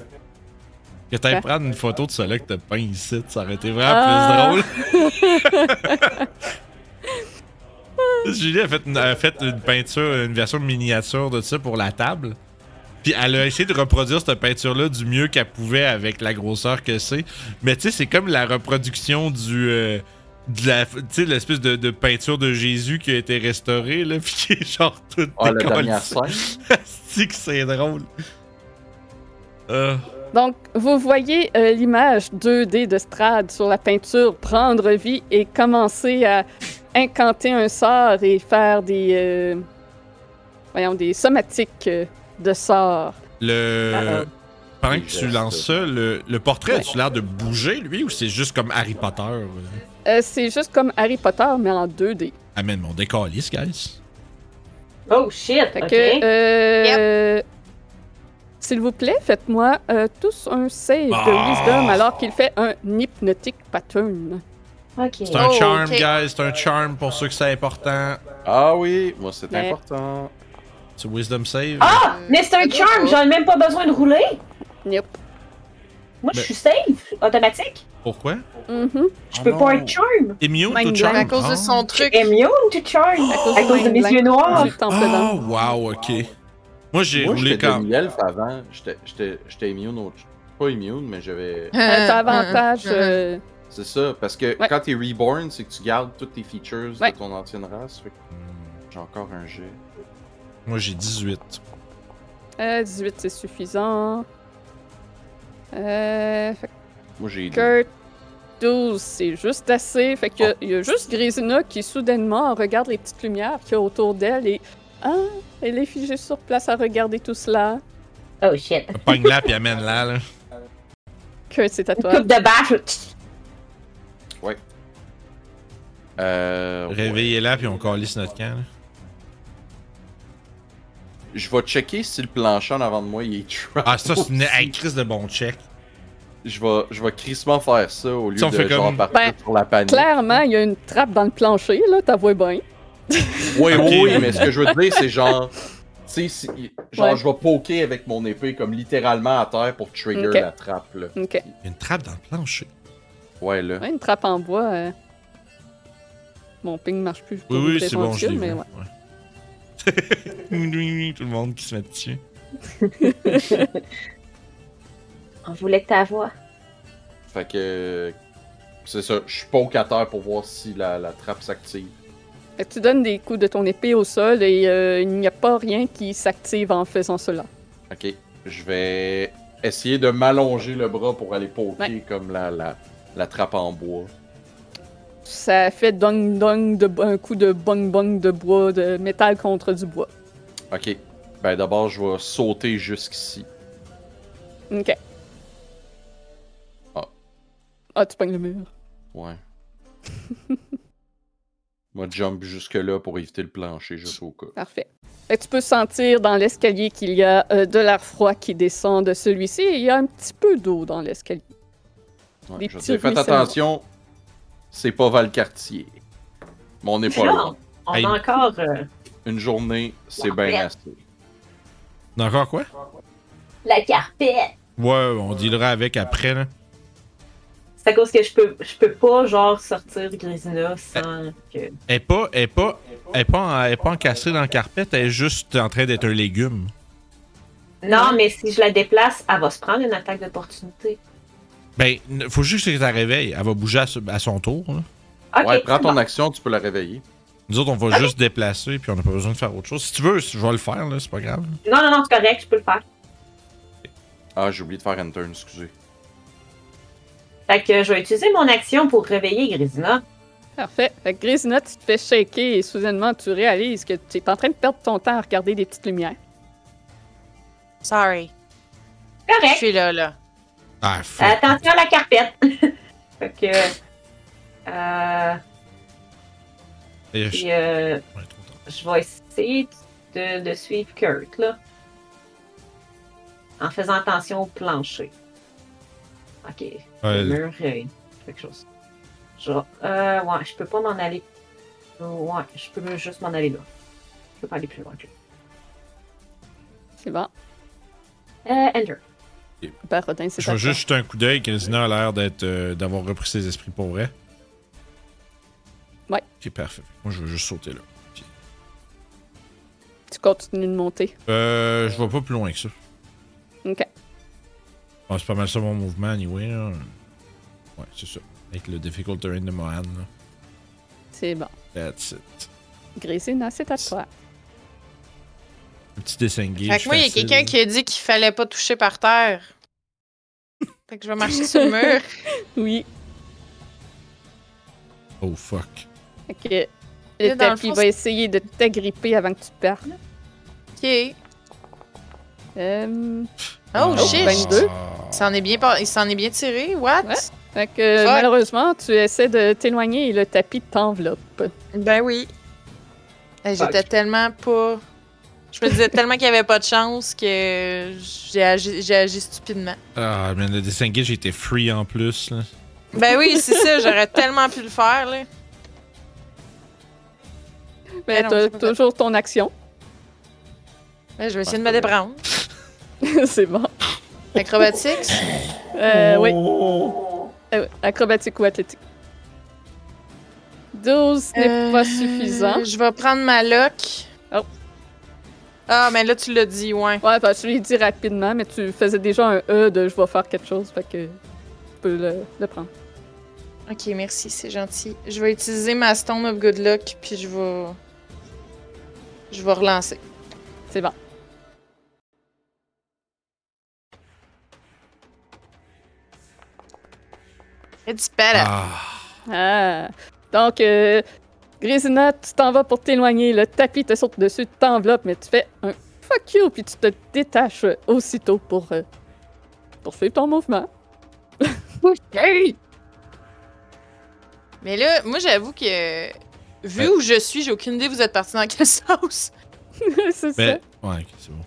S2: Que t'ailles
S1: Ah. Quoi?
S2: prendre une photo de celui que t'as peint ici, ça aurait été vraiment
S1: Ah.
S2: plus drôle. Julie a fait, une, a fait une peinture, une version miniature de ça pour la table. Puis elle a essayé de reproduire cette peinture-là du mieux qu'elle pouvait avec la grosseur que c'est. Mais tu sais, c'est comme la reproduction du. euh, de la, tu sais, l'espèce de, de peinture de Jésus qui a été restaurée, là, puis qui est genre toute
S3: Ah, la dernière
S2: décollissée.
S3: scène.
S2: Asti que c'est drôle. Euh,
S1: Donc, vous voyez euh, l'image 2D de Strad sur la peinture prendre vie et commencer à incanter un sort et faire des, euh, voyons, des somatiques euh, de sorts.
S2: le...
S1: Euh,
S2: Pendant
S3: Les
S2: que tu
S3: gestes.
S2: lances ça, le, le portrait, a-tu l'air de bouger, lui, ou c'est juste comme Harry Potter? euh?
S1: Euh, c'est juste comme Harry Potter, mais en 2D.
S2: Amène mon décaliste, guys.
S4: Oh shit,
S1: Fait
S4: ok.
S1: que, euh, s'il vous plaît, faites-moi euh, tous un save
S2: Ah.
S1: de wisdom alors qu'il fait un hypnotic pattern.
S4: Ok.
S2: C'est un
S5: Oh,
S2: charm,
S5: ok.
S2: guys. C'est un charm pour ceux que c'est important.
S3: Ah oui, moi c'est
S1: Mais-
S3: important.
S2: C'est Wisdom Save.
S4: Ah! Mais c'est un charm, j'en ai même pas besoin de rouler.
S1: Yep.
S4: Moi, je
S2: Mais-
S4: suis safe, automatique.
S2: Pourquoi?
S1: Mhm.
S4: Je peux
S3: Oh
S4: pas
S3: non.
S4: être charm.
S2: Immune
S1: Mind
S2: to
S1: blank.
S2: charm.
S5: à cause de son
S4: Je
S5: truc.
S4: suis immune to charm. à cause de mes yeux noirs.
S1: Du temple d'or.
S2: Oh, wow, ok. Moi, j'ai
S3: Moi
S2: roulé
S3: j'étais
S2: comme.
S3: demi-elfe avant. J'étais- J'étais j'étais immune au... Pas immune, mais j'avais...
S1: Euh, T'as avantage. euh,
S3: C'est ça, parce que
S1: Ouais.
S3: quand t'es reborn, c'est que tu gardes toutes tes features
S1: Ouais.
S3: de ton ancienne race. Fait que j'ai encore un jet.
S2: Moi, j'ai 18.
S1: euh, 18, c'est suffisant. Euh, fait
S3: Moi j'ai...
S1: que 12, c'est juste assez. Fait
S2: Ah.
S1: que il y a juste Grisina qui soudainement regarde les petites lumières qu'il y a autour d'elle et ah, elle est figée sur place à regarder tout cela.
S4: Oh shit.
S2: Pogne-la, puis amène-la, là.
S1: Kurt, c'est à
S4: Une
S1: toi.
S4: coupe de bâche.
S3: Euh, ouais.
S2: Réveillez-la, puis on calisse notre camp, là.
S3: Je vais checker si le plancher en avant de moi il est trap.
S2: Ah, ça, c'est une hey, crise de bon check.
S3: Je vais, je vais crissement faire ça au lieu
S2: Si on
S3: de
S2: fait
S3: genre
S2: comme-
S3: partir
S1: Ben,
S3: sur la panique.
S1: Clairement, il y a une trappe dans le plancher, là, t'as vois bien.
S3: Oui,
S2: Ok.
S3: oui, mais ce que je veux dire, c'est genre. Tu sais, si- genre,
S1: Ouais.
S3: je vais poker avec mon épée, comme littéralement à terre pour trigger
S1: Ok.
S3: la trappe, là.
S1: Ok.
S2: Il y a une trappe dans le plancher.
S3: Ouais, là.
S1: Ouais, une trappe en bois. euh. Mon ping marche plus. je
S2: Oui,
S1: peux vous
S2: oui, c'est bon,
S1: prévenir,
S2: je l'ai
S1: mais
S2: vu.
S1: ouais.
S2: Ouais. Tout le monde qui se met dessus.
S4: On voulait que ta voix.
S3: Fait que. C'est ça, je poke à terre pour voir si la, la trappe s'active.
S1: Fait que tu donnes des coups de ton épée au sol et euh, il n'y a pas rien qui s'active en faisant cela.
S3: Ok. Je vais essayer de m'allonger le bras pour aller poker
S1: Ouais.
S3: comme la, la, la trappe en bois.
S1: Ça fait dong dong de un coup de bong bong de bois de métal contre du bois.
S3: Ok. Ben d'abord, je vais sauter jusqu'ici.
S1: Ok.
S3: Ah.
S1: Ah, tu pognes le mur.
S3: Ouais. Moi, jump jusque-là pour éviter le plancher, juste au cas.
S1: Parfait. Fait que tu peux sentir dans l'escalier qu'il y a euh, de l'air froid qui descend de celui-ci et il y a un petit peu d'eau dans l'escalier.
S3: Ouais,
S1: Des
S3: je
S1: petits
S3: dis, faites
S1: ruisseaux.
S3: attention, c'est pas Valcartier. Mais on n'est pas
S4: Non.
S3: loin.
S4: On
S2: Hey.
S4: a encore. euh,
S3: Une journée, c'est
S4: Ouais.
S3: bien assez.
S2: D'accord quoi?
S4: La carpette!
S2: Ouais, on dealera avec après, là.
S4: C'est à cause que je peux, je peux pas, genre, sortir de Grisina
S3: Euh.
S4: sans que.
S2: Elle est pas, elle est pas, elle est pas, en- elle est pas encastrée dans la carpette, elle est juste en train d'être un légume.
S4: Non, mais si je la déplace, elle va se prendre une attaque d'opportunité.
S2: Ben, n- faut juste que tu la réveilles. Elle va bouger à, ce- à son tour. là.
S4: Ok,
S3: ouais, prends
S4: c'est
S3: ton
S4: bon.
S3: action, tu peux la réveiller.
S2: Nous autres, on va juste déplacer, puis on n'a pas besoin de faire autre chose. Si tu veux, je vais le faire, là, c'est pas grave.
S4: Non, non, non, c'est correct, je peux le faire.
S3: Ah, j'ai oublié de faire un turn, excusez.
S4: Fait que je vais utiliser mon action pour réveiller Grisina.
S1: Parfait. Fait que Grisina, tu te fais shaker et soudainement, tu réalises que tu es en train de perdre ton temps à regarder des petites lumières.
S5: Sorry. Je
S4: Correct.
S5: suis là, là.
S2: Ah, fuck.
S4: Attention à la carpette. fait que. Euh,
S2: Et Eh, je-
S4: puis, euh,
S2: ouais, trop tard.
S4: je vais essayer de, de suivre Kurt, là. En faisant attention au plancher. Ok. Le
S2: Ouais,
S4: mur, euh, quelque chose. Genre, euh, ouais, je peux pas m'en aller. Ouais, je peux juste m'en aller là. Je peux pas aller plus loin que là.
S1: C'est bon.
S4: Euh, Ender.
S1: Barodin, c'est
S2: je
S1: à
S2: vais
S1: toi.
S2: juste jeter un coup d'œil. Kenzina a l'air d'être, euh, d'avoir repris ses esprits pour vrai.
S1: Ouais.
S2: Ok, parfait. Moi, je vais juste sauter là.
S1: Tu continues de monter.
S2: Euh, je vais pas plus loin que ça.
S1: OK.
S2: Bon, c'est pas mal ça mon mouvement, anyway. là. Ouais, c'est ça. Avec le difficult terrain de Mohan, là.
S1: C'est bon.
S2: That's it.
S1: Grisina, c'est à toi.
S2: Un petit disengage.
S5: Fait que moi, il y a
S2: facile.
S5: quelqu'un qui a dit qu'il fallait pas toucher par terre. Fait que je vais marcher sur le mur.
S1: Oui.
S2: Oh fuck.
S1: Fait que
S5: Là,
S1: le
S5: dans le
S1: tapis
S5: fond,
S1: va
S5: c'est-
S1: essayer de t'agripper avant que tu partes.
S5: OK.
S1: Euh,
S5: Oh,
S2: Ah.
S5: shit.
S1: 22.
S5: Il s'en est bien, par- il s'en est bien tiré. What?
S1: Ouais. fait que
S5: Fuck.
S1: malheureusement, tu essaies de t'éloigner et le tapis t'enveloppe.
S5: Ben oui. Eh, J'étais
S4: Fuck.
S5: tellement pas. Je me disais tellement qu'il y avait pas de chance que j'ai agi, j'ai agi stupidement.
S2: Ah, mais le disengage était free en plus, là.
S5: Ben oui, c'est ça, j'aurais tellement pu le faire, là.
S1: Mais
S5: non,
S1: t'as
S5: c'est pas
S1: toujours ton action.
S5: Ben, je vais essayer de me déprendre.
S1: c'est bon.
S5: Acrobatics?
S1: Euh, oui. Euh, acrobatique ou athlétique. 12 ce n'est pas
S5: Euh,
S1: suffisant.
S5: Je vais prendre ma lock.
S1: Oh.
S5: Ah, mais là, tu l'as dit, ouais.
S1: Ouais, ben, je l'ai dit rapidement, mais tu faisais déjà un E de je vais faire quelque chose, fait que tu peux le, le prendre.
S5: Ok, merci, c'est gentil. Je vais utiliser ma Stone of Good Luck, puis je vais. Je vais relancer.
S1: C'est bon.
S5: Et du pelle.
S2: Ah.
S1: Ah. Donc, euh, Grisina, tu t'en vas pour t'éloigner, le tapis te saute dessus, t'enveloppe, mais tu fais un fuck you, puis tu te détaches euh, aussitôt pour euh, poursuivre ton mouvement.
S5: Mais là, moi, j'avoue que. Vu où je suis, j'ai aucune idée vous êtes parti dans quelle sauce.
S1: c'est ça.
S2: Ben, ouais, ok, c'est bon.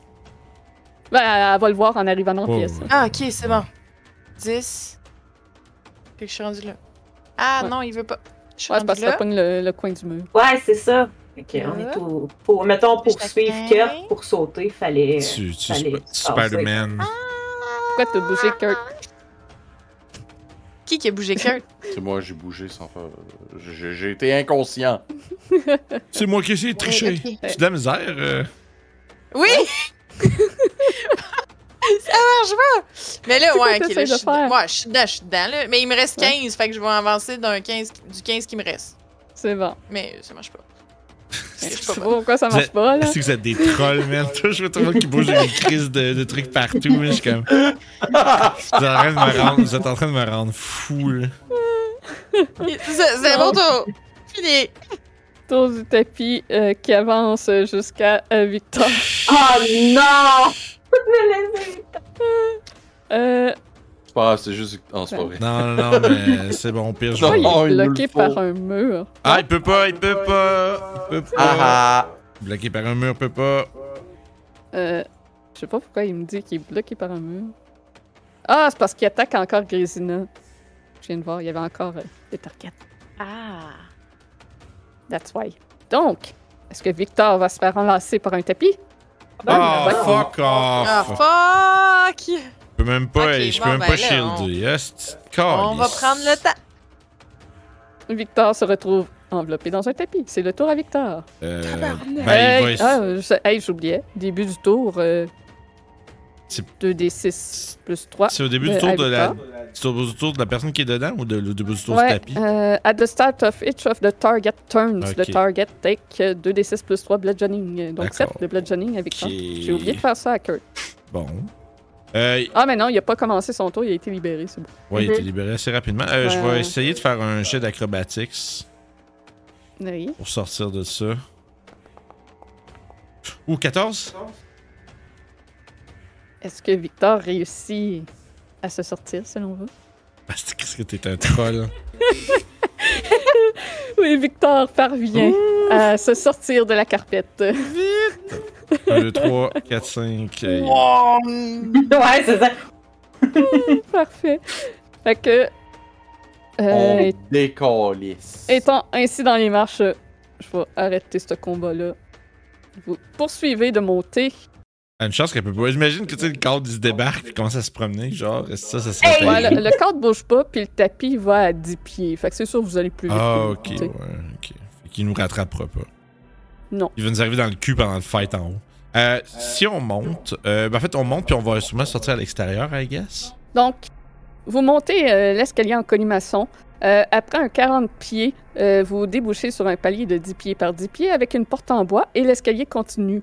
S1: Ben, elle va le voir en arrivant dans la
S2: Oh,
S1: pièce.
S2: ouais.
S5: Ah, ok, c'est bon. 10. Fait que je suis rendu là. Ah,
S1: Ouais.
S5: non, il veut pas. Je suis
S1: Ouais, c'est
S5: rendue
S1: parce que ça
S5: là.
S1: pogne le, le coin du mur.
S4: Ouais, c'est ça. Ok, on
S5: Là.
S4: est au. Pour, mettons, pour
S5: Chacun.
S4: suivre Kurt, pour sauter, fallait.
S2: Tu, tu
S4: allez,
S2: Sp-
S4: ah,
S2: Spider-Man.
S1: Pourquoi t'as bougé, Kurt?
S5: Qui qui a bougé Kurt?
S3: C'est moi, j'ai bougé sans faire. J'ai j'ai été inconscient.
S2: C'est moi qui ai essayé de tricher.
S5: Ouais,
S2: C'est de la misère. euh.
S5: Oui! ça marche pas! Mais là,
S1: C'est quoi
S5: ouais,
S1: que
S5: ok, là,
S1: t'essayes
S5: je
S1: de
S5: suis dedans.
S1: faire?
S5: Ouais, je suis dedans, je suis dedans, là. Mais il me reste
S1: Ouais.
S5: 15, fait que je vais avancer d'un 15, du 15 qui me reste.
S1: C'est bon.
S5: Mais ça marche pas.
S1: Je
S5: Je
S1: sais
S5: suis
S1: pas
S5: pas bonne.
S1: pourquoi ça
S2: Vous
S1: marche
S2: êtes-
S1: pas, là.
S2: C'est que vous êtes des trolls, man. Toi, je vois tout le monde qui bouge des crises de, de trucs partout. mais Je suis comme. Vous êtes, en train de me rendre, vous êtes en train de me rendre fou, là.
S5: C'est c'est
S1: Non.
S5: mon tour! Fini!
S1: Tour du tapis euh, qui avance jusqu'à euh, Victor.
S4: Oh non! Me laissez.
S1: Euh,
S3: C'est pas grave, c'est juste. Non, c'est pas vrai.
S2: Non, non, non, mais c'est bon, pire. Je
S3: Non.
S1: toi, il
S2: vais-
S3: Oh,
S1: est
S3: il nous
S1: bloqué
S3: le faut.
S1: par un mur.
S2: Ah, il peut pas, il peut pas. Il peut pas.
S3: Ah
S2: Bloqué par un mur, il peut pas.
S1: Euh, je sais pas pourquoi il me dit qu'il est bloqué par un mur. Ah, c'est parce qu'il attaque encore Grésina. Je viens de voir, il y avait encore euh, des targets.
S5: Ah!
S1: That's why. Donc, est-ce que Victor va se faire enlacer par un tapis?
S4: Bonne,
S2: Ah,
S1: ben,
S4: bonne.
S2: fuck
S5: Ah,
S2: off!
S5: fuck!
S2: Je peux même pas,
S5: Ok,
S2: hey, je peux
S5: bon,
S2: même
S5: ben
S2: pas
S5: là, on-
S2: shielder. Ah, c'est-
S5: On va
S2: calice.
S5: prendre le temps.
S1: Victor se retrouve enveloppé dans un tapis. C'est le tour à Victor.
S2: Euh,
S5: Tabarnak.
S2: ben, il va
S1: hey,
S2: ess-
S1: ah, je- hey, j'oubliais. Début du tour. euh,
S2: C'est-
S1: 2d6 plus 3.
S2: C'est au début
S1: Euh,
S2: du tour
S1: à
S2: de la.
S1: Victor.
S2: C'est au début du tour de la personne qui est dedans ou de- au début du tour
S1: ouais,
S2: du tapis?
S1: euh, at the start of each of the target turns,
S2: Ok.
S1: the target take euh, 2d6 plus 3 bludgeoning. Euh, Donc
S2: D'accord.
S1: 7 de bludgeoning à Victor. J'ai oublié de
S2: Ok.
S1: faire ça à Kurt.
S2: Bon. Euh,
S1: Ah, mais non, il a pas commencé son tour, il a été libéré, c'est bon.
S2: ouais, il était
S4: Mhm.
S2: libéré assez rapidement. Euh, Je
S1: Ouais.
S2: vais essayer de faire un jet d'acrobatics
S1: Oui.
S2: pour sortir de ça. Ou 14?
S1: Est-ce que Victor réussit à se sortir, selon vous?
S2: Parce que qu'est-ce que t'es un troll.
S1: Oui, Victor parvient à se sortir de la carpette.
S2: 1, 2, 3, 4, 5.
S4: Ouais, c'est ça.
S1: Parfait. Fait que, euh,
S3: On décalisse.
S1: étant ainsi dans les marches, je vais arrêter ce combat-là. Vous poursuivez de monter.
S2: Une chance qu'elle peut pas. J'imagine que tu sais, le cadre il se débarque et commence à se promener. Genre, ça, ça serait.
S4: Hey!
S1: Ouais,
S2: terrible.
S1: le, le cadre bouge pas, puis le tapis va à 10 pieds. Fait que c'est sûr que vous allez plus vite.
S2: Ah,
S1: que lui,
S2: ok,
S1: tu
S2: ouais,
S1: sais.
S2: ok. Fait qu'il nous rattrapera pas.
S1: Non.
S2: Il va nous arriver dans le cul pendant le fight en haut. Euh, si on monte, euh, ben en fait, on monte puis on va sûrement sortir à l'extérieur, I guess.
S1: Donc, vous montez euh, l'escalier en colimaçon. Euh, après un 40 pieds, euh, vous débouchez sur un palier de 10 pieds par 10 pieds avec une porte en bois et l'escalier continue.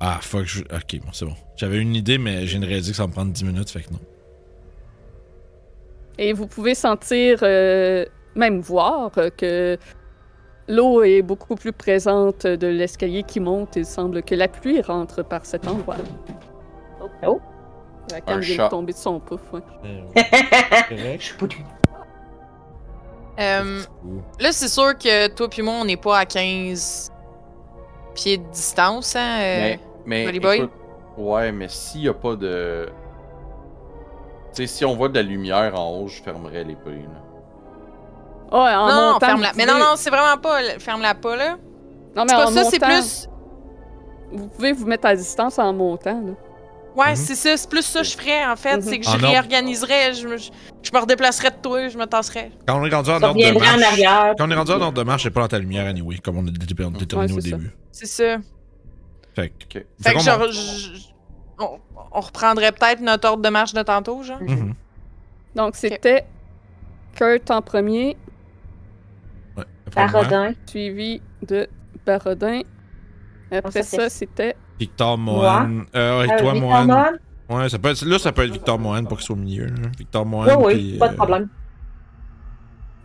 S2: Ah, fuck, je... ok, bon, c'est bon. J'avais une idée, mais j'ai une réalisé que ça va me prendre 10 minutes, fait que non.
S1: Et vous pouvez sentir, euh, même voir, euh, que l'eau est beaucoup plus présente de l'escalier qui monte. Il semble que la pluie rentre par cet endroit.
S4: Oh.
S1: La canne
S3: Un
S1: vient de
S3: chat.
S1: tomber de son pouf. ouais.
S4: Je suis poutue.
S5: Euh, là, c'est sûr que toi puis moi, on n'est pas à 15 pieds de distance, hein? euh.
S3: Mais, mais
S5: Buddy Boy?
S3: écoute, ouais, mais s'il y a pas de. Tu sais, si on voit de la lumière en haut, je fermerais les prix.
S1: Oh, en
S5: non, non,
S1: montant,
S5: ferme-la.
S1: vous
S5: Mais non,
S1: pouvez-
S5: non, c'est vraiment pas. Ferme-la pas, là.
S1: non, mais
S5: C'est pas
S1: en
S5: ça, c'est
S1: montant,
S5: plus.
S1: Vous pouvez vous mettre à distance en montant. là.
S5: Ouais,
S2: Mhm.
S5: c'est ça, c'est plus ça que je ferais, en fait.
S1: Mhm.
S5: C'est que
S2: En
S5: je
S2: ordre.
S5: réorganiserais, je me, je, je me redéplacerais de toi, je me tasserais.
S2: Quand on est rendu en
S4: Je
S2: ordre de
S4: reviendrai en
S2: marche.
S4: arrière.
S2: Quand on est rendu en ordre de marche, c'est pas dans ta lumière, anyway, comme on a dé- dé- déterminé
S1: Ouais,
S2: au
S1: c'est ça.
S2: début.
S5: C'est ça.
S2: Fait que.
S3: Ok.
S5: Fait que
S2: qu'on
S5: genre,
S2: monte.
S5: je- je- on, on reprendrait peut-être notre ordre de marche de tantôt, genre.
S2: Mhm.
S1: Donc, c'était Kurt en premier,
S2: Ouais, après moi,
S4: Parodin.
S1: suivi de Barodin. Après
S4: Oh, ça, c'est-
S1: ça, c'était.
S2: Victor Mohan. Euh, ouais,
S4: Euh,
S2: toi,
S4: Victor
S2: Mohan.
S4: Mohan?
S2: Ouais, ça peut être, là, ça peut être Victor Mohan pour qu'il soit au milieu. là. Victor Mohan.
S4: Oui, oui,
S2: puis,
S4: pas de
S2: euh,
S4: problème.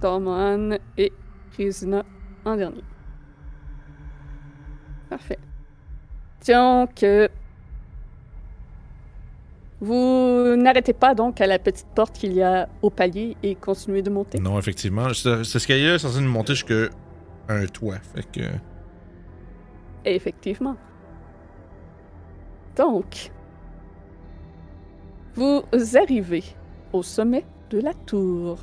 S1: Dorman et Rizina en dernier. Parfait. Donc, euh, vous n'arrêtez pas donc à la petite porte qu'il y a au palier et continuez de monter.
S2: Non, effectivement. C'est ce qu'il est censé nous monter jusqu'à un toit. Fait que.
S1: Effectivement. Donc, vous arrivez au sommet de la tour.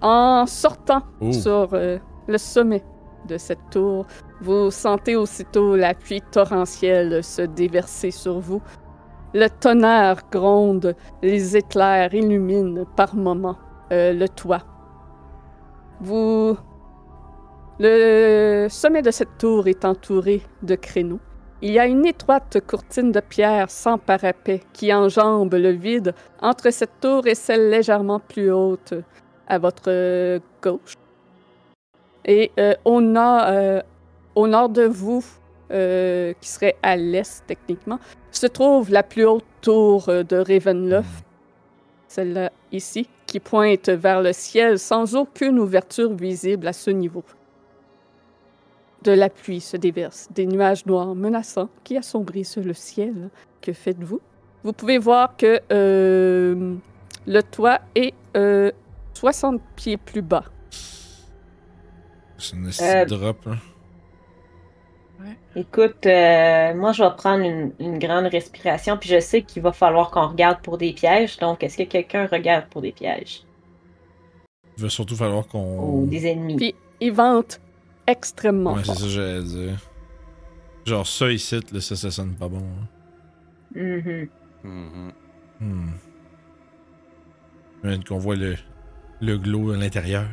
S1: En sortant
S2: Oh.
S1: sur euh, le sommet de cette tour, vous sentez aussitôt la pluie torrentielle se déverser sur vous. Le tonnerre gronde, les éclairs illuminent par moments euh, le toit. Vous le sommet de cette tour est entouré de créneaux. Il y a une étroite courtine de pierre sans parapet qui enjambe le vide entre cette tour et celle légèrement plus haute à votre euh, gauche. Et euh, au, nord, euh, au nord de vous, euh, qui serait à l'est techniquement, se trouve la plus haute tour euh, de Ravenloft, celle-là ici, qui pointe vers le ciel sans aucune ouverture visible à ce niveau. De la pluie se déverse, des nuages noirs menaçants qui assombrissent le ciel. Que faites-vous? Vous pouvez voir que euh, le toit est euh, 60 pieds plus bas.
S2: C'est une
S4: Euh,
S2: petite drop, là.
S4: Écoute, euh, moi, je vais prendre une, une grande respiration, puis je sais qu'il va falloir qu'on regarde pour des pièges. Donc, est-ce que quelqu'un regarde pour des pièges
S2: Il va surtout falloir
S4: ou
S2: qu'on.
S4: oh, des ennemis?
S1: Puis, il vante extrêmement
S2: Ouais, c'est
S1: fort.
S2: ça que j'allais dire. Genre, ça ici, là, ça, ça sonne pas bon. hein.
S4: Mhm.
S3: Mhm.
S2: Hmm. J'imagine qu'on voit le, le glow à l'intérieur.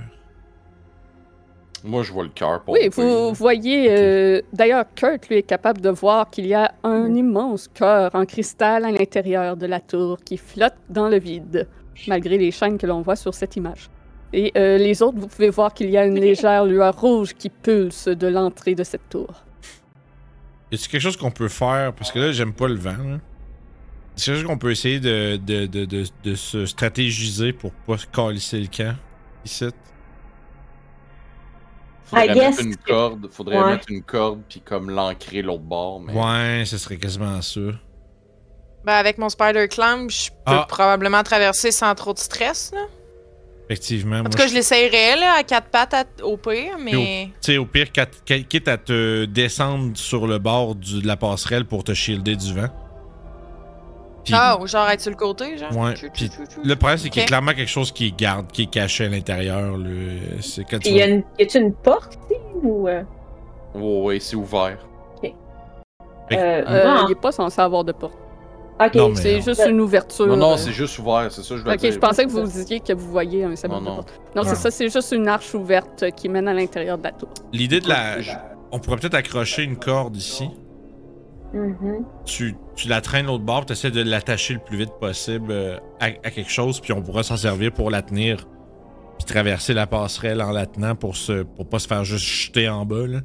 S3: Moi, je vois le cœur pour
S1: Oui, vous voyez, euh, d'ailleurs, Kurt, lui, est capable de voir qu'il y a un immense cœur en cristal à l'intérieur de la tour qui flotte dans le vide, malgré les chaînes que l'on voit sur cette image. Et euh, les autres, vous pouvez voir qu'il y a une légère lueur rouge qui pulse de l'entrée de cette tour.
S2: Y a-tu quelque chose qu'on peut faire? Parce que là, j'aime pas le vent. là. C'est quelque chose qu'on peut essayer de, de, de, de, de se stratégiser pour pas se calisser le camp ici.
S4: I
S3: Faudrait
S4: guess
S3: mettre une
S4: que-
S3: corde, faudrait
S4: Ouais.
S3: mettre une corde, puis comme l'ancrer l'autre bord. Mais...
S2: Ouais, ce serait quasiment ça.
S5: Ben, avec mon Spider Climb, je peux
S2: Ah.
S5: probablement traverser sans trop de stress. Là.
S2: Effectivement.
S5: En
S2: moi,
S5: tout cas,
S2: je-
S5: je l'essayerai là, à quatre pattes à- au pire, mais.
S2: Tu sais, au pire, qu'à- qu'à- quitte à te descendre sur le bord du- de la passerelle pour te shielder du vent. Puis-
S5: Ah, ou genre être sur le côté, genre.
S2: Ouais,
S5: Chou,
S2: puis
S5: chou, chou, chou.
S2: Le problème, c'est qu'il y a
S5: Ok.
S2: clairement quelque chose qui garde, qui est caché à l'intérieur. là. C'est quand tu
S4: Puis y a
S2: vas-
S4: une- y a-tu une porte ici ou. euh,
S3: Ouais, ouais, c'est ouvert.
S2: Fait que-
S4: euh,
S1: Euh,
S4: non.
S1: Il n'est pas censé avoir de porte.
S4: Ok.
S2: Non, mais-
S1: C'est juste une ouverture.
S3: Non,
S1: euh,
S3: non, c'est juste ouvert, c'est ça, je veux
S1: Ok,
S3: dire.
S1: je pensais que vous disiez que vous voyez un symbole
S3: Non,
S1: de
S3: non.
S1: porte. Non,
S2: Ouais.
S1: c'est ça, c'est juste une arche ouverte qui mène à l'intérieur de la tour.
S2: L'idée de la.
S3: Je-
S2: On pourrait peut-être accrocher une corde ici.
S4: Mhm.
S2: Tu, tu la traînes l'autre bord, tu essaies de l'attacher le plus vite possible euh, à, à quelque chose, puis on pourra s'en servir pour la tenir, puis traverser la passerelle en la tenant pour, se, pour pas se faire juste jeter en bas. Là.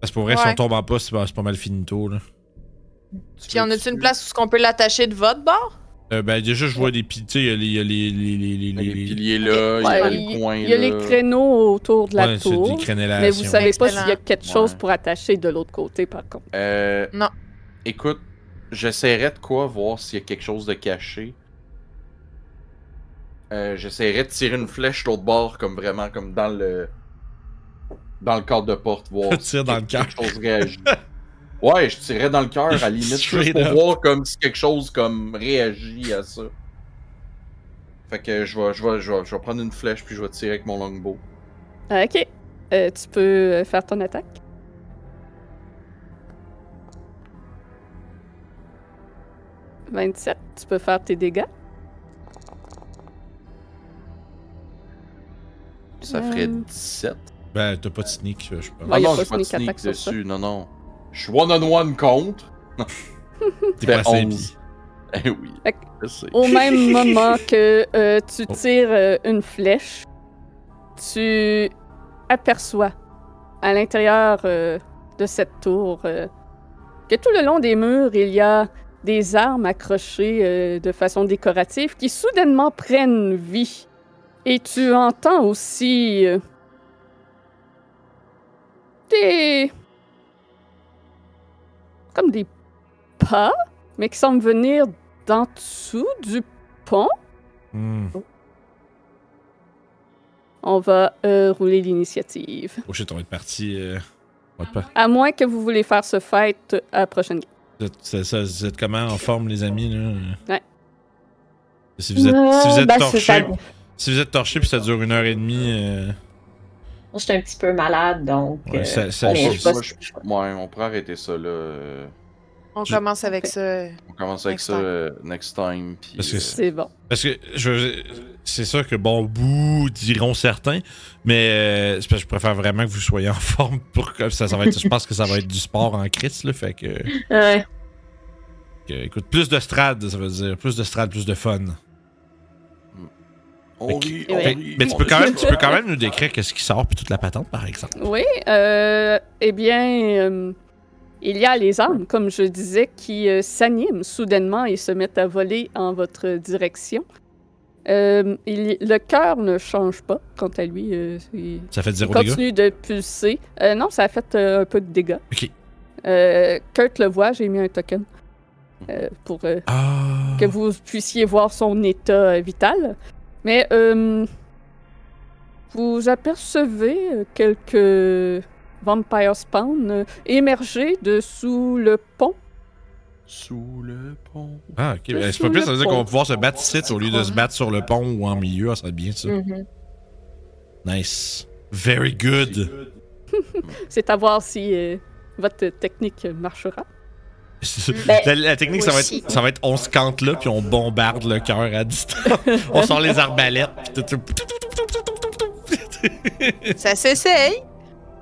S2: Parce que pour vrai, si
S5: Ouais.
S2: on tombe en bas, c'est pas, c'est pas mal finito. Là.
S5: Puis on a-tu une place où ce qu'on peut l'attacher de votre bord?
S2: Euh, ben, déjà, je vois des piliers. Il y a les- il y a les- les- les- les-
S3: Il y a les
S2: les-
S3: piliers là, il y a
S1: Ouais,
S3: les coins là.
S1: Il y a les créneaux autour de la
S2: Ouais, c'est
S1: tour.
S2: des crénellations.
S1: Mais vous savez pas
S5: Excellent.
S1: s'il y a quelque chose
S3: Ouais.
S1: pour attacher de l'autre côté, par contre.
S3: Euh,
S5: Non.
S3: Écoute, j'essaierai de quoi voir s'il y a quelque chose de caché. Euh, j'essaierai de tirer une flèche l'autre bord, comme vraiment, comme dans le. Dans le cadre de porte, voir
S2: Tu tires dans le cœur.
S3: quelque chose réagit. Ouais, je tirais dans le cœur, à la limite, juste
S2: Straight
S3: pour
S2: up.
S3: voir comme si quelque chose comme réagit à ça. Fait que je vais, je vais, je vais, je vais prendre une flèche, puis je vais tirer avec mon longbow.
S1: Ah, Ok. Euh, tu peux euh, faire ton attaque. « 27, tu peux faire tes dégâts.
S3: Ça ferait
S1: Euh.
S3: 17.
S2: Ben, t'as pas de sneak, je pense.
S1: Ouais,
S3: ah
S1: y a
S3: non,
S1: pas
S3: j'ai pas de
S1: sneak attack
S3: sneak
S1: sur ça.
S3: dessus, non, non. Je suis one-on-one contre.
S2: T'es
S3: Fait
S2: pas assez
S3: 11. Eh oui.
S1: Fait que-
S3: je sais.
S1: Au même moment que euh, tu tires euh, une flèche, tu aperçois à l'intérieur euh, de cette tour euh, que tout le long des murs, il y a des armes accrochées euh, de façon décorative qui soudainement prennent vie. Et tu entends aussi euh, des... comme des pas, mais qui semblent venir d'en dessous du pont.
S2: Hmm.
S1: On va euh, rouler l'initiative.
S2: Oh shit, on va être parti. euh, on va être par-
S1: À moins que vous voulez faire ce fight à la prochaine game.
S2: Vous êtes- c'est ça, vous êtes comment en forme, les amis? Là?
S1: Ouais.
S2: Si vous êtes,
S4: Non,
S2: si vous êtes
S4: ben, c'est
S2: torché,
S4: ça.
S2: si vous êtes torché puis ça dure une heure et demie, euh,
S4: Moi, J'étais un petit peu malade, donc.
S2: ouais,
S4: euh,
S2: ça, ça-
S3: On,
S4: mais
S2: ça-
S4: je sais pas
S3: Ben, moi, je- ouais, on pourrait arrêter ça là. euh,
S5: On
S2: Je-
S5: commence avec ça.
S3: On commence avec
S5: Next
S3: ça
S5: time.
S3: euh, next time. Puis,
S2: Parce que
S3: euh,
S1: C'est bon.
S2: parce que je, c'est sûr que bon bout diront certains, mais euh, c'est parce que je préfère vraiment que vous soyez en forme pour que ça, ça va être. je pense que ça va être du sport en crise, là, fait que,
S4: Ouais.
S2: que, écoute, plus de strade, ça veut dire plus de strade, plus de fun.
S3: on
S2: Ok.
S3: rit, on
S2: Fait-
S3: rit,
S2: mais tu
S3: on
S2: peux
S3: rit.
S2: quand même, tu peux quand même nous décrire qu'est-ce qui sort puis toute la patente, par exemple.
S1: Oui, euh, eh bien, euh, il y a les armes, comme je disais, qui euh, s'animent soudainement et se mettent à voler en votre direction. Euh, il- le cœur ne change pas, quant à lui. euh, il
S2: Ça fait zéro
S1: il
S2: dégâts.
S1: continue de pulser. Euh, non, ça a fait euh, un peu de dégâts.
S2: Ok.
S1: Euh, Kurt le voit, j'ai mis un token euh, pour euh,
S2: Ah.
S1: que vous puissiez voir son état euh, vital. Mais euh, vous apercevez euh, quelques vampire spawn euh, émerger de sous le pont.
S3: Sous le pont.
S2: Ah, ok. Ben, c'est
S1: Sous
S2: pas plus,
S1: le
S2: ça veut dire qu'on
S1: pont.
S2: va pouvoir se battre ici au lieu de se battre sur le pont
S5: Mm-hmm.
S2: ou en milieu. Ah, ça va être bien, ça.
S4: Mhm.
S2: Nice. Very good.
S1: C'est à voir si euh, votre technique marchera.
S2: la, la technique, ça va,
S5: Ben, aussi.
S2: être, ça va être on se cante là, puis on bombarde le cœur à distance. on sort les arbalètes, puis tout- tout-
S5: Ça s'essaye.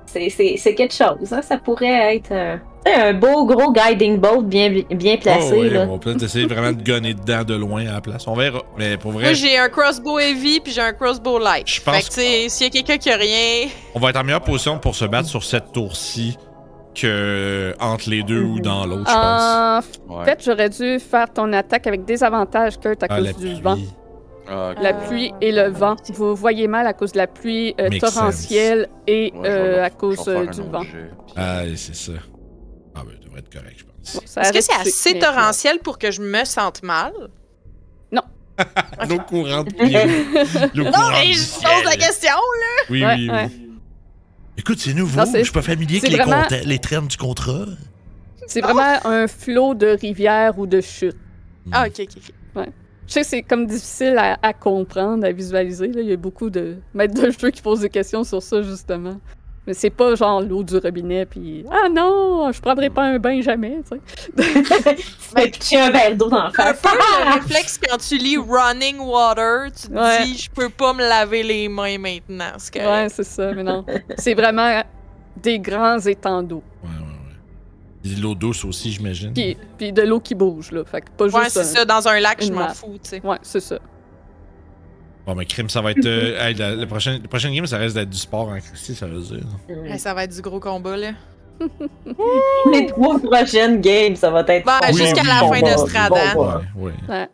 S4: C'est- C'est c'est quelque chose. hein. Ça pourrait être un, un beau gros guiding bolt bien, bien placé.
S2: Oh, ouais,
S4: là.
S2: On va peut-être essayer vraiment de gonner dedans de loin à la place. On verra. Mais pour vrai,
S5: Moi, j'ai un crossbow heavy puis j'ai un crossbow light.
S2: Je pense
S5: Fait que, tu sais, s'il y a quelqu'un qui a rien,
S2: on va être en meilleure position pour se battre sur cette tour-ci que entre les deux ou dans l'autre, je pense.
S1: En
S3: Ouais.
S1: fait, j'aurais dû faire ton attaque avec des avantages, Kurt, à
S2: Ah, la
S1: cause du
S2: pluie.
S1: vent.
S3: Ah, ok.
S1: La pluie et le vent. Vous voyez mal à cause de la pluie euh,
S2: Makes
S1: torrentielle et
S3: Ouais, je vais
S1: euh,
S3: leur-
S1: à
S3: je vais
S1: cause
S3: faire
S1: euh,
S3: un
S1: du
S3: autre
S1: vent.
S3: jet, puis-
S2: Ah, et c'est ça. Ah, ben, ça devrait être correct, je pense.
S1: Bon, ça
S5: est-ce que
S1: reste
S5: c'est
S1: sec,
S5: assez
S1: mais-
S5: torrentiel pour que je me sente mal?
S2: Oh, L'eau courante. puis l'eau- L'eau
S5: Non,
S2: courante.
S5: mais
S2: du
S5: je
S2: ciel.
S5: pose la question!
S2: Oui,
S1: Ouais,
S2: oui, oui.
S1: ouais.
S2: Écoute, c'est nouveau.
S1: Non, c'est-
S2: je suis pas familier avec
S1: c'est
S2: les,
S1: vraiment-
S2: conte- les termes du contrat.
S1: C'est vraiment un flot de rivière ou de chute.
S5: Ah, ok, ok, ok.
S1: Je sais que c'est comme difficile à, à comprendre, à visualiser. là. Il y a beaucoup de maîtres de jeu qui posent des questions sur ça, justement. Mais c'est pas genre l'eau du robinet, puis « Ah non, je prendrai pas un bain jamais! » tu sais.
S4: Ben, Tu peux pitcher un verre d'eau dans la
S5: Un
S4: face.
S5: peu le réflexe quand tu lis Running Water, tu te
S1: Ouais.
S5: dis je peux pas me laver les mains maintenant. C'est correct.
S1: Ouais, c'est ça, mais non. C'est vraiment des grands étangs d'eau.
S2: Ouais, ouais, ouais. Puis L'eau douce aussi, j'imagine.
S1: Puis, puis de l'eau qui bouge, là. Fait que pas
S5: Ouais,
S1: juste...
S5: c'est
S1: un-
S5: ça, dans un lac, je
S1: une
S5: m'en
S1: nappe.
S5: fous, tu sais.
S1: Ouais, c'est ça.
S2: Bon, mais crime, ça va être. euh, hey, la, la prochaine, la prochaine game, ça reste d'être du sport en Christie, ça veut dire.
S5: Ouais, ça va être du gros combat, là.
S4: Ah! Les trois prochaines games, ça va être.
S5: Bah,
S4: bon.
S5: jusqu'à la
S4: Bon,
S5: fin
S4: bon,
S5: de Strada.
S4: bon, bon.
S2: Ouais, ouais.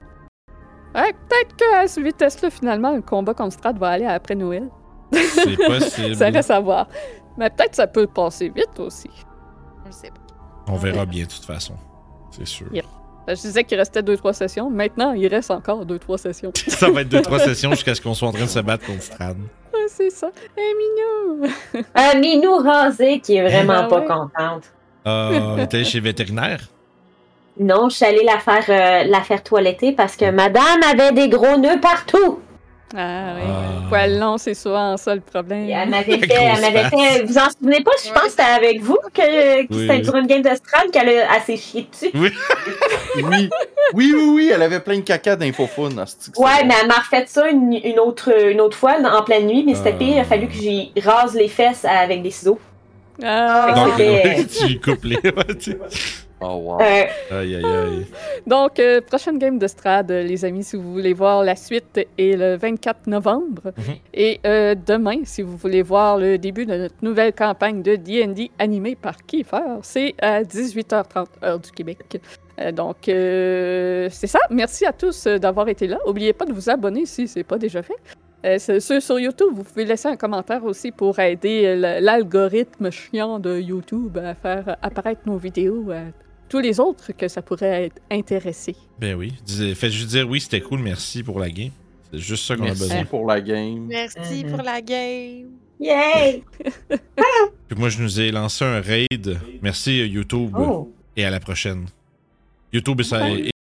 S1: Ouais, peut-être qu'à cette vitesse-là, finalement, le combat contre Strad va aller après Noël.
S2: C'est possible.
S1: Ça reste à voir. Mais peut-être que ça peut passer vite aussi.
S5: Je sais pas.
S2: On verra bien, de toute façon. C'est sûr.
S1: Yep. Fait que Je disais qu'il restait 2-3 sessions. Maintenant, il reste encore 2-3 sessions.
S2: ça va être 2-3 sessions jusqu'à ce qu'on soit en train de se battre contre Strad.
S1: Ouais, c'est ça. Eh, mignon!
S4: Ah, Minou rasé qui est vraiment
S1: Ah
S4: pas
S1: ouais.
S4: contente.
S2: Euh, on est allé chez le vétérinaire.
S4: Non, je suis allée la faire, euh, la faire toiletter parce que madame avait des gros nœuds partout.
S1: Ah oui,
S2: Ah.
S1: le poil long, c'est souvent ça le problème.
S4: Et elle m'avait
S2: La
S4: fait, elle m'avait
S2: grosse
S4: fait. Vous en souvenez pas? Je
S5: Ouais.
S4: pense que c'était avec vous que, que
S2: Oui,
S4: c'était
S2: oui.
S4: durant une game de Strad qu'elle a- elle s'est chiée dessus.
S3: Oui, oui, oui, oui, elle avait plein de caca d'infofoun.
S4: Ouais, mais elle m'a refait ça une, une autre, une autre fois en pleine nuit, mais c'était
S2: Ah.
S4: pire. Il a fallu que j'y rase les fesses avec des ciseaux.
S1: Ah.
S4: Fait que
S2: Donc,
S4: c'était-
S2: tu lui coupes les. ouais, tu-
S3: Oh, wow.
S4: Euh,
S2: aïe, aïe, aïe.
S1: Donc, euh, prochaine game de Strad, euh, les amis, si vous voulez voir la suite, est le 24 novembre.
S2: Mhm.
S1: Et euh, demain, si vous voulez voir le début de notre nouvelle campagne de D&D animée par Kiefer, c'est à 18h30 heure du Québec. Euh, donc, euh, c'est ça. Merci à tous euh, d'avoir été là. N'oubliez pas de vous abonner si ce n'est pas déjà fait. Euh, c'est- ceux sur YouTube, vous pouvez laisser un commentaire aussi pour aider euh, l- l'algorithme chiant de YouTube à faire apparaître nos vidéos euh, à tous les autres que ça pourrait être intéressé.
S2: Ben oui. Dis- Faites juste dire oui, c'était cool, merci pour la game. C'est juste ça qu'on a
S3: Merci
S2: besoin.
S3: pour la game.
S5: Merci
S4: Mhm.
S5: pour la game.
S4: yay!
S2: Puis moi, je nous ai lancé un raid. Merci, euh, YouTube.
S4: Oh.
S2: Et à la prochaine. YouTube et, sa-
S1: Bye.